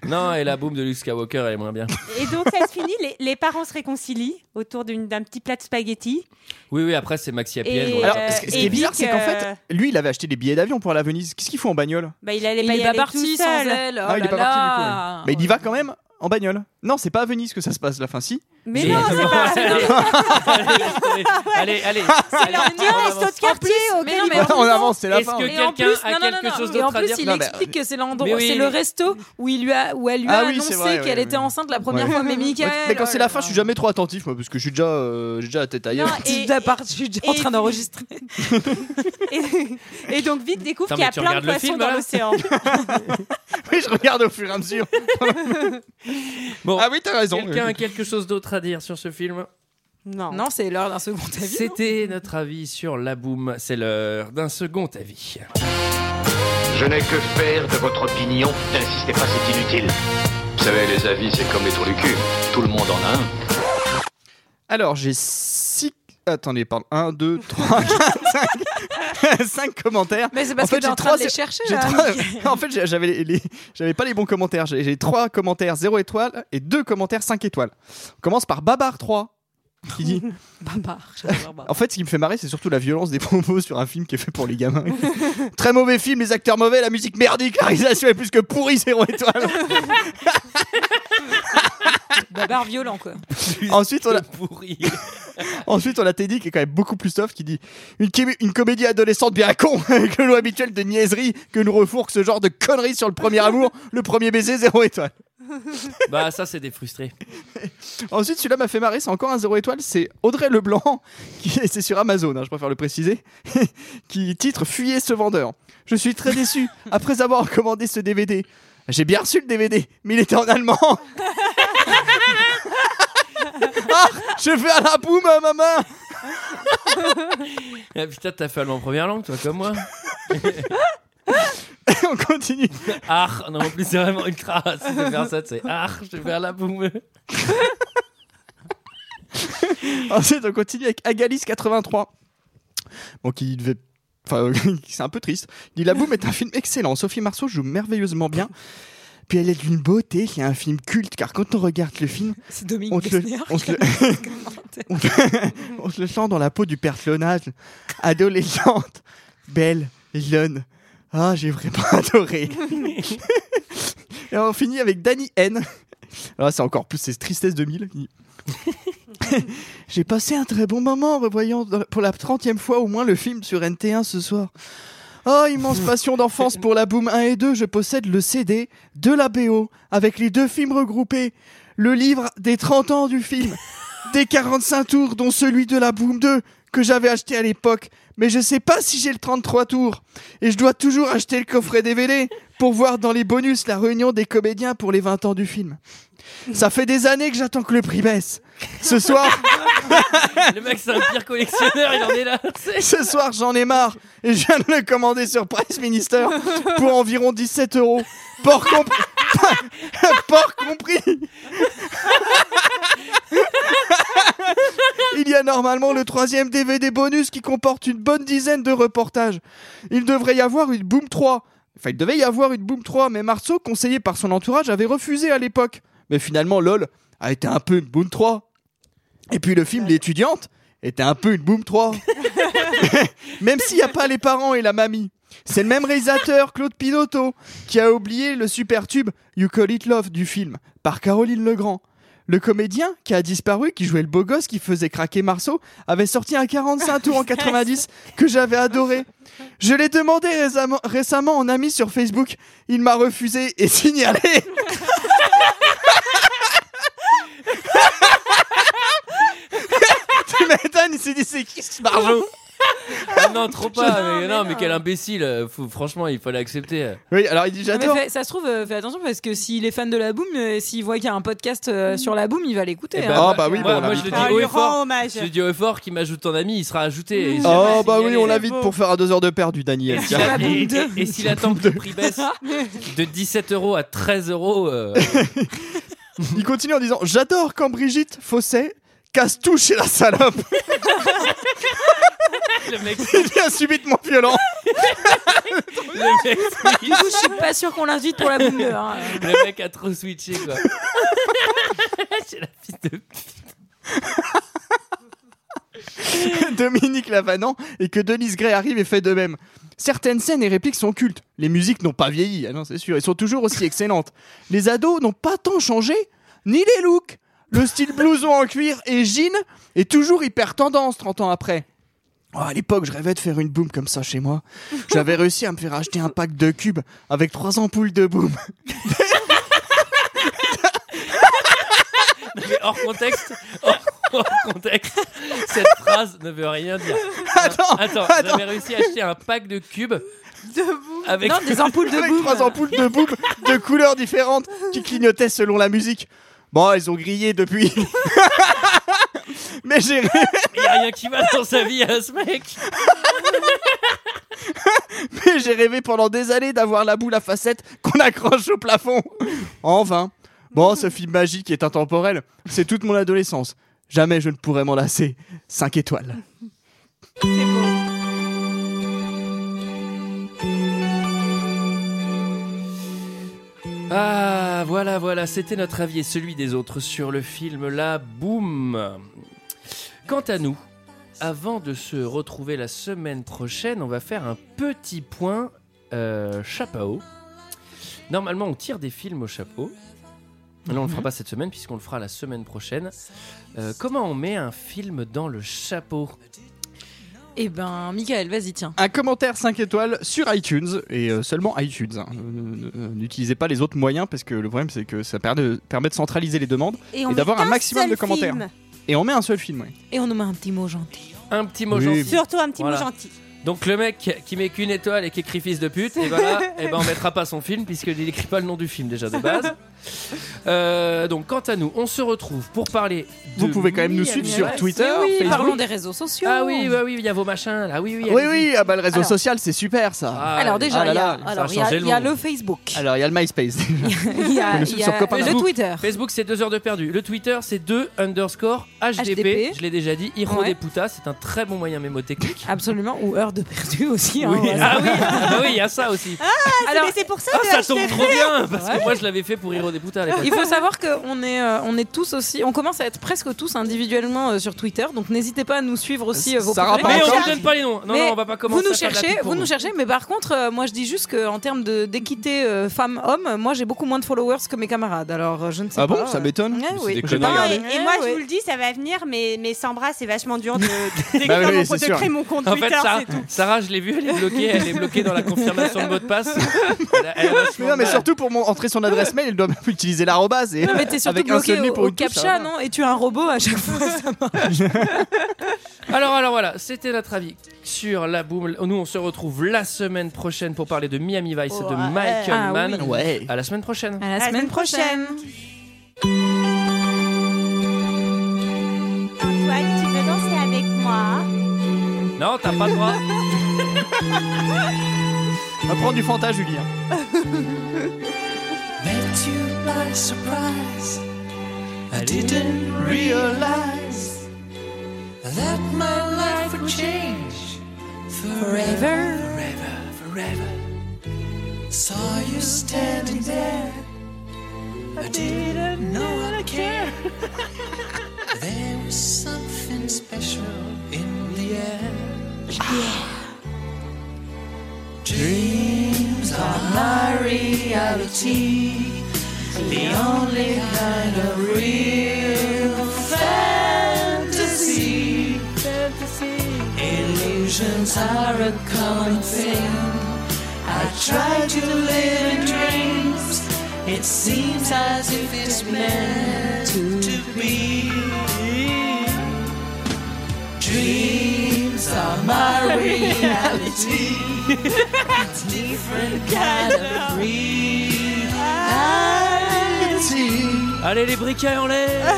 S1: Non, et la boum de Luke Skywalker, elle est moins bien.
S5: Et donc ça se finit, les, les parents se réconcilient autour d'une- d'un petit plat de spaghettis.
S1: Oui, oui. Après, c'est Maxi à
S5: Et-
S1: piège. ouais.
S6: Alors, ce, ce qui
S5: et
S6: est bizarre,
S5: Vic,
S6: c'est qu'en
S5: euh,
S6: fait, lui, il avait acheté des billets d'avion pour la Venise. Qu'est-ce qu'il fout en bagnole
S5: Bah, il allait
S9: Il
S5: pas
S9: n'est
S5: y
S9: pas
S5: aller
S9: parti
S5: tout
S9: sans
S5: seul.
S9: elle.
S6: Ah, il
S9: Oh
S6: est pas
S9: là
S6: parti, du coup,
S9: là.
S5: Ah,
S6: Mais il y va quand même en bagnole. Non, c'est pas à Venise que ça se passe, la fin si.
S5: Mais
S1: Et- *laughs*
S5: non, c'est
S9: Ah,
S5: pas.
S1: allez, allez, allez, allez.
S5: Ah, C'est leur
S1: avance.
S5: ambiance, d'autre quartier.
S9: mais
S5: auquel
S9: non,
S5: ils
S9: mais
S5: vont
S9: en
S6: Ouais, on avance, c'est la
S1: Est-ce
S6: fin.
S1: que
S9: Et en plus-
S1: quelqu'un a
S9: non, non, non,
S1: quelque
S9: non.
S1: chose
S9: Et en
S1: d'autre à
S9: plus,
S1: dire
S9: il
S6: Non, mais-
S9: explique que c'est l'endroit,
S1: Mais oui.
S9: c'est le resto où il lui a, où elle lui a
S6: Ah oui,
S9: annoncé
S6: c'est vrai, oui,
S9: qu'elle
S6: oui.
S9: était enceinte la première
S6: Ouais.
S9: fois. Mais Michael,
S6: Ouais, mais quand c'est la fin,
S9: euh,
S6: je suis jamais trop attentif, moi, parce que je suis déjà, euh, j'ai déjà la tête ailleurs.
S5: Non,
S9: Je suis
S5: Et-
S9: déjà parti, je suis déjà en
S5: et-
S9: train d'enregistrer.
S5: Et, et donc Vic découvre qu'il
S1: Attends,
S5: y a
S1: mais tu
S5: plein de
S1: regardes le
S5: poissons
S1: film,
S5: dans
S1: là
S5: l'océan.
S6: *laughs*
S1: *laughs*
S6: Ah Oui, *laughs* je regarde au fur et à mesure.
S1: Bon,
S6: Ah *laughs* oui, t'as raison.
S1: quelqu'un a quelque chose d'autre à dire sur ce film
S5: Non.
S9: Non, c'est l'heure d'un second *laughs* avis. non
S1: C'était notre avis sur la boum. C'est l'heure d'un second avis.
S2: Je n'ai que faire de votre opinion. N'insistez pas, c'est inutile. Vous savez, les avis, c'est comme les trous du cul. Tout le monde en a un.
S6: Alors, j'ai 6. Attendez, pardon. 1, 2, *laughs* 3, 4, 5. 5 commentaires.
S9: Mais c'est parce
S6: En fait,
S9: que t'es en
S6: j'ai
S9: train de
S6: trois-
S9: les chercher.
S6: J'ai
S9: là.
S6: trois- *laughs* En fait, j'ai- j'avais les- les- j'avais pas les bons commentaires. J'ai j'ai trois commentaires 0 étoiles et deux commentaires 5 étoiles. On commence par Babar 3 qui dit
S9: Barbare, j'adore Barbare.
S6: En fait, ce qui me fait marrer, c'est surtout la violence des propos sur un film qui est fait pour les
S9: *laughs*
S6: gamins. Très mauvais film, les acteurs mauvais, la musique merdique, la réalisation est plus que pourrie, 0
S9: *laughs*
S6: étoile.
S9: Barbare violent, quoi.
S6: Ensuite, on a-
S1: pourri.
S6: *laughs* Ensuite, on a Teddy qui est quand même beaucoup plus soft qui dit une, quémi- une comédie adolescente bien con *laughs* avec le lot habituel de niaiserie que nous refourque ce genre de conneries sur le premier amour, le premier baiser, zéro étoile.
S1: Bah ça, c'est des frustrés.
S6: Ensuite, celui-là m'a fait marrer, c'est encore un zéro étoile, c'est Audrey Leblanc, *laughs* qui et c'est sur Amazon, hein, je préfère le préciser, *laughs* qui titre Fuyez ce vendeur. Je suis très déçu après avoir *laughs* commandé ce DVD. J'ai bien reçu le DVD, mais il était en allemand. Ah, je vais à la boum,
S1: euh,
S6: maman.
S1: Ah, putain, t'as fait allemand en première langue, toi, comme moi.
S6: *laughs* On continue.
S1: Ah, non, en plus, c'est vraiment une crasse de faire ça. C'est ah, je vais faire la boum.
S6: *laughs* Ensuite, on continue avec Agalis83. Bon, qui devait. Enfin, *laughs* euh, c'est un peu triste. Il dit La Boum est un film excellent. Sophie Marceau joue merveilleusement bien. Puis elle est d'une beauté. C'est un film culte, car quand on regarde le film,
S9: C'est Dominique
S6: on te le,
S9: Besnier
S6: on
S9: qui
S6: te
S9: a
S6: le-
S9: fait ce commentaire. *laughs*
S6: on te- *laughs* on te le sent dans la peau du personnage. Adolescente, belle, jeune, Ah, j'ai vraiment *laughs* adoré. Et on finit avec Danny N. Alors là, c'est encore plus, c'est Tristesse 2000. Il- J'ai passé un très bon moment en revoyant dans- pour la 30e fois au moins le film sur NT1 ce soir. Oh, immense passion d'enfance pour la Boom 1 et 2, je possède le CD de la BO avec les deux films regroupés, le livre des 30 ans du film, des 45 tours dont celui de la Boom 2 que j'avais acheté à l'époque, mais je sais pas si j'ai le 33 tours et je dois toujours acheter le coffret DVD pour voir dans les bonus la réunion des comédiens pour les 20 ans du film. Ça fait des années que j'attends que le prix baisse. Ce soir,
S1: Le mec, c'est un pire collectionneur, il en est là.
S6: *laughs* ce soir, j'en ai marre et je viens de le commander sur Price Minister pour environ 17 euros. Port, comp- *laughs* Port compris. *laughs* Il y a normalement le troisième DVD bonus qui comporte une bonne dizaine de reportages. Il devrait y avoir une Boom 3. Enfin, il devait y avoir une Boom 3, mais Marceau, conseillé par son entourage, avait refusé à l'époque. Mais finalement, LOL a été un peu une Boom 3. Et puis le film L'étudiante était un peu une Boom 3. Même s'il n'y a pas les parents et la mamie. C'est le même réalisateur, Claude Pinotto, qui a oublié le super tube You Call It Love du film, par Caroline Legrand. Le comédien qui a disparu, qui jouait le beau gosse qui faisait craquer Marceau, avait sorti un 45 tours en 90 que j'avais adoré. Je l'ai demandé récemment, récemment en ami sur Facebook. Il m'a refusé et signalé. *laughs* tu m'étonnes, il s'est dit c'est qui ce barjot
S1: Ah non, trop pas. mais non, mais quel imbécile. euh, fou, franchement, il fallait accepter.
S6: Oui, alors il dit
S9: Mais fais- ça se trouve, euh, fais attention parce que s'il est fan de la boom, euh, s'il voit qu'il y a un podcast
S6: Mm.
S9: euh, sur la boom, il va l'écouter.
S1: Eh
S9: hein.
S1: ben, moi- moi,
S6: bah
S1: moi, je le dis
S9: Ah,
S1: haut
S9: lui
S1: et fort.
S9: rend hommage.
S1: Je le dis haut et fort qui m'ajoute ton ami, il sera ajouté. et il sera
S6: Oh bah oui,
S1: signalé.
S6: on l'invite pour faire à deux heures de perdu, Daniel.
S1: Et s'il a- et- et- et s'il attend que le prix baisse de 17 euros à 13 euros, euh,
S6: *laughs* Il continue en disant J'adore quand Brigitte Fosset casse tout chez la salope.
S1: le mec,
S6: Il devient subitement violent.
S1: *laughs* le mec,
S9: Du coup, je suis pas sûr qu'on l'invite pour la boom. deux,
S6: *laughs*
S9: hein.
S1: le mec a trop switché quoi. C'est la fille de
S6: *laughs* Dominique Lavanant et que Denise Gray arrive et fait de même. Certaines scènes et répliques sont cultes. Les musiques n'ont pas vieilli, ah non, c'est sûr, elles sont toujours aussi excellentes. Les ados n'ont pas tant changé, ni les looks. Le style blouson en cuir et jean est toujours hyper tendance 30 ans après. Oh, à l'époque, je rêvais de faire une boom comme ça chez moi. J'avais réussi à me faire acheter un pack de cubes avec trois ampoules de boom.
S1: Mais hors contexte, hors, hors contexte, cette phrase ne veut rien dire.
S6: Attends,
S1: Attends,
S6: attends.
S1: j'avais réussi à acheter un pack de cubes avec
S9: Non, des ampoules de
S6: *laughs* avec
S9: boom.
S6: trois ampoules de boum de couleurs différentes qui clignotaient selon la musique. Bon, elles ont grillé depuis. *laughs* Mais j'ai
S1: Il n'y a rien qui va dans sa vie à ce mec.
S6: *laughs* mais j'ai rêvé pendant des années d'avoir la boule à facettes qu'on accroche au plafond. En vain. Bon, ce film magique est intemporel. C'est toute mon adolescence. Jamais je ne pourrai m'en lasser. 5 étoiles.
S1: Ah, voilà, voilà, c'était notre avis et celui des autres sur le film La Boum. Quant à nous, avant de se retrouver la semaine prochaine, on va faire un petit point euh, chapeau. Normalement, on tire des films au chapeau. Là, on le fera pas cette semaine puisqu'on le fera la semaine prochaine. Euh, comment on met un film dans le chapeau
S9: Eh ben, Michael, vas-y, tiens.
S6: Un commentaire 5 étoiles sur iTunes et euh, seulement iTunes. hein. Euh, euh, N'utilisez pas les autres moyens parce que le problème c'est que ça permet de, permet de centraliser les demandes
S5: Et,
S6: et
S5: met
S6: d'avoir un
S5: qu'un
S6: maximum
S5: seul
S6: de commentaires.
S5: film.
S6: Et on met un seul film, oui.
S9: Et on nous met un petit mot gentil.
S1: Un petit mot
S6: Oui.
S1: gentil.
S5: Surtout un petit
S1: Voilà.
S5: mot gentil.
S1: Donc le mec qui met qu'une étoile et qui écrit fils de pute, et
S9: *laughs*
S1: voilà, et ben on mettra pas son film puisqu'il écrit pas le nom du film déjà
S9: *laughs*
S1: de base. Euh, donc quant à nous, on se retrouve pour parler. de-
S6: Vous pouvez quand même nous suivre
S9: Miami
S6: sur
S9: Vice.
S6: Twitter,
S9: Mais oui, parlons
S6: Facebook.
S9: des réseaux sociaux.
S1: Ah oui,
S12: bah
S1: oui, oui, il y a vos machins là. Oui, oui.
S6: Oui,
S1: allez-y.
S6: oui, ah bah, le réseau
S9: Alors.
S6: social c'est super ça.
S1: Ah,
S9: Alors
S1: allez.
S9: déjà,
S6: Ah là
S9: il y a-
S6: là,
S1: ça
S9: alors,
S1: a
S9: il y a-
S1: changé
S9: il
S1: le
S9: y a
S1: monde.
S9: le Facebook.
S6: Alors il y a le MySpace.
S9: *laughs* Il y a,
S6: le
S9: Ah, il
S6: suit
S9: y a
S6: sur Copain
S9: le
S6: Info.
S9: Twitter.
S1: Facebook c'est 2 heures de perdu. Le Twitter c'est 2 underscore HDP.
S9: HDP.
S1: Je l'ai déjà dit. Hiro
S9: Ouais.
S1: des Putas, c'est un très bon moyen mémotechnique.
S9: *laughs* Absolument, ou heure de perdu aussi. hein,
S1: oui.
S9: voilà.
S1: Ah oui, ah bah oui, il y a ça aussi.
S5: Ah, c'est-
S9: Alors-
S5: mais c'est pour ça
S1: Ah
S5: que
S1: ça
S5: je
S1: tombe
S5: l'ai
S1: trop
S5: fait.
S1: bien parce que moi je l'avais fait pour Hiro
S12: des boutards à l'époque.
S9: Il faut
S12: *laughs*
S9: savoir qu'on est, euh, on est tous aussi, on commence à être presque tous individuellement euh, sur Twitter, donc n'hésitez pas à nous suivre aussi euh, vos
S12: Sarah
S9: préférés.
S12: Mais on ne donne pas les noms. Non,
S9: Mais
S12: non, on va pas commencer
S9: Vous nous
S12: à faire de la
S9: cherchez,
S12: pub pour
S9: vous nous
S12: nous.
S9: cherchez, mais par contre, euh, moi je dis juste qu'en termes de- d'équité euh, femmes-hommes, moi j'ai beaucoup moins de followers que mes camarades, alors euh, je ne sais
S6: Ah
S9: pas.
S6: bon, ça
S9: euh.
S6: m'étonne.
S9: Ouais,
S6: C'est
S9: oui.
S6: des
S9: Non,
S6: connards.
S9: et-
S5: Et,
S12: Eh,
S9: et
S5: moi, je vous le dis, ça va venir, mais, mais sans bras, c'est vachement dur
S6: *laughs*
S5: de, de,
S6: Bah oui,
S5: de
S6: c'est sûr.
S5: créer mon compte
S12: En
S5: Twitter,
S12: fait, Sarah,
S5: c'est tout.
S12: Sarah, je l'ai vue, elle est bloquée, elle est bloquée dans la confirmation de mot de passe. Elle a- elle a vachement
S6: Mais *laughs* non,
S12: de
S6: mais
S12: mal.
S6: surtout pour mon- entrer son adresse mail, elle doit même *laughs* utiliser l'arrobase. et- *laughs*
S9: Non, mais t'es surtout
S6: avec un
S9: bloqué
S6: seul nez
S9: au,
S6: pour
S9: au
S6: une touche, ça
S9: captcha,
S6: va.
S9: non Et tu es un robot à chaque fois. ça marche.
S12: Alors, alors voilà, c'était notre avis sur la boom. Nous, on se retrouve la semaine prochaine pour parler de Miami Vice et de
S5: Ouais.
S12: Michael
S9: Ah
S12: Mann.
S9: oui.
S6: Ouais.
S12: À la semaine prochaine.
S9: À la
S5: À la semaine prochaine. Antoine, tu veux danser avec moi
S12: Non, t'as pas le droit.
S5: *laughs*
S6: On va prendre du Fanta, Julien.
S12: Allez, les briquets en l'air.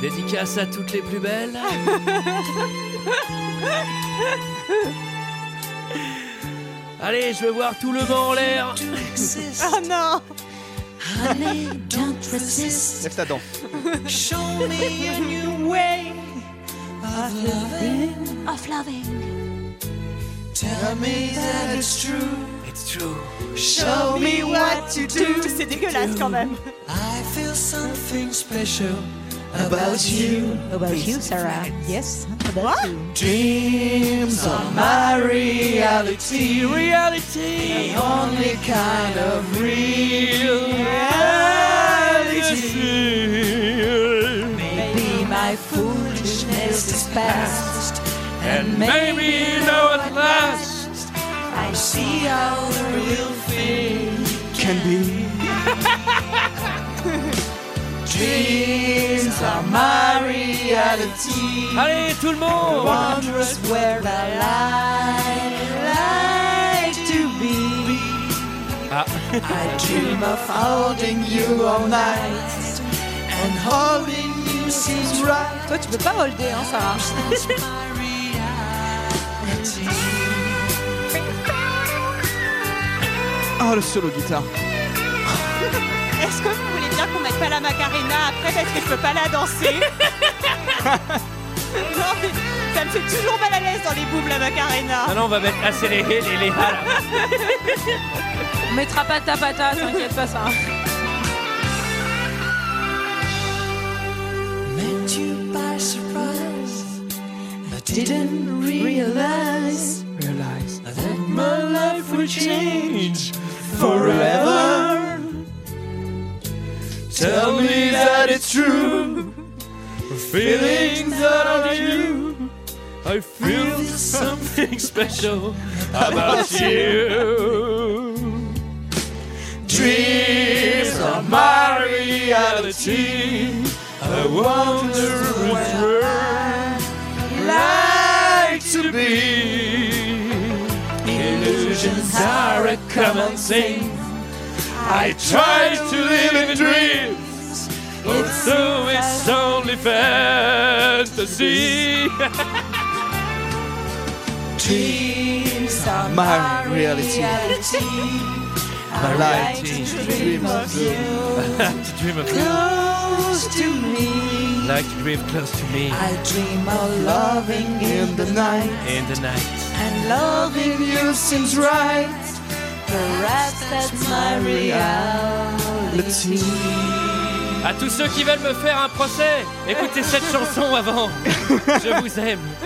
S12: Dédicace à toutes les plus belles. *laughs* Allez, je veux voir tout le vent en l'air.
S5: Oh non
S6: Lève ta dent.
S12: It's true.
S5: Show me what to do *laughs* C'est dégueulasse quand même Uh-huh.
S9: *laughs*
S12: Allez, tout le monde. Ah.
S9: Toi, tu peux pas holder, hein, Sarah. *laughs*
S6: Oh, le solo guitare.
S5: Est-ce que vous voulez bien qu'on mette pas la Macarena après parce que je peux pas la danser Non mais ça me fait toujours mal à l'aise dans les booms la Macarena
S12: Maintenant, Ah on va mettre assez les les les. les- ah, là.
S9: *laughs* On mettra pas ta patate, t'inquiète pas, ça.
S12: Tell me that it's true. Feelings that are you. I feel something special about you. Dreams are my reality. I wonder which world like to be. Illusions are a common thing. I try to live in dreams, but so it's only fantasy.
S6: My reality.
S1: I
S12: like
S1: to
S12: dream of you.
S1: *laughs* to dream of you.
S12: Close to me.
S1: Like to dream close to me
S12: I dream of loving in the night.
S1: in the night.
S12: And loving you seems right. Perhaps that's my reality.
S1: À tous ceux qui veulent me faire un procès, écoutez cette chanson avant. Je vous aime.